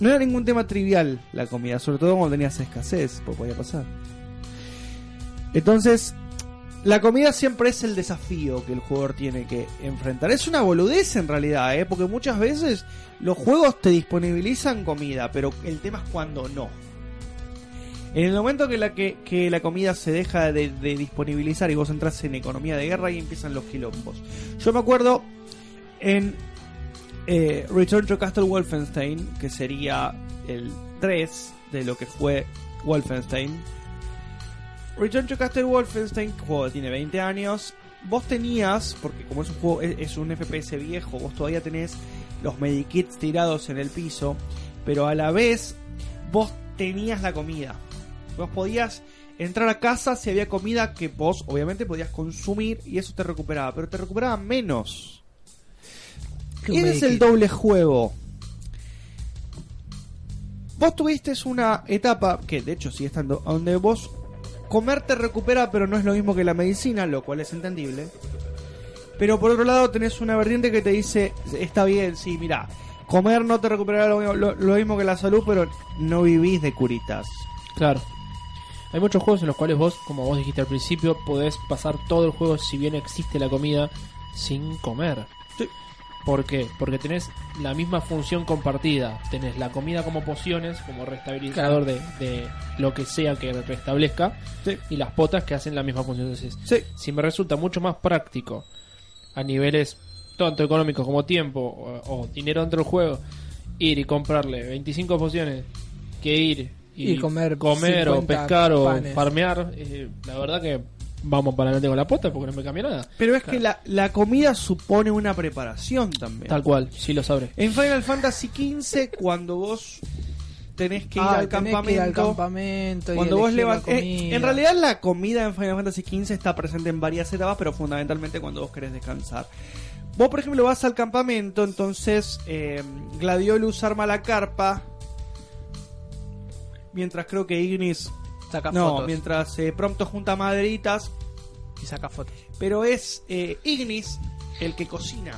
Speaker 3: No era ningún tema trivial la comida, sobre todo cuando tenías escasez, pues podía pasar. Entonces, la comida siempre es el desafío que el jugador tiene que enfrentar. Es una boludez en realidad, ¿eh? porque muchas veces los juegos te disponibilizan comida, pero el tema es cuando no. En el momento que la, que, que la comida se deja de, de disponibilizar y vos entras en economía de guerra y empiezan los quilombos. Yo me acuerdo en eh, Return to Castle Wolfenstein, que sería el 3 de lo que fue Wolfenstein. Return to Castle Wolfenstein, que juego que tiene 20 años, vos tenías, porque como es un juego, es, es un FPS viejo, vos todavía tenés los medikits tirados en el piso, pero a la vez vos tenías la comida. Vos podías entrar a casa si había comida que vos obviamente podías consumir y eso te recuperaba, pero te recuperaba menos.
Speaker 2: Que un
Speaker 3: ¿Quién es el
Speaker 2: medikit.
Speaker 3: doble juego? Vos tuviste una etapa, que de hecho sigue estando, donde vos comer te recupera, pero no es lo mismo que la medicina, lo cual es entendible. Pero por otro lado tenés una vertiente que te dice, está bien, sí, mira, comer no te recuperará lo, lo- lo mismo que la salud, pero no vivís de curitas.
Speaker 1: Claro. Hay muchos juegos en los cuales vos, como vos dijiste al principio, podés pasar todo el juego, si bien existe la comida, sin comer.
Speaker 3: Sí.
Speaker 1: ¿Por qué? Porque tenés la misma función compartida. Tenés la comida como pociones, como restabilizador de, de lo que sea que restablezca,
Speaker 3: Sí.
Speaker 1: y las potas que hacen la misma función. Entonces,
Speaker 3: Sí,
Speaker 1: si me resulta mucho más práctico a niveles tanto económicos como tiempo o, o dinero dentro del juego, ir y comprarle 25 pociones que ir y,
Speaker 2: Y comer
Speaker 1: o
Speaker 2: 50
Speaker 1: pescar o
Speaker 2: panes.
Speaker 1: farmear, eh, la verdad que vamos para adelante con la posta porque no me cambia nada.
Speaker 3: pero es que la, la comida supone una preparación también.
Speaker 1: Tal cual, sí lo sabré.
Speaker 3: En Final Fantasy XV, cuando vos tenés que ir
Speaker 2: Ah, tenés
Speaker 3: al
Speaker 2: que
Speaker 3: campamento,
Speaker 2: ir al campamento y
Speaker 3: cuando vos
Speaker 2: elegir la
Speaker 3: levantás...
Speaker 2: comida.
Speaker 3: en realidad la comida en Final Fantasy XV está presente en varias etapas, pero fundamentalmente cuando vos querés descansar. Vos, por ejemplo, vas al campamento, entonces eh, Gladiolus arma la carpa, mientras creo que Ignis...
Speaker 2: saca
Speaker 3: no,
Speaker 2: fotos
Speaker 3: mientras eh, Prompto junta maderitas,
Speaker 2: y saca fotos.
Speaker 3: pero es eh, Ignis el que cocina.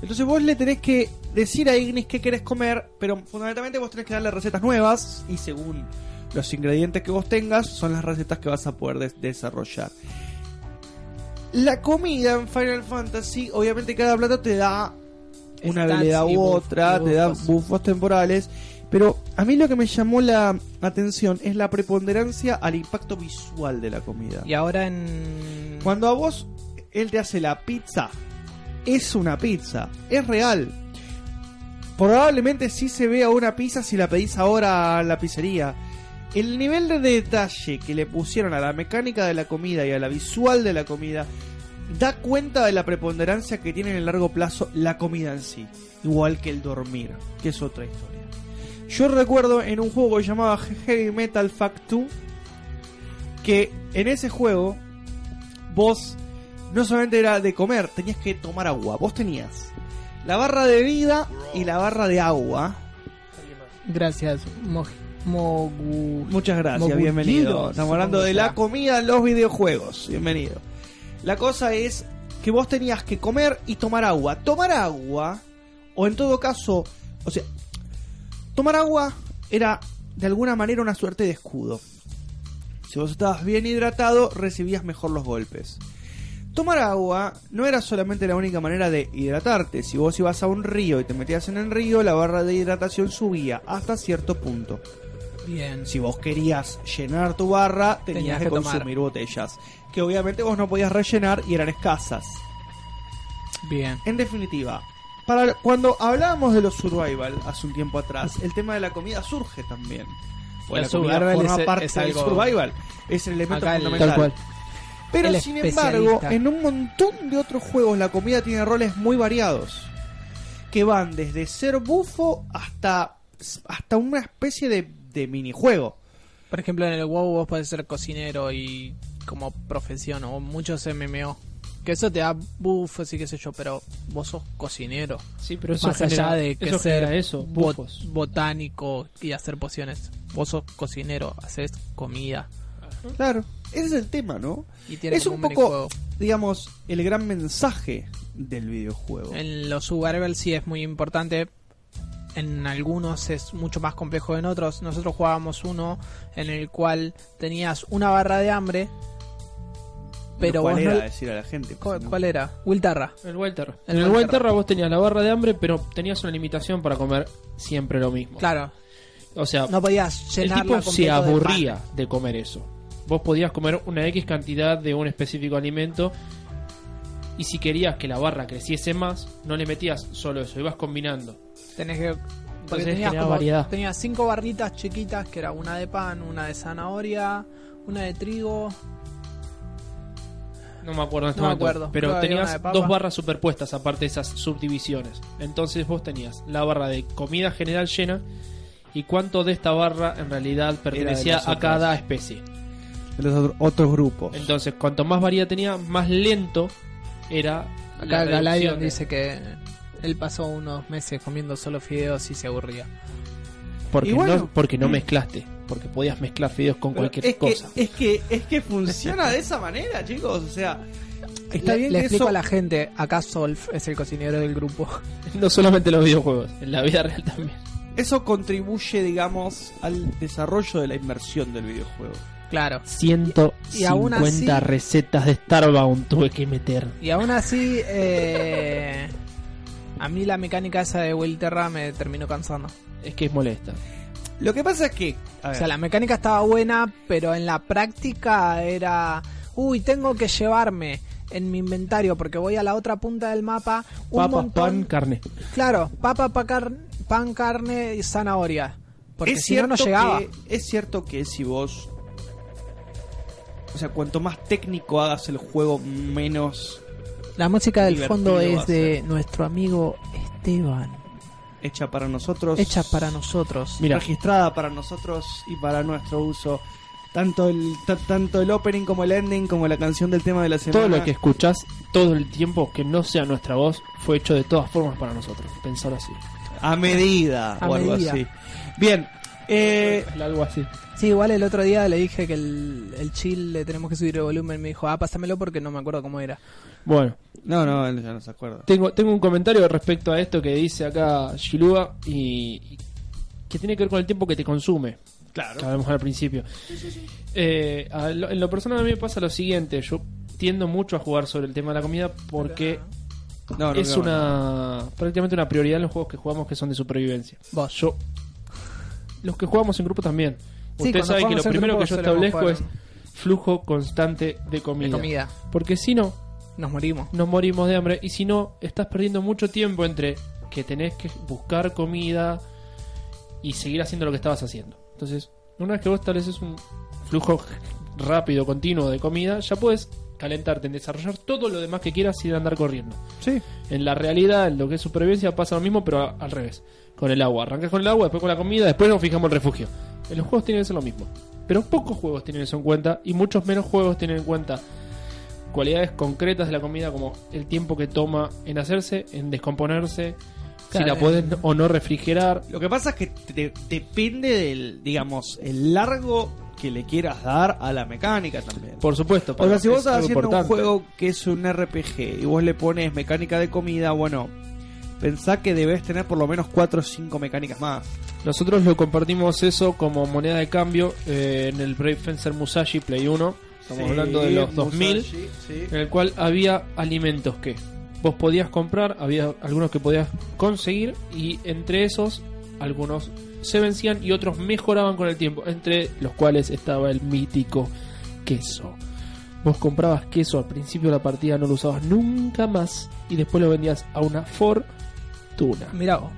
Speaker 3: Entonces vos le tenés que decir a Ignis qué querés comer, pero fundamentalmente vos tenés que darle recetas nuevas y según los ingredientes que vos tengas son las recetas que vas a poder des- desarrollar. La comida en Final Fantasy, obviamente cada plato te da una
Speaker 2: Stats
Speaker 3: habilidad
Speaker 2: y
Speaker 3: u
Speaker 2: buff-
Speaker 3: otra,
Speaker 2: y
Speaker 3: te da
Speaker 2: buffos.
Speaker 3: buffos temporales, pero a mí lo que me llamó la atención es la preponderancia al impacto visual de la comida.
Speaker 2: Y ahora en
Speaker 3: Cuando a vos él te hace la pizza, es una pizza, es real. Probablemente sí se vea una pizza si la pedís ahora a la pizzería. El nivel de detalle que le pusieron a la mecánica de la comida y a la visual de la comida da cuenta de la preponderancia que tiene en el largo plazo la comida en sí, igual que el dormir, que es otra historia. Yo recuerdo en un juego que se llamaba Heavy Metal Fact 2 que en ese juego vos no solamente era de comer, tenías que tomar agua. Vos tenías la barra de vida y la barra de agua.
Speaker 2: Gracias, Mogi. Mogu.
Speaker 3: Muchas gracias,
Speaker 2: Mogullidos,
Speaker 3: bienvenido. Estamos
Speaker 2: supongo
Speaker 3: hablando de
Speaker 2: que
Speaker 3: la
Speaker 2: será.
Speaker 3: comida en los videojuegos. Bienvenido. La cosa es que vos tenías que comer y tomar agua. Tomar agua, o en todo caso, o sea, tomar agua era de alguna manera una suerte de escudo. Si vos estabas bien hidratado, recibías mejor los golpes. Tomar agua no era solamente la única manera de hidratarte. Si vos ibas a un río y te metías en el río, la barra de hidratación subía hasta cierto punto.
Speaker 2: Bien.
Speaker 3: Si vos querías llenar tu barra, tenías,
Speaker 2: Tenías
Speaker 3: que,
Speaker 2: que tomar.
Speaker 3: consumir botellas. Que obviamente vos no podías rellenar y eran escasas.
Speaker 2: Bien.
Speaker 3: En definitiva, para cuando hablábamos de los survival hace un tiempo atrás, el tema de la comida surge también.
Speaker 4: El
Speaker 3: Porque la comida
Speaker 4: survival
Speaker 3: forma
Speaker 4: es-
Speaker 3: parte
Speaker 4: es
Speaker 3: del
Speaker 4: algo-
Speaker 3: survival. Es el elemento
Speaker 4: Acá el-
Speaker 3: fundamental.
Speaker 1: Tal cual.
Speaker 3: Pero
Speaker 2: El
Speaker 3: sin embargo,
Speaker 2: especialista.
Speaker 3: en un montón de otros juegos la comida tiene roles muy variados. Que van desde ser bufo hasta, hasta una especie de, de minijuego.
Speaker 2: Por ejemplo, en el WoW vos podés ser cocinero y como profesión o muchos MMO. Que eso te da buff, así que sé yo, pero vos sos cocinero.
Speaker 1: Sí, pero eso
Speaker 2: Más
Speaker 1: genera-
Speaker 2: allá de que
Speaker 1: eso
Speaker 2: ser
Speaker 1: genera eso,
Speaker 2: bot-
Speaker 1: bufos.
Speaker 2: botánico y hacer pociones. Vos sos cocinero, haces comida.
Speaker 3: Claro, ese es el tema, ¿no?
Speaker 2: Y tiene
Speaker 3: es
Speaker 2: como
Speaker 3: un
Speaker 2: un
Speaker 3: poco, digamos, el gran mensaje del videojuego.
Speaker 2: En los survival sí es muy importante. En algunos es mucho más complejo que en otros. Nosotros jugábamos uno en el cual tenías una barra de hambre. Pero
Speaker 3: ¿Cuál
Speaker 2: vos
Speaker 3: era
Speaker 2: no-
Speaker 3: decir a la gente? pues,
Speaker 2: ¿Cuál,
Speaker 3: ¿no?
Speaker 2: cuál era? Wiltarra.
Speaker 1: El Welter.
Speaker 2: El
Speaker 1: En el
Speaker 2: Welter.
Speaker 1: Welter vos tenías la barra de hambre, pero tenías una limitación para comer siempre lo mismo.
Speaker 2: Claro.
Speaker 1: O sea,
Speaker 2: No podías
Speaker 1: el
Speaker 2: llenarla
Speaker 1: tipo se
Speaker 2: completo de
Speaker 1: aburría
Speaker 2: pan.
Speaker 1: de, comer eso. Vos podías comer una X cantidad de un específico alimento y si querías que la barra creciese más, no le metías solo eso, ibas combinando.
Speaker 2: Tenés que. Porque
Speaker 1: Entonces
Speaker 2: tenías,
Speaker 1: genera
Speaker 2: como-
Speaker 1: variedad.
Speaker 2: tenías cinco barritas chiquitas que era una de pan, una de zanahoria, una de trigo.
Speaker 1: No me acuerdo en este
Speaker 2: No me
Speaker 1: momento,
Speaker 2: acuerdo. Creo
Speaker 1: pero
Speaker 2: que había una de
Speaker 1: tenías
Speaker 2: papa.
Speaker 1: dos barras superpuestas aparte de esas subdivisiones. Entonces vos tenías la barra de comida general llena y cuánto de esta barra en realidad pertenecía
Speaker 3: las
Speaker 1: a
Speaker 3: otras.
Speaker 1: cada especie.
Speaker 3: De los otro- otros grupos.
Speaker 1: Entonces, cuanto más variedad tenía, más lento era
Speaker 2: Acá
Speaker 1: la
Speaker 2: Galaion
Speaker 1: reducción de-
Speaker 2: dice que él pasó unos meses comiendo solo fideos y se aburría.
Speaker 1: Porque,
Speaker 3: Y bueno.
Speaker 1: no, porque no mezclaste. Porque podías mezclar fideos con
Speaker 3: Pero
Speaker 1: cualquier
Speaker 3: es
Speaker 1: cosa.
Speaker 3: Que, es, que, es que funciona de esa manera, chicos. O sea, está
Speaker 2: le,
Speaker 3: bien
Speaker 2: le
Speaker 3: que
Speaker 2: explico
Speaker 3: eso...
Speaker 2: a la gente, acá Solf es el cocinero del grupo.
Speaker 1: No solamente en los videojuegos, en la vida real también.
Speaker 3: eso contribuye, digamos, al desarrollo de la inmersión del videojuego.
Speaker 2: Claro.
Speaker 1: 150
Speaker 2: Y aún así-
Speaker 1: recetas de Starbound tuve que meter.
Speaker 2: Y aún así, eh, a mí la mecánica esa de Wilterra me terminó cansando.
Speaker 1: Es que es molesta.
Speaker 3: Lo que pasa es que... a
Speaker 2: O
Speaker 3: ver,
Speaker 2: sea, la mecánica estaba buena, pero en la práctica era... Uy, tengo que llevarme en mi inventario porque voy a la otra punta del mapa un
Speaker 1: Papas, pan,
Speaker 2: montón...
Speaker 1: carne.
Speaker 2: claro, papa, pa- car- pan, carne y zanahoria. Porque
Speaker 3: es
Speaker 2: si no, no
Speaker 3: cierto
Speaker 2: llegaba.
Speaker 3: que- es cierto que si vos... O sea, cuanto más técnico hagas el juego, menos
Speaker 2: La música del
Speaker 3: divertido
Speaker 2: fondo
Speaker 3: va a
Speaker 2: es de
Speaker 3: ser.
Speaker 2: nuestro amigo Esteban.
Speaker 3: hecha para nosotros.
Speaker 2: Hecha para nosotros.
Speaker 1: Mira,
Speaker 3: registrada para nosotros y para nuestro uso. Tanto el, ta- tanto el opening como el ending, como la canción del tema de la semana.
Speaker 1: todo lo que escuchás todo el tiempo que no sea nuestra voz fue hecho de todas formas para nosotros. Pensar así.
Speaker 3: A medida
Speaker 2: A
Speaker 3: o algo
Speaker 2: medida.
Speaker 3: así. Bien, eh,
Speaker 1: Algo así.
Speaker 2: Sí, igual el otro día le dije que el, el chill le tenemos que subir el volumen. Me dijo, ah, pásamelo porque no me acuerdo cómo era.
Speaker 1: Bueno,
Speaker 3: No, no, él ya no se acuerda.
Speaker 1: tengo, tengo un comentario respecto a esto que dice acá Shiluba y, y que tiene que ver con el tiempo que te consume. que
Speaker 3: Claro.
Speaker 1: hablamos al principio. Eh, a lo- en lo personal a mí me pasa lo siguiente, yo tiendo mucho a jugar sobre el tema de la comida porque
Speaker 3: No, no,
Speaker 1: es
Speaker 3: no,
Speaker 1: una prácticamente una prioridad en los juegos que jugamos que son de supervivencia.
Speaker 2: Vos.
Speaker 1: Yo los que jugamos en grupo también.
Speaker 2: Sí,
Speaker 1: Usted
Speaker 2: cuando
Speaker 1: sabe que
Speaker 2: jugamos
Speaker 1: lo
Speaker 2: en
Speaker 1: primero
Speaker 2: grupo
Speaker 1: que yo
Speaker 2: solemos
Speaker 1: establezco
Speaker 2: jugar
Speaker 1: es flujo constante de
Speaker 2: De
Speaker 1: comida.
Speaker 2: comida.
Speaker 1: Porque si no,
Speaker 2: Nos morimos.
Speaker 1: nos morimos de hambre. Y si no, estás perdiendo mucho tiempo entre que tenés que buscar comida y seguir haciendo lo que estabas haciendo. Entonces, una vez que vos estableces un flujo rápido, continuo de comida, ya puedes calentarte, en desarrollar todo lo demás que quieras sin andar corriendo.
Speaker 3: Sí.
Speaker 1: En la realidad, en lo que es supervivencia, pasa lo mismo, pero a- al revés. Con el agua. Arrancas con el agua, después con la comida, después nos fijamos el refugio. En los juegos tienen que ser lo mismo. Pero pocos juegos tienen eso en cuenta y muchos menos juegos tienen en cuenta cualidades concretas de la comida como el tiempo que toma en hacerse, en descomponerse,
Speaker 2: Claro.
Speaker 1: si la puedes o no refrigerar.
Speaker 3: Lo que pasa es que te- depende del, digamos, el largo que le quieras dar a la mecánica también.
Speaker 1: Por supuesto.
Speaker 3: o sea, si vos
Speaker 1: es
Speaker 3: estás
Speaker 1: algo
Speaker 3: haciendo un
Speaker 1: importante.
Speaker 3: juego que es un RPG y vos le pones mecánica de comida, bueno, pensá que debes tener por lo menos 4 o 5 mecánicas más.
Speaker 1: Nosotros lo compartimos eso como moneda de cambio eh, en el Brave Fencer Musashi Play 1. Estamos
Speaker 3: Sí,
Speaker 1: hablando de los 2000.
Speaker 3: Musashi, sí.
Speaker 1: en el cual había alimentos que vos podías comprar, había algunos que podías conseguir y entre esos algunos se vencían y otros mejoraban con el tiempo, entre los cuales estaba el mítico queso. Vos comprabas queso al principio de la partida, no lo usabas nunca más y después lo vendías a una fortuna.
Speaker 2: Mirá vos.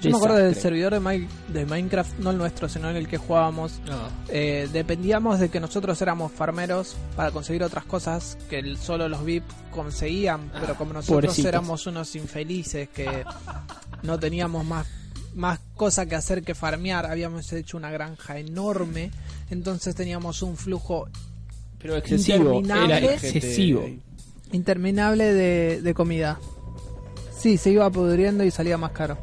Speaker 2: Yo me acuerdo del
Speaker 1: Desastre.
Speaker 2: servidor de, Mi- de Minecraft, no el nuestro, sino en el que jugábamos. Eh, dependíamos de que nosotros éramos farmeros para conseguir otras cosas que el- solo los VIP conseguían, pero como nosotros
Speaker 1: Ah, pobrecitos.
Speaker 2: éramos unos infelices que no teníamos más, más cosa que hacer que farmear, habíamos hecho una granja enorme, entonces teníamos un flujo
Speaker 1: Pero excesivo, era
Speaker 2: Interminable.
Speaker 1: excesivo.
Speaker 2: interminable de, de comida. Sí, se iba pudriendo y salía más caro.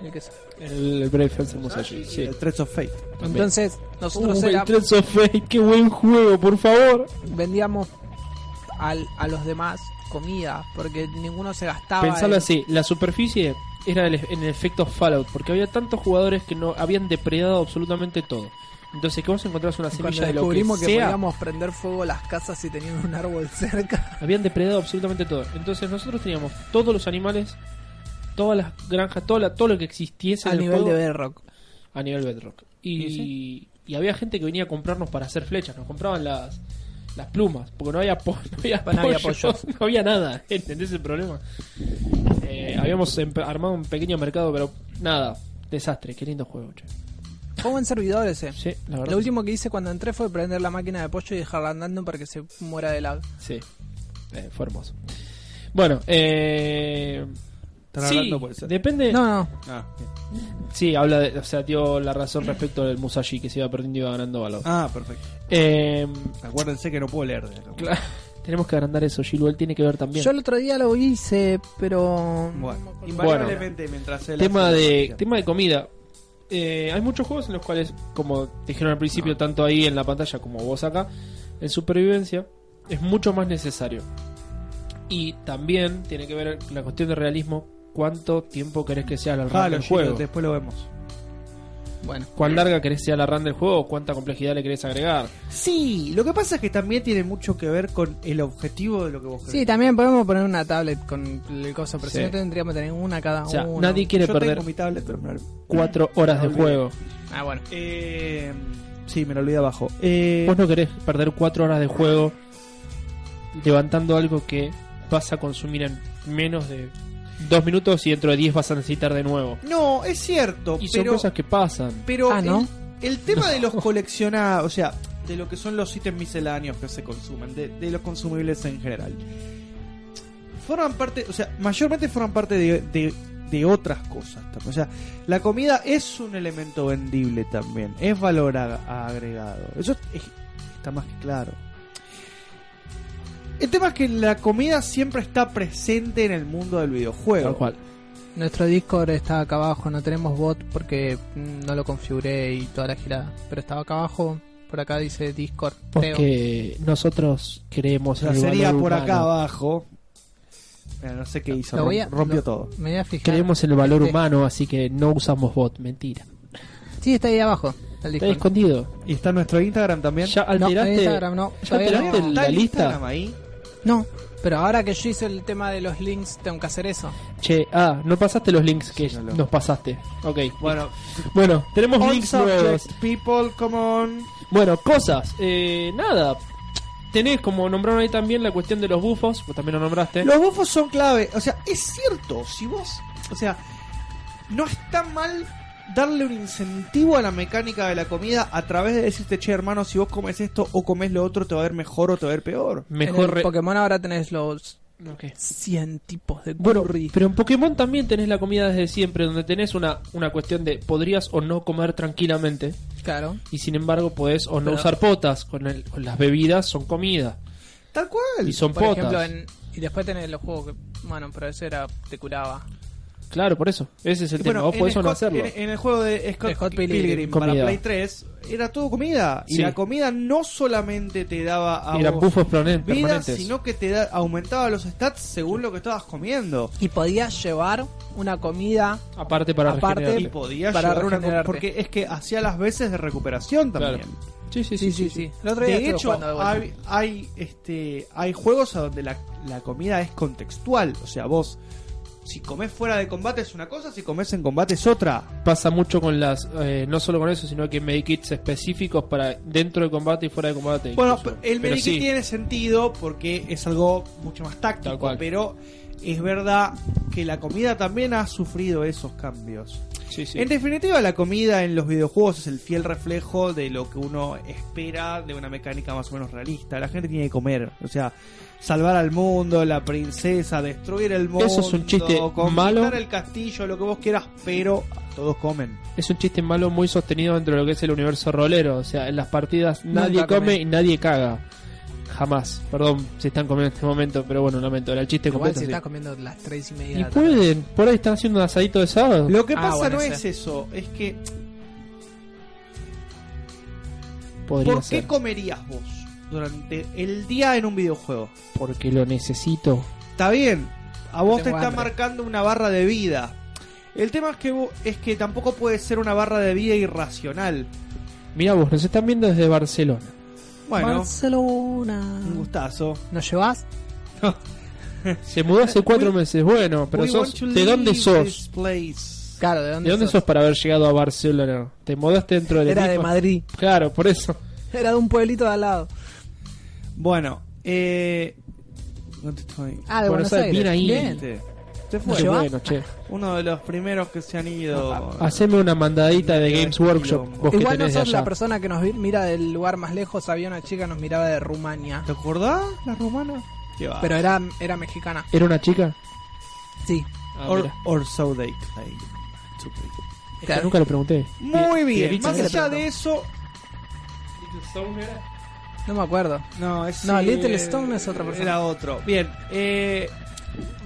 Speaker 2: El queso.
Speaker 1: El Brave Fencer Musashi,
Speaker 3: Sí,
Speaker 1: sí.
Speaker 3: el Threads of Fate.
Speaker 2: Entonces, nosotros
Speaker 1: Uh, el
Speaker 2: era-
Speaker 1: Trends of Fate, qué buen juego, por favor.
Speaker 2: vendíamos al- a los demás comida, porque ninguno se gastaba.
Speaker 1: Pensalo
Speaker 2: en-
Speaker 1: así, la superficie era el- en el efecto Fallout, porque había tantos jugadores que no habían depredado absolutamente todo. Entonces, que vos encontrás una
Speaker 2: Cuando
Speaker 1: semilla de lo que,
Speaker 2: descubrimos que,
Speaker 1: sea,
Speaker 2: podíamos prender fuego las casas si tenían un árbol cerca.
Speaker 1: habían depredado absolutamente todo. Entonces, nosotros teníamos todos los animales, todas las granjas, toda la- todo lo que existiese
Speaker 2: A
Speaker 1: en el
Speaker 2: nivel de
Speaker 1: juego,
Speaker 2: Bedrock.
Speaker 1: a nivel Bedrock. Y,
Speaker 3: ¿Y
Speaker 1: y había gente que venía a comprarnos para hacer flechas, nos compraban las las plumas, porque no había, po- no había,
Speaker 2: No había
Speaker 1: pollo,
Speaker 2: pollos.
Speaker 1: no había nada, ¿entendés el problema? Eh, habíamos empe- armado un pequeño mercado, pero nada, desastre, qué lindo juego, che.
Speaker 2: Fue buen servidor ese.
Speaker 1: Sí, la verdad.
Speaker 2: Lo último que hice cuando entré fue prender la máquina de pollo y dejarla andando para que se muera de la.
Speaker 1: Sí, Eh, fue hermoso. Bueno, eh...
Speaker 3: Están
Speaker 1: Sí,
Speaker 3: hablando, puede ser.
Speaker 1: depende.
Speaker 2: No, no.
Speaker 3: Ah, bien.
Speaker 1: Sí, habla de, o sea, dio la razón respecto del Musashi que se iba perdiendo y iba ganando valor.
Speaker 3: Ah, perfecto.
Speaker 1: Eh,
Speaker 3: Acuérdense que no puedo leer. de acá.
Speaker 1: cla- tenemos que agrandar eso, Gil, él tiene que ver también.
Speaker 2: Yo el otro día lo hice, pero.
Speaker 3: Bueno, mientras él
Speaker 1: tema
Speaker 3: hace la
Speaker 1: de
Speaker 3: grabación.
Speaker 1: tema de comida Eh, hay muchos juegos en los cuales como te dijeron al principio
Speaker 3: Ah.
Speaker 1: tanto ahí en la pantalla como vos acá en supervivencia es mucho más necesario y también tiene que ver la cuestión de realismo cuánto tiempo querés que sea la run
Speaker 3: Jalo,
Speaker 1: del
Speaker 3: Gino,
Speaker 1: juego
Speaker 3: después lo vemos.
Speaker 2: Bueno.
Speaker 1: cuán larga querés que sea la run del juego cuánta complejidad le querés agregar
Speaker 3: Sí, lo que pasa es que también tiene mucho que ver con el objetivo de lo que vos querés.
Speaker 2: Sí, también podemos poner una tablet con el coso, pero
Speaker 1: Sí.
Speaker 2: si no tendríamos que tener una cada
Speaker 1: o sea
Speaker 2: uno.
Speaker 1: nadie quiere
Speaker 3: Ah, Yo
Speaker 1: perder
Speaker 3: tengo mi tablet, pero me la-
Speaker 1: cuatro horas de
Speaker 3: olvidé.
Speaker 1: juego
Speaker 2: Ah, bueno.
Speaker 3: Eh, sí, me lo olvidé abajo. Eh,
Speaker 1: Vos no querés perder cuatro horas de juego levantando algo que vas a consumir en menos de dos minutos y dentro de 10 vas a necesitar de nuevo.
Speaker 3: no, es cierto,
Speaker 1: Y son
Speaker 3: pero,
Speaker 1: cosas que pasan.
Speaker 3: pero
Speaker 2: Ah, ¿no?
Speaker 3: el, el tema de los coleccionados, o sea, de lo que son los ítems misceláneos que se consumen, de, de los consumibles en general, forman parte, o sea, mayormente forman parte de, de- de otras cosas. O sea, la comida es un elemento vendible también, es valor a- agregado. Eso es- está más que claro. El tema es que la comida siempre está presente en el mundo del videojuego.
Speaker 1: Tal cual.
Speaker 2: Nuestro Discord está acá abajo, no tenemos bot porque mm, no lo configuré y toda la girada. Pero estaba acá abajo, por acá dice Discord. creo.
Speaker 1: Porque nosotros
Speaker 3: O
Speaker 1: creemos en
Speaker 3: sea,
Speaker 1: el
Speaker 3: sería
Speaker 1: valor
Speaker 3: por
Speaker 1: humano.
Speaker 3: acá abajo. Mira, no sé qué hizo,
Speaker 2: Lo
Speaker 3: rom-
Speaker 2: voy a-
Speaker 3: rompió
Speaker 2: lo-
Speaker 3: todo.
Speaker 2: Me voy a fijar.
Speaker 1: Creemos en el valor
Speaker 2: Sí.
Speaker 1: humano, así que no usamos bot. Mentira.
Speaker 2: Sí, está ahí abajo, el
Speaker 1: Está
Speaker 2: Discord.
Speaker 1: escondido.
Speaker 3: Y está nuestro Instagram también.
Speaker 1: Ya
Speaker 2: No, en
Speaker 1: alteraste.
Speaker 2: Instagram no.
Speaker 1: ya
Speaker 2: todavía
Speaker 1: alteraste
Speaker 2: no.
Speaker 1: el- la lista?
Speaker 3: Instagram ahí?
Speaker 2: No, pero ahora que yo hice el tema de los links, tengo que hacer eso.
Speaker 1: Che, ah, no pasaste los links que
Speaker 3: Sí, no lo-
Speaker 1: nos pasaste. Ok.
Speaker 3: Bueno,
Speaker 1: Bueno, tenemos
Speaker 3: on
Speaker 1: links
Speaker 3: subject,
Speaker 1: nuevos.
Speaker 3: people, come on.
Speaker 1: Bueno, cosas. Eh, nada. Tenés, como nombraron ahí también, la cuestión de los bufos. Vos también lo nombraste.
Speaker 3: Los buffos son clave. O sea, es cierto. Si vos. O sea, no está mal darle un incentivo a la mecánica de la comida a través de decirte, che, hermano, si vos comes esto o comes lo otro, te va a ver mejor o te va a ver peor.
Speaker 2: En
Speaker 1: Mejor
Speaker 2: el
Speaker 1: re-
Speaker 2: Pokémon ahora tenés los
Speaker 1: Ok.
Speaker 2: 100 tipos de
Speaker 1: Bueno,
Speaker 2: curry.
Speaker 1: pero en Pokémon también tenés la comida desde siempre, donde tenés una, una cuestión de podrías o no comer tranquilamente,
Speaker 2: claro.
Speaker 1: y sin embargo podés o no
Speaker 2: Pero-
Speaker 1: usar potas, con, el- con las bebidas son comida,
Speaker 3: Tal cual.
Speaker 1: y son
Speaker 2: Por
Speaker 1: potas.
Speaker 2: ejemplo, en- y después tenés los juegos que, bueno, pero eso era, te curaba.
Speaker 1: Claro, por eso, ese es el
Speaker 3: Y
Speaker 1: tema,
Speaker 3: bueno,
Speaker 1: vos
Speaker 3: en
Speaker 1: podés o no
Speaker 3: Scott-
Speaker 1: hacerlo.
Speaker 3: En, en el juego de Scott,
Speaker 2: De Scott
Speaker 3: Pilgrim,
Speaker 2: Pilgrim,
Speaker 3: para
Speaker 1: comida.
Speaker 3: Play 3 era todo comida. Y
Speaker 1: Sí.
Speaker 3: la comida no solamente te daba a
Speaker 1: Y Eran
Speaker 3: vos
Speaker 1: bufos plane-
Speaker 3: vida,
Speaker 1: permanentes.
Speaker 3: sino que te da, aumentaba los stats según lo que estabas comiendo.
Speaker 2: Y podías llevar una comida
Speaker 1: Aparte para
Speaker 2: Aparte-
Speaker 1: regenerarte.
Speaker 3: Y podías
Speaker 2: Para
Speaker 3: llevar una co-
Speaker 2: regenerarte.
Speaker 3: porque es que hacía las veces de recuperación también.
Speaker 1: Claro. Sí, sí,
Speaker 2: Sí,
Speaker 1: sí.
Speaker 2: sí, sí. El otro día
Speaker 3: De
Speaker 2: estuve
Speaker 3: hecho,
Speaker 2: jugando de vuelta.
Speaker 3: hay, hay, este hay juegos a donde la, la comida es contextual, o sea, vos si comés fuera de combate es una cosa, si comés en combate es otra.
Speaker 1: Pasa mucho con las, eh, no solo con eso, sino que medikits específicos para dentro de combate y fuera de combate.
Speaker 3: Bueno,
Speaker 1: incluso.
Speaker 3: el
Speaker 1: Pero
Speaker 3: medikit
Speaker 1: sí,
Speaker 3: tiene sentido porque es algo mucho más táctico,
Speaker 1: Tal cual.
Speaker 3: pero es verdad que la comida también ha sufrido esos cambios.
Speaker 1: sí, sí.
Speaker 3: En definitiva, la comida en los videojuegos es el fiel reflejo de lo que uno espera de una mecánica más o menos realista. La gente tiene que comer, o sea, salvar al mundo, la princesa, destruir el mundo,
Speaker 1: Eso es un chiste
Speaker 3: conquistar
Speaker 1: malo.
Speaker 3: el castillo, lo que vos quieras, pero todos comen.
Speaker 1: Es un chiste malo muy sostenido dentro de lo que es el universo rolero. O sea, en las partidas
Speaker 2: Nunca
Speaker 1: nadie come,
Speaker 2: come.
Speaker 1: y nadie caga. Jamás. Perdón si están comiendo en este momento, pero bueno, lamento. Era el chiste
Speaker 2: Igual
Speaker 1: completo.
Speaker 2: si
Speaker 1: sí.
Speaker 2: estás comiendo las 3 y media de
Speaker 1: Y
Speaker 2: la tarde.
Speaker 1: pueden, por ahí están haciendo un asadito de sábado.
Speaker 3: Lo que
Speaker 2: Ah,
Speaker 3: pasa
Speaker 2: bueno,
Speaker 3: no
Speaker 2: ese.
Speaker 3: es eso, es que
Speaker 1: Podría
Speaker 3: ¿por qué
Speaker 1: ser.
Speaker 3: comerías vos durante el día en un videojuego?
Speaker 1: Porque lo necesito.
Speaker 3: Está bien, a vos te
Speaker 2: Tengo
Speaker 3: está
Speaker 2: hambre.
Speaker 3: marcando una barra de vida. El tema es que, vos- es que tampoco puede ser una barra de vida irracional.
Speaker 1: Mira vos, nos están viendo desde Barcelona.
Speaker 3: Bueno,
Speaker 2: Barcelona.
Speaker 3: un gustazo.
Speaker 2: ¿Nos llevas?
Speaker 1: Se mudó hace cuatro
Speaker 3: We-
Speaker 1: meses. Bueno, pero
Speaker 3: We
Speaker 1: sos-
Speaker 3: want to
Speaker 1: ¿de dónde
Speaker 3: leave
Speaker 1: sos?
Speaker 3: this place.
Speaker 2: Claro, ¿de dónde,
Speaker 1: ¿De dónde sos?
Speaker 2: sos?
Speaker 1: para haber llegado a Barcelona? ¿Te mudaste dentro del
Speaker 2: Era de
Speaker 1: equipo?
Speaker 2: Madrid.
Speaker 1: Claro, por eso.
Speaker 2: Era de un pueblito de al lado.
Speaker 3: Bueno, eh. ¿Dónde estoy?
Speaker 2: Ah, de
Speaker 1: Buenos
Speaker 2: Buenos,
Speaker 1: Aires,
Speaker 2: Aires.
Speaker 1: bien ahí.
Speaker 2: Bien.
Speaker 3: Este, Se
Speaker 2: ¿Nos
Speaker 1: Qué
Speaker 3: fue.
Speaker 2: llevas?
Speaker 1: bueno, che.
Speaker 3: Uno de los primeros que se han ido.
Speaker 1: Haceme una mandadita de Games Workshop. Vos que
Speaker 2: Igual no
Speaker 1: tenés de
Speaker 2: sos la
Speaker 1: allá.
Speaker 2: persona que nos vi- mira del lugar más lejos. Había una chica que nos miraba de Rumania.
Speaker 3: ¿Te acordás? La romana. Qué va.
Speaker 2: Pero era, era mexicana.
Speaker 1: ¿Era una chica?
Speaker 2: Sí.
Speaker 1: Ah,
Speaker 3: or,
Speaker 1: mira.
Speaker 3: or so they claim to be.
Speaker 1: Yo nunca le pregunté.
Speaker 3: Muy bien.
Speaker 1: Dicho
Speaker 3: Más
Speaker 2: que le
Speaker 3: allá
Speaker 2: pregunto.
Speaker 3: de eso.
Speaker 2: No me acuerdo.
Speaker 3: No, es.
Speaker 2: No,
Speaker 3: eh,
Speaker 2: Little Stone es otra persona.
Speaker 3: Era otro. Bien. Eh,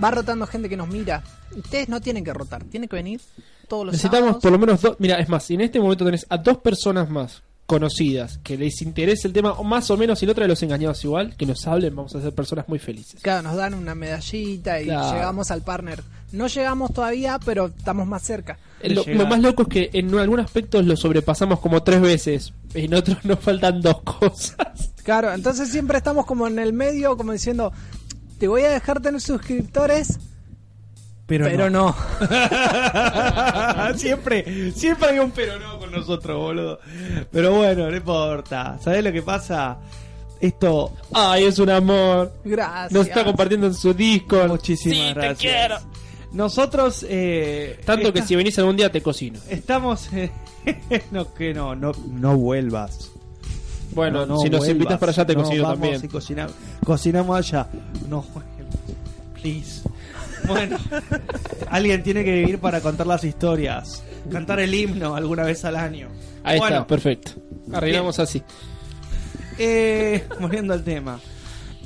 Speaker 2: Va rotando gente que nos mira. Ustedes no tienen que rotar. Tienen que venir todos los
Speaker 1: Necesitamos
Speaker 2: sábados.
Speaker 1: por lo menos dos. Mira, es más, si en este momento tenés a dos personas más conocidas que les interese el tema, o más o menos, y la otra de los engañados igual, que nos hablen, vamos a ser personas muy felices.
Speaker 2: Claro, nos dan una medallita y
Speaker 1: Claro.
Speaker 2: llegamos al partner. No llegamos todavía, pero estamos más cerca.
Speaker 1: Eh, Lo,
Speaker 3: Llegar.
Speaker 1: lo más loco es que en algunos aspectos lo sobrepasamos como tres veces, en otros nos faltan dos cosas.
Speaker 2: Claro, entonces siempre estamos como en el medio, como diciendo, te voy a dejar tener suscriptores, pero, no.
Speaker 3: siempre, siempre hay un pero no con nosotros, boludo. Pero bueno, no importa. ¿Sabés lo que pasa? Esto,
Speaker 1: Ay, es un amor.
Speaker 2: Gracias.
Speaker 1: Nos está compartiendo en su disco.
Speaker 3: muchísimas gracias. Nosotros, eh,
Speaker 1: Tanto que
Speaker 3: esta-
Speaker 1: si venís algún día te cocino.
Speaker 3: estamos, eh, no que no, no, no vuelvas.
Speaker 1: Bueno,
Speaker 3: No, no
Speaker 1: si nos
Speaker 3: vuelvas.
Speaker 1: invitas para allá te
Speaker 3: No,
Speaker 1: cocino
Speaker 3: vamos
Speaker 1: también.
Speaker 3: y cocina- cocinamos allá. No vuelvas. Please. Bueno, alguien tiene que vivir para contar las historias. Cantar el himno alguna vez al año.
Speaker 1: Ahí
Speaker 3: bueno,
Speaker 1: está, perfecto. Arreglamos así.
Speaker 3: eh, volviendo al tema.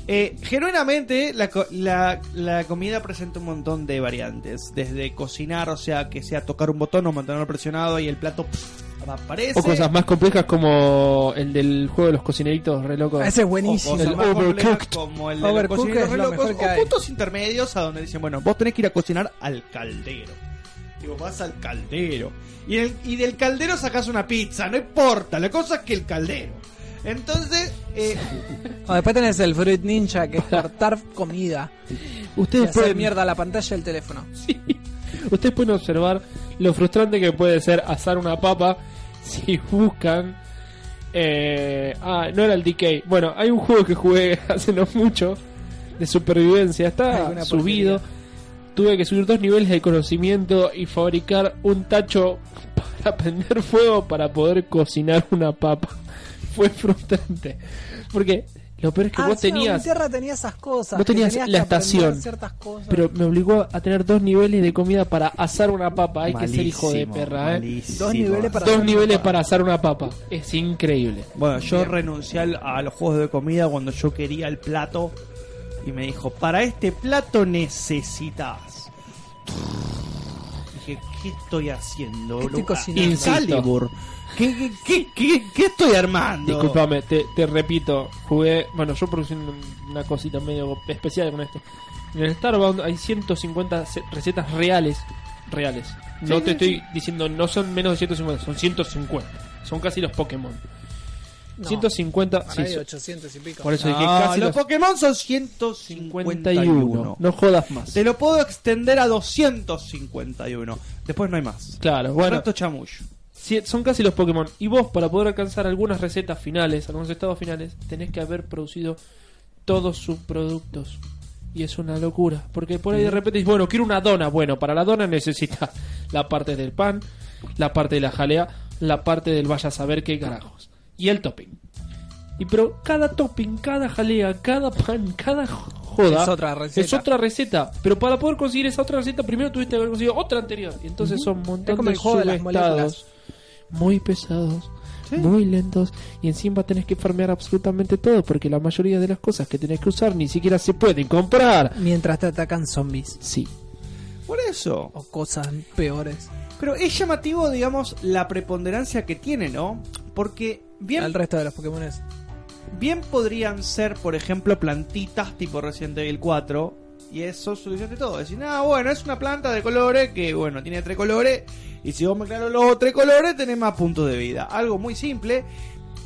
Speaker 3: Eh, genuinamente, la, co- la- la comida presenta un montón de variantes. Desde cocinar, o sea, que sea tocar un botón o mantenerlo presionado y el plato pff, aparece.
Speaker 1: O cosas más complejas como el del juego de los cocineritos re locos.
Speaker 2: Ese es
Speaker 3: O
Speaker 2: buenísimo.
Speaker 3: cosas
Speaker 1: El
Speaker 3: más complejas
Speaker 1: overcooked.
Speaker 3: como el de los
Speaker 2: Overcooked
Speaker 3: cocineros
Speaker 2: es
Speaker 3: re
Speaker 2: lo
Speaker 3: locos,
Speaker 2: mejor que
Speaker 3: o
Speaker 2: hay.
Speaker 3: puntos intermedios a donde dicen, bueno, vos tenés que ir a cocinar al caldero. Y vos vas al caldero. Y, el- y del caldero sacás una pizza, no importa, la cosa es que el caldero. Entonces, eh,
Speaker 2: O después tenés el Fruit Ninja, que es cortar comida. Y
Speaker 1: Ustedes
Speaker 2: hacer
Speaker 1: pueden,
Speaker 2: mierda a la pantalla del teléfono.
Speaker 1: Sí. Ustedes pueden observar lo frustrante que puede ser asar una papa si buscan. eh, ah, no era el DK. Bueno, hay un juego que jugué hace no mucho de supervivencia. Está
Speaker 2: Alguna
Speaker 1: subido. Tuve que subir dos niveles de conocimiento y fabricar un tacho para para prender fuego para poder cocinar una papa. Fue frustrante. Porque lo peor es que
Speaker 2: Ah,
Speaker 1: vos
Speaker 2: encima
Speaker 1: tenías.
Speaker 2: Inglaterra tenía esas cosas.
Speaker 1: vos
Speaker 2: que
Speaker 1: tenías la
Speaker 2: que aprender
Speaker 1: estación,
Speaker 2: ciertas cosas.
Speaker 1: Pero me obligó a tener dos niveles de comida para asar una papa. Hay que ser hijo de
Speaker 3: Malísimo,
Speaker 1: perra, ¿eh?
Speaker 3: malísimo.
Speaker 2: Dos niveles para-
Speaker 1: Dos
Speaker 2: hacer
Speaker 1: niveles
Speaker 2: una papa.
Speaker 1: para asar una papa. Es increíble.
Speaker 3: Bueno, yo renuncié al- a los juegos de comida cuando yo quería el plato y me dijo, para este plato necesitas. Dije, ¿qué estoy haciendo,
Speaker 2: ¿Qué
Speaker 3: boludo?
Speaker 2: estoy cocinando?
Speaker 3: Excalibur. ¿Qué, qué, qué, qué, qué estoy armando?
Speaker 1: Disculpame, te, te repito, jugué. Bueno, yo producí un- una cosita medio especial con esto. En el Starbound hay 150 se- recetas reales. Reales. No
Speaker 3: Sí,
Speaker 1: te
Speaker 3: sí,
Speaker 1: estoy diciendo, no son menos de 150, son 150. Son casi los Pokémon.
Speaker 2: No,
Speaker 1: 150.
Speaker 2: para
Speaker 1: Sí,
Speaker 2: ahí
Speaker 1: son-
Speaker 2: 800 y pico.
Speaker 1: por eso dije
Speaker 3: No,
Speaker 1: casi
Speaker 3: los
Speaker 1: los
Speaker 3: Pokémon son
Speaker 1: 51.
Speaker 3: 151.
Speaker 1: No jodas más.
Speaker 3: Te lo puedo extender a 251. Después no hay más.
Speaker 1: Claro,
Speaker 3: Bueno,
Speaker 1: bueno,
Speaker 3: chamuyo.
Speaker 1: si- son casi los Pokémon. Y vos, para poder alcanzar algunas recetas finales, algunos estados finales, tenés que haber producido todos sus productos. Y es una locura, porque por ahí de repente dices, bueno, quiero una dona. Bueno, para la dona necesitas la parte del pan, la parte de la jalea, la parte del vaya a saber qué carajos. Y el topping. Y pero cada topping, cada jalea, cada pan, cada joda
Speaker 2: Es otra receta.
Speaker 1: es otra receta. Pero para poder conseguir esa otra receta, primero tuviste que haber conseguido otra anterior. Y entonces son un montón
Speaker 2: Es como
Speaker 1: de
Speaker 2: el juego de las
Speaker 1: subestados
Speaker 2: moléculas.
Speaker 1: muy pesados, muy lentos. Y encima tenés que farmear absolutamente todo porque la mayoría de las cosas que tenés que usar ni siquiera se pueden comprar.
Speaker 2: Mientras te atacan zombies
Speaker 1: Sí,
Speaker 3: Por eso.
Speaker 2: o cosas peores.
Speaker 3: Pero es llamativo, digamos, la preponderancia que tiene, ¿no? Porque
Speaker 2: Al
Speaker 3: bien,
Speaker 2: resto de los Pokémon es.
Speaker 3: bien podrían ser, por ejemplo, plantitas tipo Resident Evil 4. Y eso es solución de todo. Decir, ah, bueno, es una planta de colores que, bueno, tiene tres colores. Y si vos mezclas los tres colores, tenés más puntos de vida. Algo muy simple.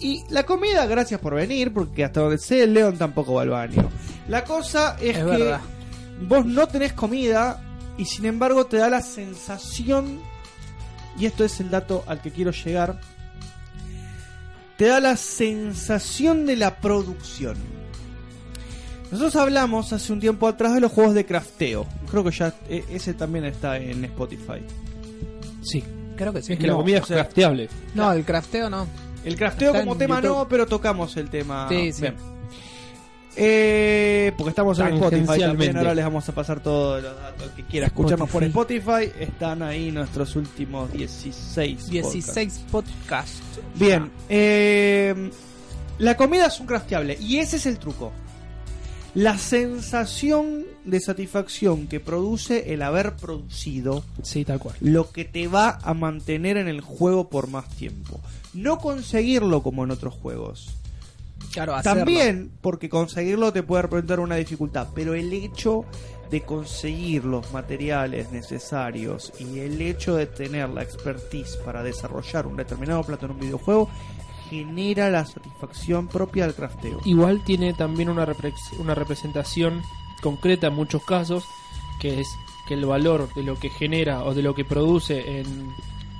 Speaker 3: Y la comida, gracias por venir, porque hasta donde sé, el león tampoco va al baño. La cosa es,
Speaker 2: Es,
Speaker 3: que
Speaker 2: verdad.
Speaker 3: vos no tenés comida y sin embargo te da la sensación, y esto es el dato al que quiero llegar, te da la sensación de la producción. Nosotros hablamos hace un tiempo atrás de los juegos de crafteo. Creo que ya eh, ese también está en Spotify.
Speaker 1: sí.
Speaker 2: Creo que sí.
Speaker 1: Es que la
Speaker 2: no,
Speaker 1: comida es
Speaker 3: o sea,
Speaker 1: crafteable.
Speaker 2: no, el crafteo no.
Speaker 3: El crafteo
Speaker 2: Está
Speaker 3: como
Speaker 2: en
Speaker 3: tema
Speaker 2: YouTube.
Speaker 3: no, pero tocamos el tema.
Speaker 2: Sí, sí.
Speaker 3: Bien. Eh, porque estamos en Spotify también,
Speaker 1: Tangencialmente.
Speaker 3: ahora les vamos a pasar todos los datos que quiera escucharnos por Spotify. Están ahí nuestros últimos 16.
Speaker 2: 16 podcasts.
Speaker 3: podcasts. Bien, eh, la comida es un crafteable y ese es el truco. La sensación de satisfacción que produce el haber producido
Speaker 1: Sí, tal cual.
Speaker 3: lo que te va a mantener en el juego por más tiempo. No conseguirlo como en otros juegos.
Speaker 2: Claro, hacerlo.
Speaker 3: También porque conseguirlo te puede representar una dificultad, pero el hecho de conseguir los materiales necesarios y el hecho de tener la expertise para desarrollar un determinado plato en un videojuego genera la satisfacción propia del crafteo.
Speaker 1: Igual tiene también una, repre- una representación concreta en muchos casos, que es que el valor de lo que genera o de lo que produce en,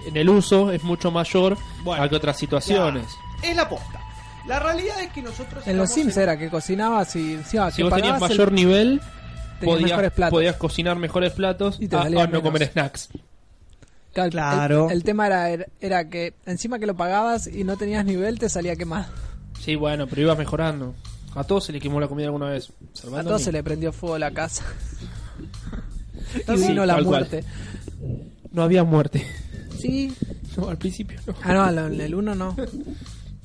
Speaker 1: en el uso es mucho mayor
Speaker 3: Bueno,
Speaker 1: a que otras situaciones.
Speaker 3: Es la posta. La realidad es que nosotros
Speaker 2: En los
Speaker 3: estamos
Speaker 2: Sims era que cocinabas y encima
Speaker 1: Si
Speaker 2: te
Speaker 1: vos tenías
Speaker 2: pagabas el-
Speaker 1: mayor nivel,
Speaker 2: tenías
Speaker 1: podías,
Speaker 2: mejores platos.
Speaker 1: podías cocinar mejores platos
Speaker 2: Y te
Speaker 1: a,
Speaker 2: valía
Speaker 1: a no
Speaker 2: menos.
Speaker 1: comer snacks.
Speaker 2: Claro, el-
Speaker 3: Claro.
Speaker 2: El, tema era, era- era que encima que lo pagabas y no tenías nivel, te salía quemado.
Speaker 1: Sí, bueno, pero ibas mejorando. A todos se le quemó la comida alguna vez.
Speaker 2: A
Speaker 1: salvando
Speaker 2: todos
Speaker 1: mí.
Speaker 2: se le prendió fuego la casa. y
Speaker 1: Sí,
Speaker 2: vino la
Speaker 1: tal cual.
Speaker 2: muerte.
Speaker 1: No había muerte.
Speaker 2: Sí.
Speaker 1: No, al principio no.
Speaker 2: Ah, no, lo- en el 1 no.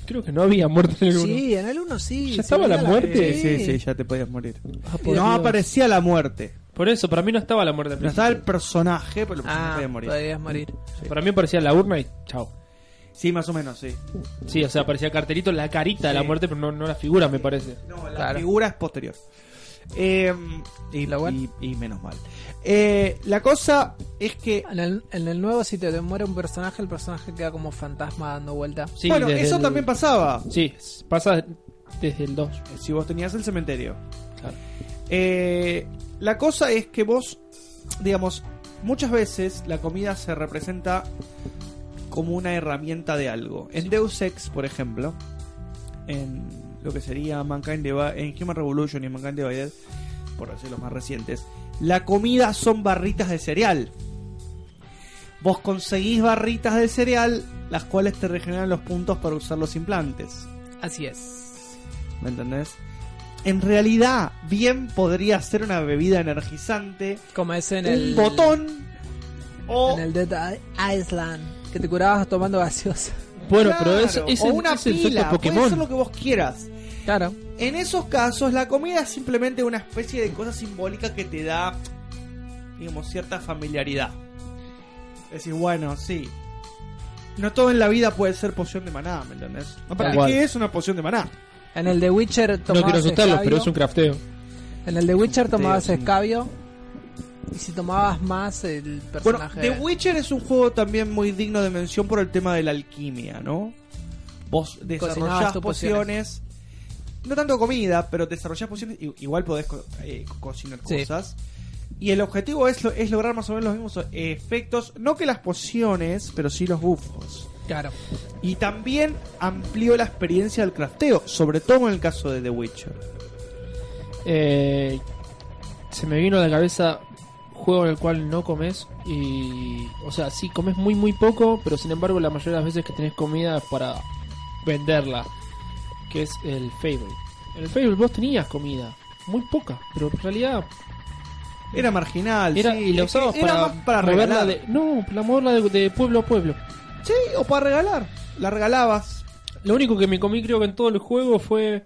Speaker 1: Creo que no había muerte en el uno.
Speaker 2: Sí, en el 1 sí.
Speaker 1: ¿Ya
Speaker 2: se
Speaker 1: estaba
Speaker 2: veía
Speaker 1: la muerte?
Speaker 3: en- Sí, sí, ya te podías morir.
Speaker 1: Ah, por
Speaker 3: No
Speaker 1: Dios.
Speaker 3: aparecía la muerte.
Speaker 1: Por eso, para mí no estaba la muerte al
Speaker 3: No
Speaker 1: principio.
Speaker 3: estaba el personaje, pero el personaje
Speaker 2: Ah,
Speaker 3: podía morir.
Speaker 2: podías morir.
Speaker 1: Para mí aparecía la urna y chao.
Speaker 3: Sí, más o menos, sí.
Speaker 1: Sí, o sea, aparecía cartelito, la carita de la
Speaker 3: Sí.
Speaker 1: muerte, pero no, no la figura, me parece.
Speaker 3: No, la
Speaker 2: Claro.
Speaker 3: figura es posterior. Eh, y,
Speaker 2: ¿La web?
Speaker 3: y- y menos mal. Eh, la cosa es que.
Speaker 2: En el, en el nuevo, si te, te muere un personaje, el personaje queda como fantasma dando vuelta.
Speaker 1: Sí,
Speaker 3: bueno,
Speaker 1: desde
Speaker 3: eso
Speaker 1: el-
Speaker 3: también pasaba.
Speaker 1: Sí, pasa desde el 2.
Speaker 3: Si vos tenías el cementerio.
Speaker 1: Claro.
Speaker 3: Eh, la cosa es que vos, digamos, muchas veces la comida se representa como una herramienta de algo. En Deus Ex, por ejemplo, en lo que sería Mankind Divided, en Human Revolution y Mankind Divided, por decir los más recientes, la comida son barritas de cereal. Vos conseguís barritas de cereal, las cuales te regeneran los puntos para usar los implantes.
Speaker 2: Así es.
Speaker 3: ¿Me entendés? En realidad, bien podría ser una bebida energizante,
Speaker 2: Como es en
Speaker 3: un
Speaker 2: el.
Speaker 3: botón o
Speaker 2: En el Dead Island. Que te curabas tomando gaseosa.
Speaker 1: Bueno,
Speaker 3: Claro,
Speaker 1: pero es, es
Speaker 3: o
Speaker 1: el-
Speaker 3: una
Speaker 1: es el
Speaker 3: pila,
Speaker 1: efecto
Speaker 3: puede ser
Speaker 1: Pokémon.
Speaker 3: lo que vos quieras.
Speaker 2: Claro.
Speaker 3: En esos casos, la comida es simplemente una especie de cosa simbólica que te da, digamos, cierta familiaridad. Decir, bueno, sí. No todo en la vida puede ser poción de maná, ¿me entendés? Aparte,
Speaker 1: Igual.
Speaker 3: ¿qué es una poción de maná?
Speaker 2: En el The Witcher
Speaker 1: No
Speaker 2: tomabas
Speaker 1: quiero asustarlos,
Speaker 2: escabio.
Speaker 1: pero es un crafteo.
Speaker 2: En el The Witcher tomabas
Speaker 3: Dios mío.
Speaker 2: escabio. Y si tomabas más, el
Speaker 3: Bueno,
Speaker 2: personaje.
Speaker 3: The Witcher es un juego también muy digno de mención por el tema de la alquimia, ¿no? Vos desarrollás
Speaker 2: tus
Speaker 3: pociones, no tanto comida, pero desarrollás pociones, i- igual podés co- eh, co- cocinar
Speaker 2: Sí.
Speaker 3: cosas. Y el objetivo es, lo- es lograr más o menos los mismos eh, efectos, no que las pociones, pero sí los buffos.
Speaker 2: Claro.
Speaker 3: Y también amplió la experiencia del crafteo, sobre todo en el caso de The Witcher.
Speaker 1: Eh, se me vino a la cabeza juego en el cual no comes y o sea sí comes muy muy poco pero sin embargo la mayoría de las veces que tenés comida es para venderla que es el Fable en el Fable vos tenías comida muy poca pero en realidad
Speaker 3: Era marginal,
Speaker 1: era
Speaker 3: sí,
Speaker 1: y la
Speaker 3: es que
Speaker 1: usabas
Speaker 3: era
Speaker 1: para,
Speaker 3: más para
Speaker 1: moverla
Speaker 3: regalar.
Speaker 1: de no para moverla de, de pueblo a pueblo
Speaker 3: Sí, o para regalar. La regalabas,
Speaker 1: lo único que me comí creo que en todo el juego fue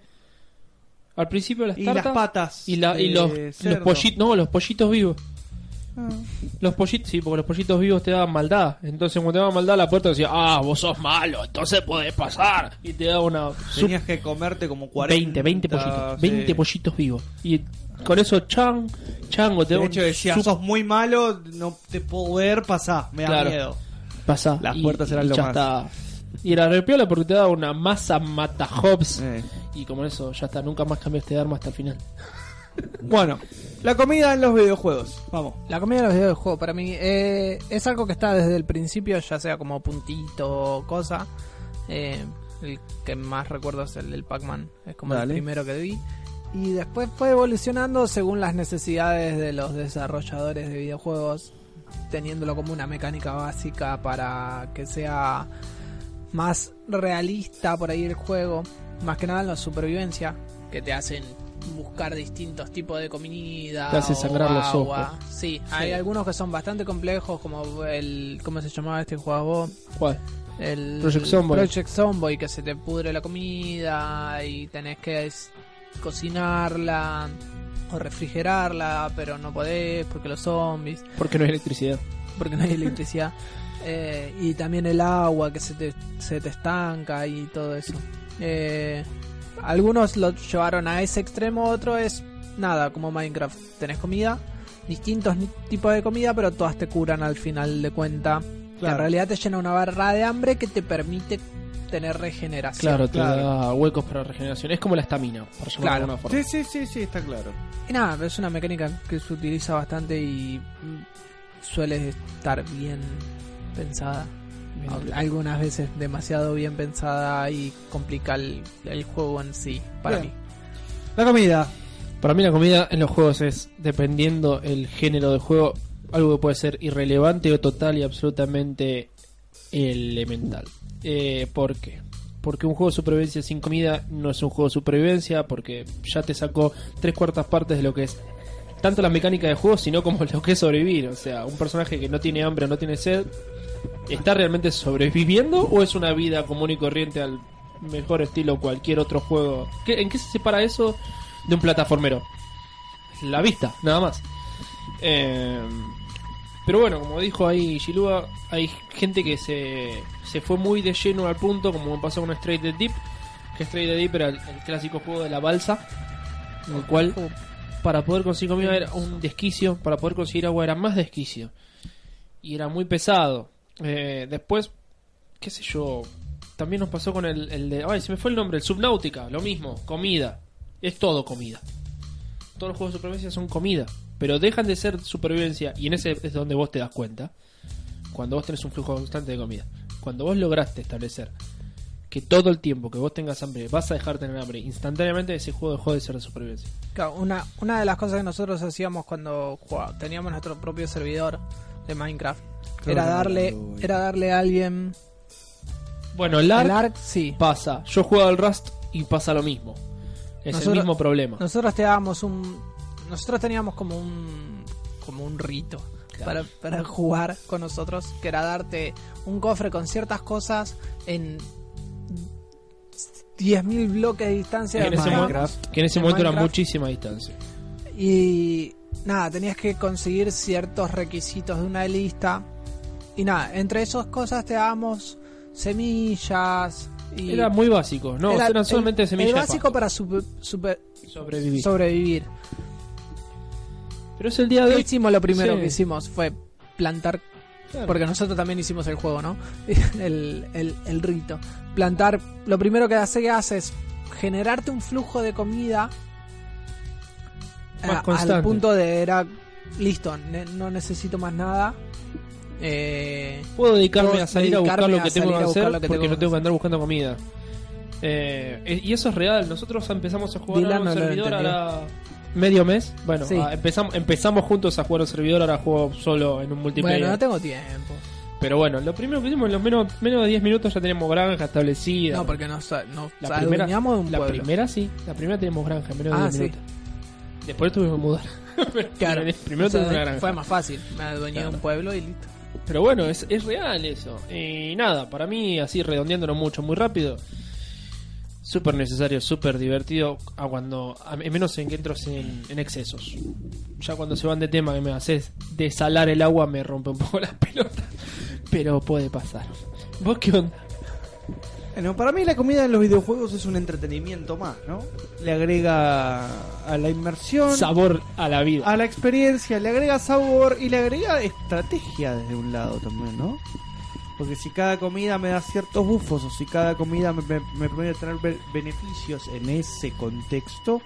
Speaker 1: al principio las
Speaker 3: Y
Speaker 1: tartas
Speaker 3: las patas.
Speaker 1: y, la- y
Speaker 3: de
Speaker 1: los, los
Speaker 3: cerdo.
Speaker 1: pollitos no los pollitos vivos
Speaker 3: Ah.
Speaker 1: Los pollitos, sí, porque los pollitos vivos te daban maldad. Entonces, cuando te daban maldad, la puerta decía, ah, vos sos malo, entonces podés pasar. Y te daba una. sub-
Speaker 3: Tenías que comerte como
Speaker 1: 20,
Speaker 3: 40.
Speaker 1: 20 pollitos.
Speaker 3: sí.
Speaker 1: 20 pollitos vivos. Y con eso, chan, chango, te
Speaker 3: De
Speaker 1: daba
Speaker 3: hecho,
Speaker 1: un
Speaker 3: decías,
Speaker 1: sub-
Speaker 3: sos muy malo, no te puedo ver, pasá, me da
Speaker 1: Claro.
Speaker 3: miedo.
Speaker 1: pasá.
Speaker 3: las
Speaker 1: Y-
Speaker 3: puertas eran
Speaker 1: y
Speaker 3: lo
Speaker 1: ya
Speaker 3: más.
Speaker 1: está. Y era repiola porque te daba una masa mata hops.
Speaker 3: Eh.
Speaker 1: Y con eso, ya está, nunca más cambiaste de arma hasta el final.
Speaker 3: Bueno, la comida en los videojuegos. Vamos.
Speaker 2: La comida de los videojuegos para mí eh, es algo que está desde el principio, ya sea como puntito o cosa. Eh, el que más recuerdo es el del Pac-Man, es como
Speaker 3: Dale.
Speaker 2: el primero que vi. Y después fue evolucionando según las necesidades de los desarrolladores de videojuegos, teniéndolo como una mecánica básica para que sea más realista por ahí el juego, más que nada en la supervivencia, que te hacen buscar distintos tipos de comida,
Speaker 1: Te hace
Speaker 2: o
Speaker 1: sangrar los
Speaker 2: agua.
Speaker 1: ojos.
Speaker 2: Sí, hay algunos que son bastante complejos, como el cómo se llamaba este juego vos?
Speaker 1: ¿Cuál?
Speaker 2: el
Speaker 1: Project Zomboid.
Speaker 2: Project Zomboid, que se te pudre la comida y tenés que es- cocinarla o refrigerarla, pero no podés porque los zombies
Speaker 1: Porque no hay electricidad.
Speaker 2: porque no hay electricidad. Eh, y también el agua que se te, se te estanca y todo eso. Eh, algunos lo llevaron a ese extremo, otro es nada, como Minecraft. Tenés comida, distintos ni- tipos de comida, pero todas te curan al final de cuenta. Que en
Speaker 3: Claro.
Speaker 2: realidad te llena una barra de hambre que te permite tener regeneración.
Speaker 1: Claro, te
Speaker 3: claro.
Speaker 1: da huecos para regeneración. Es como la estamina, para llamarlo
Speaker 2: Claro.
Speaker 1: de alguna forma.
Speaker 3: Sí, sí, sí, sí, está claro.
Speaker 2: Y nada, pero es una mecánica que se utiliza bastante y mm, suele estar bien pensada.
Speaker 1: Bien.
Speaker 2: Al- Algunas veces demasiado bien pensada y complica el, el juego en sí, para
Speaker 3: Bien.
Speaker 2: mí.
Speaker 3: La comida.
Speaker 1: Para mí la comida en los juegos es, dependiendo el género de juego, algo que puede ser irrelevante o total y absolutamente elemental. Eh, ¿Por qué? Porque un juego de supervivencia sin comida no es un juego de supervivencia, porque ya te sacó tres cuartas partes de lo que es tanto la mecánica de juego, sino como lo que es sobrevivir. O sea, un personaje que no tiene hambre o no tiene sed, ¿está realmente sobreviviendo o es una vida común y corriente al mejor estilo cualquier otro juego? ¿Qué- ¿En qué se separa eso de un plataformero? La vista, nada más. Eh, pero bueno, como dijo ahí Shilua, hay gente que se, se fue muy de lleno al punto, como pasó con Straight the Deep, que Straight the Deep era el, el clásico juego de la balsa, en el cual para poder conseguir comida era un desquicio, para poder conseguir agua era más desquicio. Y era muy pesado. Eh, después, qué sé yo, también nos pasó con el, el de... Ay, se me fue el nombre, el Subnautica, lo mismo, comida. Es todo comida. Todos los juegos de supervivencia son comida, pero dejan de ser supervivencia y en ese es donde vos te das cuenta. Cuando vos tenés un flujo constante de comida. Cuando vos lograste establecer que todo el tiempo que vos tengas hambre vas a dejar de tener hambre, instantáneamente ese juego dejó de ser de supervivencia.
Speaker 2: Claro, una, una de las cosas que nosotros hacíamos cuando jugá- teníamos nuestro propio servidor de Minecraft Era darle, era darle a alguien.
Speaker 1: Bueno, Lark,
Speaker 2: El Ark, sí.
Speaker 1: pasa. Yo juego al Rust y pasa lo mismo. Es
Speaker 2: Nosotros-
Speaker 1: el mismo problema.
Speaker 2: Nosotros te dábamos un. Nosotros teníamos como un. como un rito. Para, para jugar con nosotros, que era darte un cofre con ciertas cosas en 10.000 bloques de distancia.
Speaker 1: En ese
Speaker 2: Además,
Speaker 3: Minecraft.
Speaker 1: que en ese
Speaker 2: en
Speaker 1: momento era
Speaker 2: Minecraft-
Speaker 1: muchísima distancia.
Speaker 2: Y nada, tenías que conseguir ciertos requisitos de una lista. Y nada, entre esas cosas te dábamos semillas. Y
Speaker 1: Era muy básico, no,
Speaker 2: era
Speaker 1: eran
Speaker 2: el-
Speaker 1: solamente semillas.
Speaker 2: El
Speaker 1: de
Speaker 2: básico
Speaker 1: pasto.
Speaker 2: para super- super-
Speaker 1: sobrevivir.
Speaker 2: sobrevivir.
Speaker 1: Pero es el día de
Speaker 2: ¿Qué
Speaker 1: hoy.
Speaker 2: hicimos? Lo primero
Speaker 1: Sí.
Speaker 2: que hicimos fue plantar.
Speaker 1: Claro.
Speaker 2: Porque nosotros también hicimos el juego, ¿no? El, el- el rito. Plantar. Lo primero que hace que hace es generarte un flujo de comida.
Speaker 1: Más
Speaker 2: a- al
Speaker 1: constante.
Speaker 2: punto de era. Listo, ne- no necesito más nada. Eh,
Speaker 1: Puedo dedicarme
Speaker 2: Puedo
Speaker 1: a salir a buscar
Speaker 2: dedicarme
Speaker 1: lo que
Speaker 2: a
Speaker 1: tengo que
Speaker 2: salir a buscar
Speaker 1: hacer
Speaker 2: lo que
Speaker 1: porque
Speaker 2: tengo
Speaker 1: no
Speaker 2: que
Speaker 1: tengo que andar buscando comida. Eh, eh, y eso es real. Nosotros empezamos a jugar
Speaker 2: Dylan
Speaker 1: a un
Speaker 2: no lo
Speaker 1: servidor ahora medio mes. Bueno,
Speaker 2: Sí.
Speaker 1: ah, empezamos, empezamos juntos a jugar a un servidor, ahora juego solo en un multiplayer.
Speaker 2: bueno, no tengo tiempo.
Speaker 1: Pero bueno, lo primero que hicimos en los menos, menos de 10 minutos ya tenemos granja establecida.
Speaker 2: No, porque nos, nos
Speaker 1: La primera-
Speaker 2: adueñamos de un
Speaker 1: la
Speaker 2: pueblo.
Speaker 1: primera sí, la primera tenemos granja en menos de
Speaker 2: Ah,
Speaker 1: 10
Speaker 2: sí.
Speaker 1: minutos. Después tuvimos que mudar. Pero
Speaker 2: Claro.
Speaker 1: Primero
Speaker 2: O sea,
Speaker 1: tuvimos una granja.
Speaker 2: fue más fácil. Me adueñé de
Speaker 1: Claro.
Speaker 2: un pueblo y listo.
Speaker 1: Pero bueno, es, es real eso. Y nada, para mí, así redondeándolo mucho, muy rápido. Súper necesario, súper divertido. A cuando, a a menos en que entros en, en excesos. Ya cuando se van de tema que me haces desalar el agua, me rompe un poco las pelotas. Pero puede pasar. ¿Vos qué onda?
Speaker 3: Bueno, para mí la comida en los videojuegos es un entretenimiento más, ¿no? Le agrega a la inmersión,
Speaker 1: Sabor a la vida.
Speaker 3: a la experiencia, le agrega sabor y le agrega estrategia desde un lado también, ¿no? Porque si cada comida me da ciertos bufos o si cada comida me, me- me permite tener be- beneficios en ese contexto,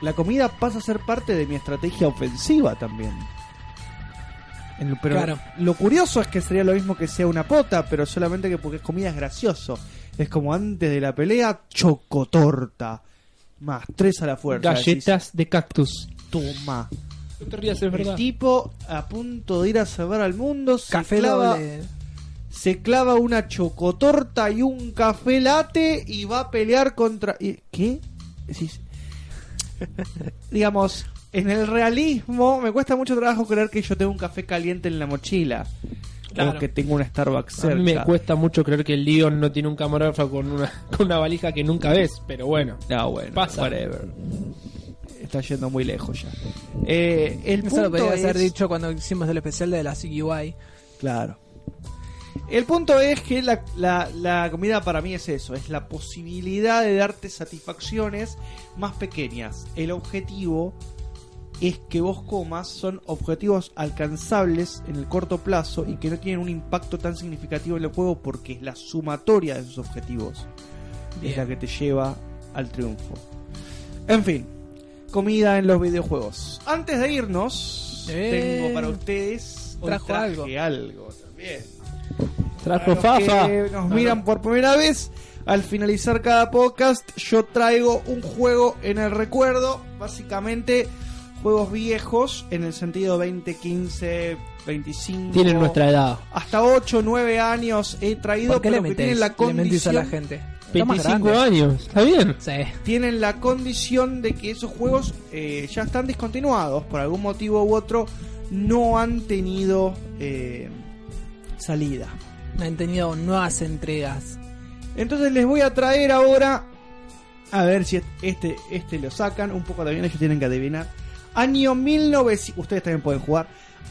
Speaker 3: la comida pasa a ser parte de mi estrategia ofensiva también. En- pero
Speaker 2: Claro.
Speaker 3: lo curioso es que sería lo mismo que sea una pota, pero solamente que porque es comida es gracioso. Es como antes de la pelea, chocotorta. Más tres a la fuerza. decís,
Speaker 1: Galletas de cactus.
Speaker 3: Toma.
Speaker 1: No te rías, es
Speaker 3: El
Speaker 1: verdad.
Speaker 3: tipo a punto de ir a salvar al mundo se
Speaker 2: Café
Speaker 3: clava,
Speaker 2: doble.
Speaker 3: se clava una chocotorta y un café late y va a pelear contra y- ¿qué? Decís, digamos, en el realismo me cuesta mucho trabajo creer que yo tengo un café caliente en la mochila
Speaker 2: Claro.
Speaker 3: o que tengo una Starbucks
Speaker 1: A
Speaker 3: cerca.
Speaker 1: mí me cuesta mucho creer que el Leon no tiene un camarógrafo con una, con una valija que nunca ves, pero bueno.
Speaker 3: No, bueno,
Speaker 1: Pasa.
Speaker 3: whatever. Está yendo muy lejos ya. Eh, el
Speaker 2: Eso lo
Speaker 3: punto
Speaker 2: podría
Speaker 3: es...
Speaker 2: haber dicho cuando hicimos el especial de las UI.
Speaker 3: Claro. El punto es que la, la- la comida para mí es eso, es la posibilidad de darte satisfacciones más pequeñas. El objetivo es que vos comas, son objetivos alcanzables en el corto plazo y que no tienen un impacto tan significativo en el juego porque es la sumatoria de sus objetivos. Es la que te lleva al triunfo. En fin, comida en los videojuegos. Antes de irnos,
Speaker 2: Eh.
Speaker 3: tengo para ustedes... hoy
Speaker 2: Trajo
Speaker 3: traje
Speaker 2: algo.
Speaker 3: algo también.
Speaker 1: Trajo
Speaker 3: Para los
Speaker 1: Fafa.
Speaker 3: que nos
Speaker 1: No,
Speaker 3: miran por primera vez, al finalizar cada podcast, yo traigo un juego en el recuerdo. Básicamente, juegos viejos en el sentido 20, 15, 25.
Speaker 1: Tienen nuestra edad.
Speaker 3: Hasta 8, 9 años he traído,
Speaker 2: ¿Por qué le
Speaker 3: pero que
Speaker 2: mentís?
Speaker 3: tienen la
Speaker 2: Le mentís a
Speaker 3: condición.
Speaker 2: la gente. Está más
Speaker 1: 25
Speaker 2: grande.
Speaker 1: años, está bien.
Speaker 2: Sí.
Speaker 3: tienen la condición de que esos juegos eh, ya están discontinuados por algún motivo u otro no han tenido eh, salida
Speaker 2: Han tenido nuevas entregas.
Speaker 3: Entonces les voy a traer ahora. A ver si este, este lo sacan. Un poco también ellos tienen que adivinar. Año 1900. Ustedes también pueden jugar.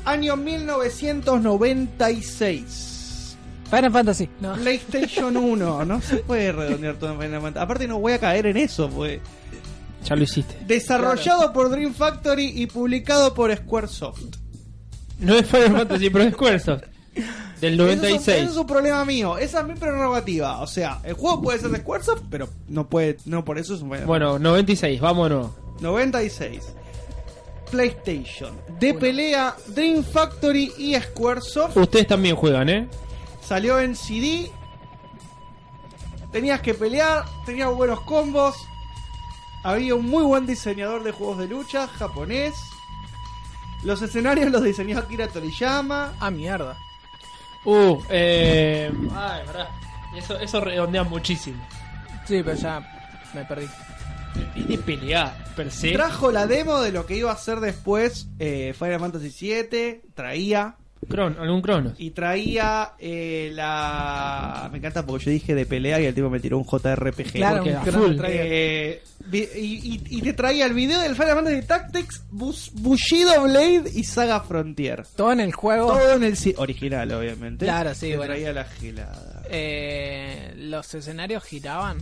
Speaker 3: Año 1996.
Speaker 2: Final Fantasy. No.
Speaker 3: PlayStation 1. No se puede redondear todo en Final Fantasy. Aparte, no voy a caer en eso. Pues.
Speaker 1: Ya lo hiciste.
Speaker 3: Desarrollado por Dream Factory y publicado por Squaresoft.
Speaker 1: No es Final Fantasy, pero es Squaresoft. Del
Speaker 3: Eso es, un,
Speaker 1: 96.
Speaker 3: eso es un problema mío. Esa es mi prerrogativa. O sea, el juego puede ser de Squaresoft, pero no puede. No por eso es un Final
Speaker 1: Bueno, 96, vámonos.
Speaker 3: 96. PlayStation. De pelea, Dream Factory y Squaresoft.
Speaker 1: Ustedes también juegan, ¿eh?
Speaker 3: Salió en CD. Tenías que pelear, tenías buenos combos. Había un muy buen diseñador de juegos de lucha, japonés. Los escenarios los diseñó Akira Toriyama.
Speaker 2: Ah, mierda.
Speaker 1: Uh, eh. Ay, verdad. Eso, eso redondea muchísimo.
Speaker 2: Sí, pero ya me perdí.
Speaker 1: Es de pelea, per se.
Speaker 3: Trajo la demo de lo que iba a ser después eh, Final Fantasy VII, traía
Speaker 1: Cron, algún Cronos.
Speaker 3: y traía eh, la... Me encanta porque yo dije de pelea y el tipo me tiró un JRPG.
Speaker 2: Claro,
Speaker 1: porque
Speaker 2: un
Speaker 1: a
Speaker 2: cron-
Speaker 1: full.
Speaker 2: traía-
Speaker 3: Eh, vi- y, y- y te traía el video del Final Fantasy Tactics, Bus- Bushido Blade y Saga Frontier.
Speaker 2: todo en el juego.
Speaker 3: Todo en el si- original, obviamente.
Speaker 2: Oh. Claro, sí,
Speaker 3: Te
Speaker 2: bueno.
Speaker 3: traía la gelada.
Speaker 2: Eh, los escenarios giraban.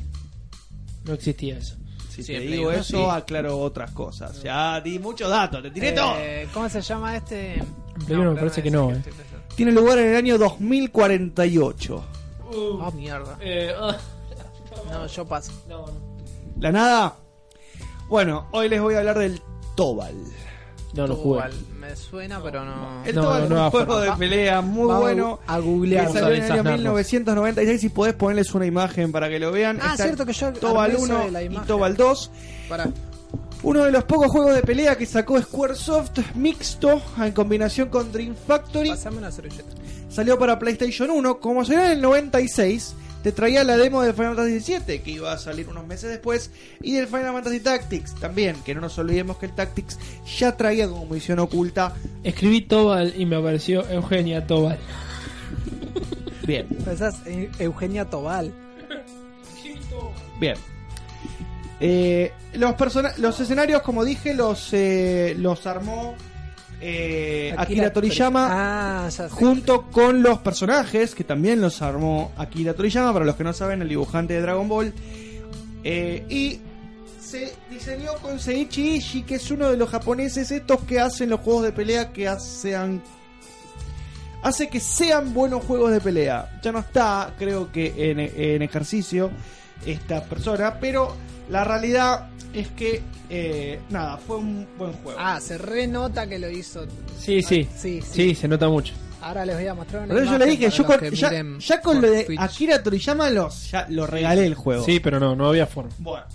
Speaker 1: No existía eso.
Speaker 3: Si
Speaker 2: sí,
Speaker 3: te
Speaker 2: en Play
Speaker 3: digo
Speaker 2: uno, sí.
Speaker 3: eso, aclaro otras cosas. Ya di muchos datos, te tiré todo.
Speaker 2: Eh, ¿Cómo se llama este?
Speaker 1: Play uno me parece que no,
Speaker 2: es
Speaker 1: eh.
Speaker 2: este, este, este.
Speaker 3: Tiene lugar en el año 2048.
Speaker 2: Ah, mierda.
Speaker 1: eh, ah,
Speaker 2: No, yo paso.
Speaker 1: no, no.
Speaker 3: ¿La nada? Bueno, hoy les voy a hablar del Tobal.
Speaker 1: No lo
Speaker 2: Tú,
Speaker 1: jugué.
Speaker 2: al- Me suena, pero no.
Speaker 3: El
Speaker 1: No,
Speaker 3: Tobal es
Speaker 1: no,
Speaker 3: un
Speaker 1: no,
Speaker 3: juego
Speaker 1: no.
Speaker 3: de pelea muy
Speaker 2: Vamos
Speaker 3: bueno.
Speaker 2: A
Speaker 3: Que
Speaker 2: googlear.
Speaker 1: Vamos a
Speaker 3: salió en el año
Speaker 1: desasnarnos.
Speaker 3: 1996 y podés ponerles una imagen para que lo vean.
Speaker 2: Ah,
Speaker 3: Está
Speaker 2: cierto que yo
Speaker 3: Tobal
Speaker 2: armé eso
Speaker 3: 1
Speaker 2: de la
Speaker 3: y
Speaker 2: imagen.
Speaker 3: Tobal 2.
Speaker 2: Pará.
Speaker 3: Uno de los pocos juegos de pelea que sacó Squaresoft mixto en combinación con Dream Factory.
Speaker 2: Pasame una servilleta.
Speaker 3: Salió para PlayStation 1. Como salió en el 96, te traía la demo del Final Fantasy VII, que iba a salir unos meses después, y del Final Fantasy Tactics también. Que no nos olvidemos que el Tactics ya traía como misión oculta.
Speaker 1: Escribí Tobal y me apareció Eugenia Tobal.
Speaker 3: Bien,
Speaker 2: Pensás en eh, Eugenia Tobal.
Speaker 3: bien. Eh, los, persona- los escenarios, como dije, los, eh, los armó eh, Akira Toriyama.
Speaker 2: Ah, ya sé.
Speaker 3: junto con los personajes que también los armó Akira Toriyama, para los que no saben, el dibujante de Dragon Ball. Eh, y se diseñó con Seiichi Ishii, que es uno de los japoneses estos que hacen los juegos de pelea que hacen hace que sean buenos juegos de pelea. Ya no está, creo que en, en ejercicio esta persona, pero la realidad es que eh, nada, fue un buen juego.
Speaker 2: Ah, se renota que lo hizo. Ah,
Speaker 1: Sí, sí.
Speaker 2: Sí, sí.
Speaker 1: Sí, se nota mucho.
Speaker 2: Ahora les voy a mostrar una
Speaker 3: Por eso yo le
Speaker 2: imagen
Speaker 3: dije,
Speaker 2: para
Speaker 3: yo
Speaker 2: los
Speaker 3: con-
Speaker 2: que
Speaker 3: ya,
Speaker 2: miren
Speaker 3: ya con
Speaker 2: por
Speaker 3: lo de
Speaker 2: Twitch.
Speaker 3: Akira Toriyama los, ya, lo regalé el juego.
Speaker 1: Sí, pero no, no había forma.
Speaker 3: Bueno.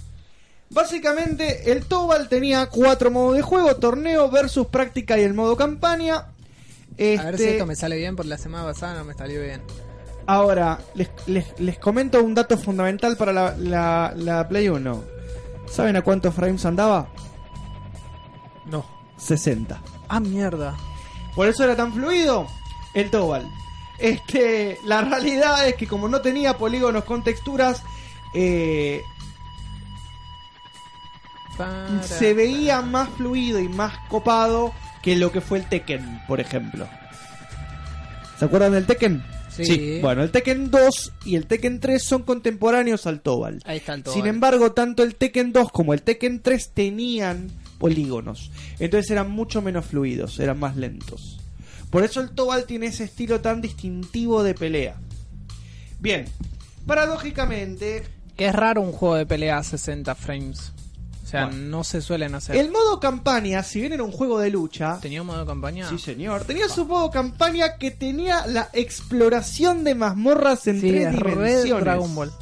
Speaker 3: Básicamente, el Tobal tenía cuatro modos de juego: torneo, versus, práctica y el modo campaña.
Speaker 2: A ver si
Speaker 3: Este,
Speaker 2: esto me sale bien, porque la semana pasada no me salió bien.
Speaker 3: Ahora, les, les- les comento un dato fundamental para la, la- la Play 1. ¿Saben a cuántos frames andaba?
Speaker 1: No.
Speaker 3: 60.
Speaker 2: Ah, mierda.
Speaker 3: Por eso era tan fluido el Tobal. Este, la realidad es que como no tenía polígonos con texturas, eh,
Speaker 2: Para-
Speaker 3: se veía más fluido y más copado que lo que fue el Tekken, por ejemplo. ¿Se acuerdan del Tekken?
Speaker 2: Sí.
Speaker 3: Bueno, el Tekken 2 y el Tekken 3 son contemporáneos al Tobal.
Speaker 2: Ahí está el todo.
Speaker 3: Sin embargo, tanto el Tekken 2 como el Tekken 3 tenían polígonos. Entonces eran mucho menos fluidos, eran más lentos. Por eso el Tobal tiene ese estilo tan distintivo de pelea. Bien, paradójicamente,
Speaker 2: Que es raro un juego de pelea a 60 frames. O sea,
Speaker 3: Bueno.
Speaker 2: no se suelen hacer.
Speaker 3: el modo campaña, si bien era un juego de lucha,
Speaker 2: ¿Tenía un modo de campaña?
Speaker 3: Sí, señor. Tenía su modo campaña que tenía la exploración de mazmorras en
Speaker 2: Sí,
Speaker 3: tres
Speaker 2: es re
Speaker 3: dimensiones.
Speaker 2: Dragon Ball.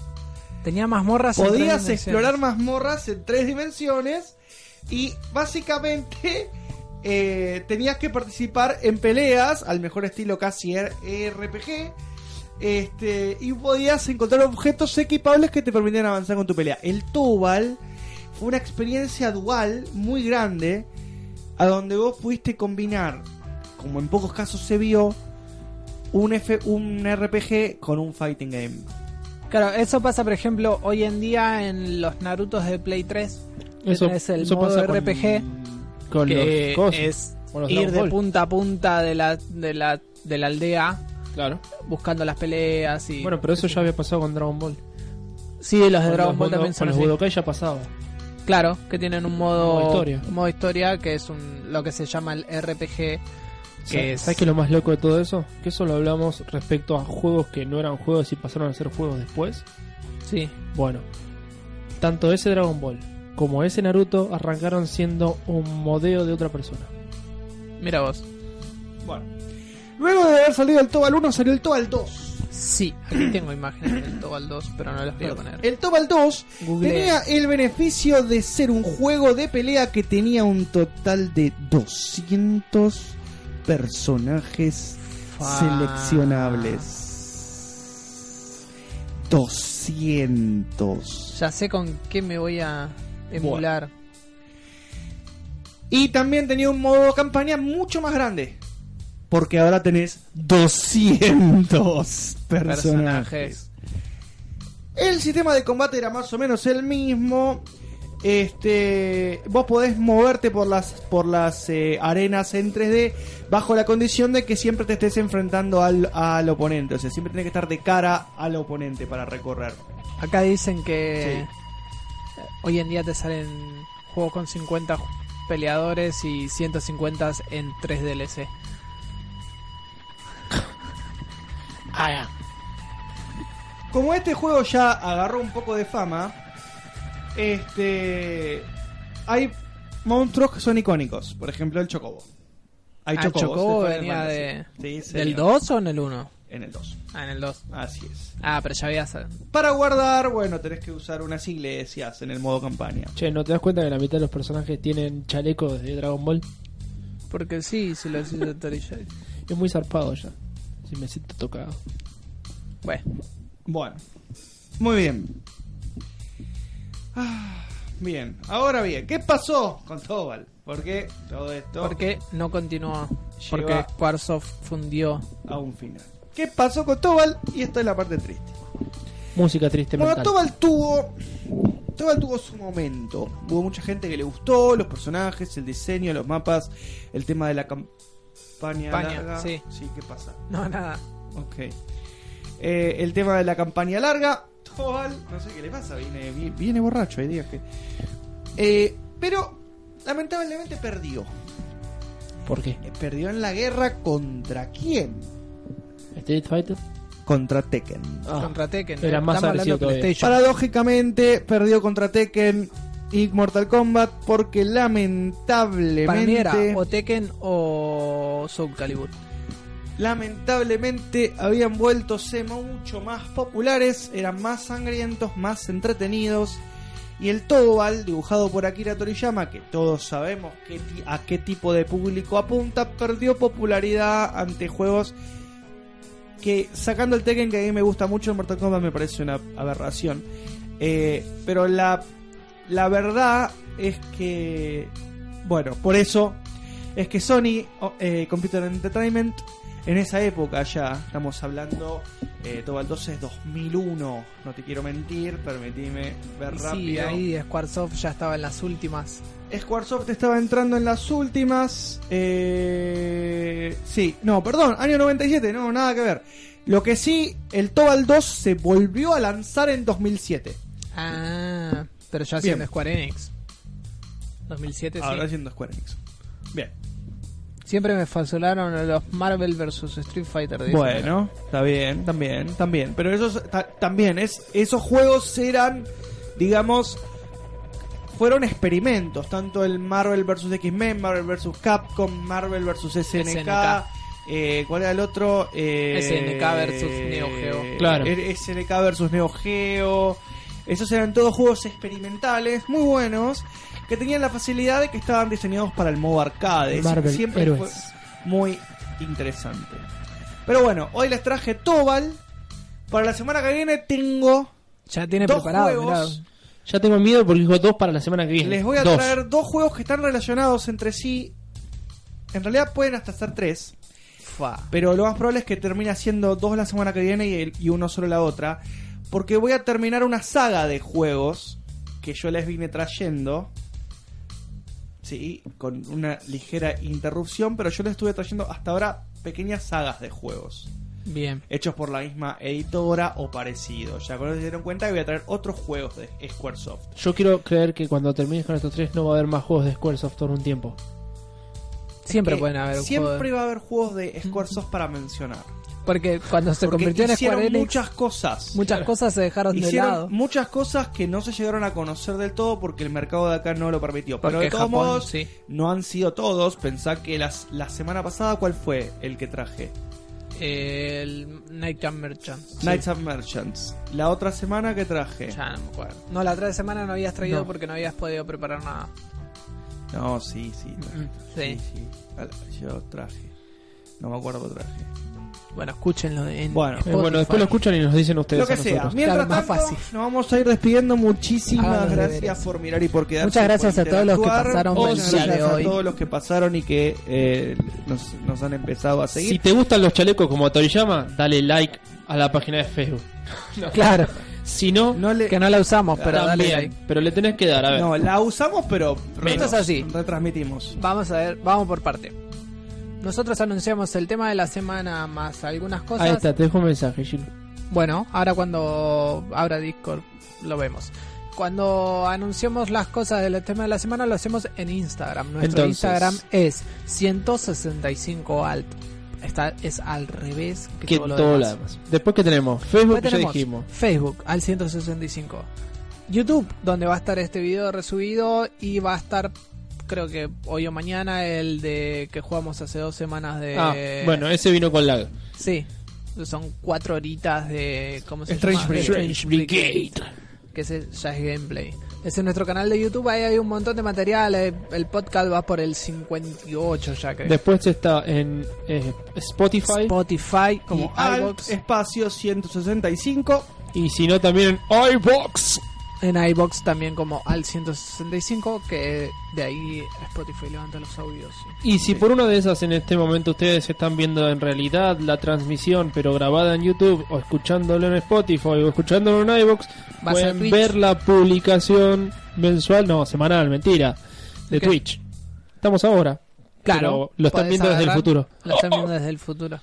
Speaker 2: Tenía mazmorras en tres
Speaker 3: Podías
Speaker 2: dimensiones.
Speaker 3: explorar mazmorras en tres dimensiones y básicamente eh, tenías que participar en peleas al mejor estilo casi R- RPG. Este, y podías encontrar objetos equipables que te permitían avanzar con tu pelea. El Tobal fue una experiencia dual muy grande a donde vos pudiste combinar, como en pocos casos se vio, un, F un RPG con un fighting game.
Speaker 2: Claro, eso pasa, por ejemplo, hoy en día en los Narutos de Play 3. que
Speaker 1: Eso,
Speaker 2: tenés el
Speaker 1: eso
Speaker 2: modo
Speaker 1: pasa con-
Speaker 2: RPG.
Speaker 1: Con,
Speaker 2: que
Speaker 1: los cosas.
Speaker 2: es
Speaker 1: con los
Speaker 2: ir
Speaker 1: Dragon
Speaker 2: de
Speaker 1: Ball.
Speaker 2: punta a punta de la, de la, de la aldea
Speaker 1: Claro.
Speaker 2: buscando las peleas y...
Speaker 1: Bueno, pero eso ya había pasado con Dragon Ball.
Speaker 2: sí, los de
Speaker 1: Con
Speaker 2: Dragon
Speaker 1: los
Speaker 2: Ball
Speaker 1: Budo-
Speaker 2: también
Speaker 1: Con
Speaker 2: son
Speaker 1: los
Speaker 2: así.
Speaker 1: Budokai ya pasaba.
Speaker 2: Claro, que tienen un modo,
Speaker 1: Modo historia.
Speaker 2: un modo historia que es un, lo que se llama el RPG. Que
Speaker 1: ¿Sabes
Speaker 2: es-
Speaker 1: ¿Sabes qué es lo más loco de todo eso? Que eso lo hablamos respecto a juegos que no eran juegos y pasaron a ser juegos después.
Speaker 2: Sí,
Speaker 1: Bueno, tanto ese Dragon Ball como ese Naruto arrancaron siendo un modelo de otra persona.
Speaker 2: mira vos.
Speaker 3: Bueno. Luego de haber salido el Tobal 1, salió el Tobal 2.
Speaker 2: Sí, aquí tengo imágenes del Tobal 2, pero no las voy a poner.
Speaker 3: El Tobal 2
Speaker 2: Google.
Speaker 3: tenía el beneficio de ser un juego de pelea que tenía un total de 200 personajes Seleccionables. 200.
Speaker 2: Ya sé con qué me voy a emular.
Speaker 3: Y también tenía un modo campaña mucho más grande. Porque ahora tenés 200 personajes.
Speaker 2: Personajes.
Speaker 3: El sistema de combate era más o menos el mismo. Este, vos podés moverte por las por las eh, arenas en 3D bajo la condición de que siempre te estés enfrentando al, al oponente, o sea, siempre tenés que estar de cara al oponente para recorrer.
Speaker 2: Acá dicen que eh, hoy en día te salen juegos con 50 ju- peleadores y 150 en 3 DLC. Ah,
Speaker 3: Como este juego ya agarró un poco de fama, este hay monstruos que son icónicos, por ejemplo, el Chocobo. Hay
Speaker 2: Ah, el
Speaker 3: chocobos de
Speaker 2: Chocobo
Speaker 3: Final
Speaker 2: venía de-
Speaker 3: Fantasy. Sí,
Speaker 2: ¿Del
Speaker 3: señor.
Speaker 2: 2 o en el 1?
Speaker 3: En el 2.
Speaker 2: Ah, en el 2.
Speaker 3: Así es.
Speaker 2: Ah, pero ya habías...
Speaker 3: Para guardar, bueno, tenés que usar unas iglesias en el modo campaña.
Speaker 1: Che, ¿no te das cuenta que la mitad de los personajes tienen chalecos de Dragon Ball?
Speaker 2: Porque sí, si lo hizo Toriyama.
Speaker 1: Es muy zarpado ya. Si me siento tocado.
Speaker 2: Bueno,
Speaker 3: Bueno, muy bien. Ah, bien, ahora bien, ¿qué pasó con Tobal? ¿Por qué todo esto
Speaker 2: porque no continuó. Porque
Speaker 3: Lleva-
Speaker 2: Squaresoft fundió.
Speaker 3: a un final? ¿Qué pasó con Tobal? Y esta es la parte triste.
Speaker 1: Música triste
Speaker 3: Bueno,
Speaker 1: mental.
Speaker 3: Tobal tuvo. Tobal tuvo su momento. Hubo mucha gente que le gustó, los personajes, el diseño, los mapas, el tema de la campaña.
Speaker 2: Campaña,
Speaker 3: larga.
Speaker 2: sí.
Speaker 3: sí, ¿qué pasa?
Speaker 2: No, nada.
Speaker 3: Ok. Eh, el tema de la campaña larga. Tobal, no sé qué le pasa, viene, vi- viene borracho, hay días que. Eh, pero lamentablemente perdió.
Speaker 1: ¿Por qué?
Speaker 3: Eh, Perdió en la guerra contra quién?
Speaker 1: Street Fighter.
Speaker 3: Contra Tekken.
Speaker 1: Ah,
Speaker 2: Contra Tekken.
Speaker 1: era más
Speaker 2: Estamos hablando
Speaker 1: agresivo
Speaker 2: de
Speaker 1: todavía.
Speaker 2: PlayStation.
Speaker 3: Paradójicamente perdió contra Tekken y Mortal Kombat porque lamentablemente
Speaker 2: Para mí era o Tekken o Soul Calibur.
Speaker 3: lamentablemente habían vuelto se mucho más populares, eran más sangrientos, más entretenidos. Y el Tobal, dibujado por Akira Toriyama, que todos sabemos qué ti- a qué tipo de público apunta, perdió popularidad ante juegos que, sacando el Tekken, que a mí me gusta mucho, el Mortal Kombat me parece una aberración. Eh, pero la, la verdad es que, bueno, por eso es que Sony o- eh, Computer Entertainment en esa época ya, estamos hablando, eh, Tobal 2 es 2001, no te quiero mentir, permitime ver
Speaker 2: Y sí,
Speaker 3: rápido.
Speaker 2: ahí Squaresoft ya estaba en las últimas.
Speaker 3: Squaresoft estaba entrando en las últimas. eh, sí, no, perdón, año 97, no, nada que ver. Lo que sí, el Tobal 2 se volvió a lanzar en 2007.
Speaker 2: Ah, pero ya
Speaker 3: Bien. Ah,
Speaker 2: siendo Square Enix. 2007,
Speaker 3: Ahora
Speaker 2: sí.
Speaker 3: siendo Square Enix. Bien.
Speaker 2: Siempre me fasolaron a los Marvel vs Street Fighter. de esa
Speaker 3: Bueno, está bien, también, también. Pero esos ta- también, es, esos juegos eran, digamos, fueron experimentos. Tanto el Marvel vs. X-Men, Marvel vs. Capcom, Marvel vs. SNK.
Speaker 2: SNK.
Speaker 3: eh, ¿Cuál era el otro? Eh,
Speaker 2: SNK versus Neo Geo.
Speaker 1: Claro.
Speaker 3: eh, SNK versus Neo Geo. Esos eran todos juegos experimentales, muy buenos, que tenían la facilidad de que estaban diseñados para el modo arcade.
Speaker 1: Marvel
Speaker 3: Siempre
Speaker 1: Héroes.
Speaker 3: fue- muy interesante. Pero bueno, hoy les traje Tobal. Para la semana que viene tengo.
Speaker 2: Ya tiene
Speaker 3: Dos
Speaker 2: preparado,
Speaker 3: juegos.
Speaker 2: mirá.
Speaker 1: Ya tengo miedo porque dijo dos para la semana que viene.
Speaker 3: Les voy a
Speaker 1: Dos.
Speaker 3: traer dos juegos que están relacionados entre sí. En realidad pueden hasta ser tres.
Speaker 2: Fa.
Speaker 3: Pero lo más probable es que termine siendo dos la semana que viene y, el- y uno solo la otra. Porque voy a terminar una saga de juegos que yo les vine trayendo. Sí, con una ligera interrupción, pero yo les estuve trayendo hasta ahora pequeñas sagas de juegos.
Speaker 2: Bien.
Speaker 3: hechos por la misma editora o parecido. Ya con eso se dieron cuenta que voy a traer otros juegos de Squaresoft.
Speaker 1: Yo quiero creer que cuando termines con estos tres no va a haber más juegos de Squaresoft por un tiempo. Eh,
Speaker 2: Siempre
Speaker 3: Que
Speaker 2: pueden haber un
Speaker 3: Siempre
Speaker 2: juego de-
Speaker 3: va a haber juegos de Squaresoft para mencionar.
Speaker 2: Porque cuando se
Speaker 3: Porque
Speaker 2: convirtió en
Speaker 3: hicieron
Speaker 2: Square Enix, muchas,
Speaker 3: muchas cosas.
Speaker 2: cosas se dejaron de lado.
Speaker 3: Hicieron muchas cosas que no se llegaron a conocer del todo porque el mercado de acá no lo permitió. Pero
Speaker 2: Porque
Speaker 3: de todos
Speaker 2: Japón,
Speaker 3: modos,
Speaker 2: sí.
Speaker 3: no han sido todos. Pensá que las, la semana pasada, ¿cuál fue el que traje?
Speaker 2: El Nightcam Merchant.
Speaker 3: Knights and Merchants. La otra semana que traje.
Speaker 2: Ya no me acuerdo. No, la otra semana no habías traído
Speaker 3: No.
Speaker 2: porque no habías podido preparar nada.
Speaker 3: No, sí, sí. traje.
Speaker 2: Mm, Sí.
Speaker 3: Sí, sí. Al- Yo traje. No me acuerdo qué traje.
Speaker 2: Bueno, escúchenlo en
Speaker 3: Bueno,
Speaker 1: Eh, bueno, después lo escuchan y nos dicen ustedes
Speaker 3: Lo que
Speaker 1: a
Speaker 3: sea.
Speaker 1: nosotros.
Speaker 3: Mientras
Speaker 2: Claro, más
Speaker 3: tanto,
Speaker 2: fácil.
Speaker 3: nos vamos a ir despidiendo. Muchísimas
Speaker 2: Hagan los
Speaker 3: gracias
Speaker 2: deberes.
Speaker 3: por mirar y por quedarse.
Speaker 2: Muchas gracias
Speaker 3: por
Speaker 2: a todos los que
Speaker 3: interactuar.
Speaker 2: pasaron por el
Speaker 3: Muchas
Speaker 2: día de
Speaker 3: gracias
Speaker 2: hoy.
Speaker 3: a todos los que pasaron y que eh, nos, nos han empezado a
Speaker 1: Si
Speaker 3: seguir.
Speaker 1: te gustan los chalecos como a Toriyama, dale like a la página de Facebook.
Speaker 2: Claro,
Speaker 1: Si no,
Speaker 3: No le-
Speaker 2: que no la usamos, pero dale
Speaker 1: también.
Speaker 2: like.
Speaker 1: Pero le tenés que dar, a ver.
Speaker 3: No, la usamos, pero
Speaker 2: Esto es así.
Speaker 3: retransmitimos.
Speaker 2: Vamos a ver, vamos por parte. Nosotros anunciamos el tema de la semana más algunas cosas.
Speaker 1: Ahí está, te dejo un mensaje, Gil.
Speaker 2: Bueno, ahora cuando abra Discord lo vemos. Cuando anunciamos las cosas del tema de la semana lo hacemos en Instagram. Nuestro
Speaker 1: Entonces.
Speaker 2: Instagram es 165 alt. Está, es al revés que,
Speaker 1: Que
Speaker 2: todo lo
Speaker 1: todo lo
Speaker 2: demás.
Speaker 1: demás. Después que tenemos Facebook,
Speaker 2: Después
Speaker 1: ya
Speaker 2: tenemos
Speaker 1: dijimos.
Speaker 2: Facebook al 165. YouTube, donde va a estar este video resubido y va a estar, creo que hoy o mañana, el de que jugamos hace dos semanas de...
Speaker 1: Ah, bueno, ese vino con lag.
Speaker 2: Sí, son cuatro horitas de... ¿Cómo se
Speaker 3: Strange
Speaker 2: llama?
Speaker 3: Brigade.
Speaker 2: Strange Que ese ya es gameplay. Ese es nuestro canal de YouTube, ahí hay un montón de material, eh, el podcast va por el 58 ya creo.
Speaker 1: Después está en eh, Spotify.
Speaker 2: Spotify,
Speaker 3: Como
Speaker 2: como
Speaker 3: Alt,
Speaker 2: iBox.
Speaker 3: espacio 165.
Speaker 1: y si no, también en iBox.
Speaker 2: En iBox también como al 165, que de ahí Spotify levanta los audios.
Speaker 1: Y si por una de esas en este momento ustedes están viendo en realidad la transmisión, pero grabada en YouTube, o escuchándolo en Spotify, o escuchándolo en iBox,
Speaker 2: Vas a
Speaker 1: pueden
Speaker 2: Twitch.
Speaker 1: ver la publicación mensual, no, semanal, mentira, de
Speaker 2: Ok.
Speaker 1: Twitch. Estamos ahora. pero lo están
Speaker 2: podés
Speaker 1: viendo desde el
Speaker 2: agarrar,
Speaker 1: futuro.
Speaker 2: Lo están viendo desde el futuro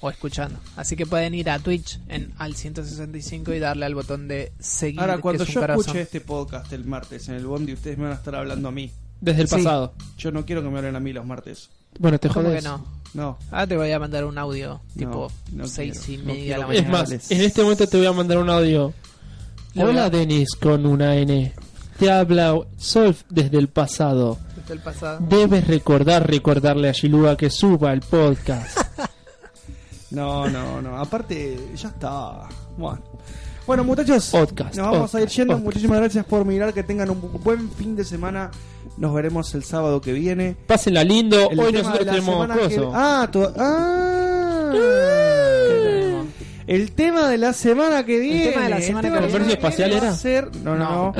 Speaker 2: o escuchando. Así que pueden ir a Twitch en al 165 y darle al botón de seguir.
Speaker 3: Ahora,
Speaker 2: que
Speaker 3: cuando
Speaker 2: es un
Speaker 3: yo
Speaker 2: corazón.
Speaker 3: escuche este podcast el martes en el Bondi, ustedes me van a estar hablando a mí.
Speaker 1: Desde el
Speaker 2: Sí.
Speaker 1: pasado.
Speaker 3: Yo no quiero que me hablen a mí los martes.
Speaker 1: Bueno, te
Speaker 2: ¿Cómo que
Speaker 1: jodes.
Speaker 2: no?
Speaker 3: No.
Speaker 2: Ahora te voy a mandar un audio tipo
Speaker 3: no
Speaker 2: 6
Speaker 3: quiero,
Speaker 2: y
Speaker 3: no
Speaker 2: media de la
Speaker 3: quiero.
Speaker 1: Es
Speaker 2: mañana.
Speaker 1: más, en este momento te voy a mandar un audio.
Speaker 2: Le voy
Speaker 1: Hola
Speaker 2: a-
Speaker 1: Denis con una N. Te habla Solf desde el pasado.
Speaker 2: Desde el pasado.
Speaker 1: Debes recordar, recordarle a Shilua que suba el podcast.
Speaker 3: No, no, no. Aparte, ya está. Bueno, bueno muchachos,
Speaker 1: Podcast,
Speaker 3: nos vamos a ir
Speaker 1: podcast,
Speaker 3: yendo.
Speaker 1: podcast.
Speaker 3: Muchísimas gracias por mirar. Que tengan un bu- buen fin de semana. Nos veremos el sábado que viene.
Speaker 1: Pásenla lindo.
Speaker 3: El
Speaker 1: Hoy
Speaker 3: tema de
Speaker 1: nosotros
Speaker 3: la
Speaker 1: tenemos
Speaker 3: semana que-
Speaker 1: coso.
Speaker 3: Ah, to- ah. El tema de la semana que viene.
Speaker 2: tema de la semana
Speaker 3: tema
Speaker 2: que
Speaker 3: de la
Speaker 1: viene.
Speaker 3: semana
Speaker 1: ¿Comercio espacial
Speaker 3: viene va
Speaker 1: era?
Speaker 3: a ser- No, no.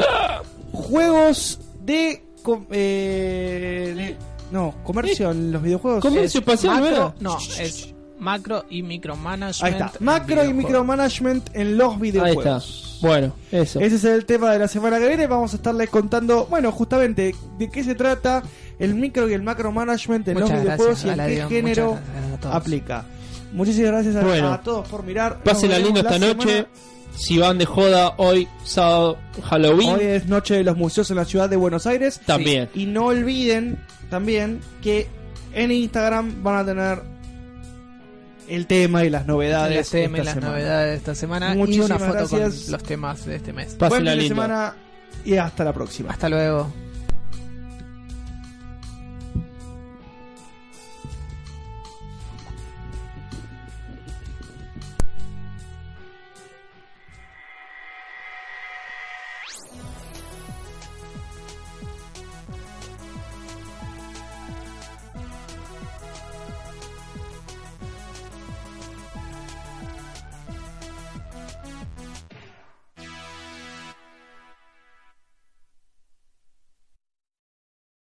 Speaker 3: Juegos de. com- eh, de- no, comercio en los videojuegos.
Speaker 1: Comercio espacial,
Speaker 2: Macro,
Speaker 1: ¿verdad?
Speaker 2: no, es macro y micromanagement.
Speaker 3: Ahí está. Macro y
Speaker 2: videojuegos.
Speaker 3: micromanagement en los
Speaker 1: Ahí está.
Speaker 3: videojuegos.
Speaker 1: Bueno, eso.
Speaker 3: Ese es el tema de la semana que viene. Vamos a estarles contando, bueno, justamente de qué se trata el micro y el macro management en los
Speaker 2: Muchas gracias,
Speaker 3: videojuegos y en
Speaker 2: Aladio.
Speaker 3: qué género
Speaker 2: Muchas gracias a todos.
Speaker 3: aplica. Muchísimas gracias a,
Speaker 1: Bueno.
Speaker 3: a todos por mirar. Nos
Speaker 1: Pásenla
Speaker 3: veremos
Speaker 1: lindo esta
Speaker 3: la
Speaker 1: noche.
Speaker 3: semana-
Speaker 1: Si van de joda hoy, sábado, Halloween.
Speaker 3: Hoy es noche de los museos en la ciudad de Buenos Aires.
Speaker 1: También.
Speaker 3: Y no olviden también que en Instagram van a tener el tema y las novedades.
Speaker 2: Las temas,
Speaker 3: esta
Speaker 2: las
Speaker 3: semana.
Speaker 2: novedades de esta semana y
Speaker 3: Muchísimas
Speaker 2: una foto
Speaker 3: gracias.
Speaker 2: con los temas de este mes.
Speaker 3: Buen
Speaker 1: Pásenla
Speaker 3: fin de
Speaker 1: lindo.
Speaker 3: semana y hasta la próxima.
Speaker 2: Hasta luego.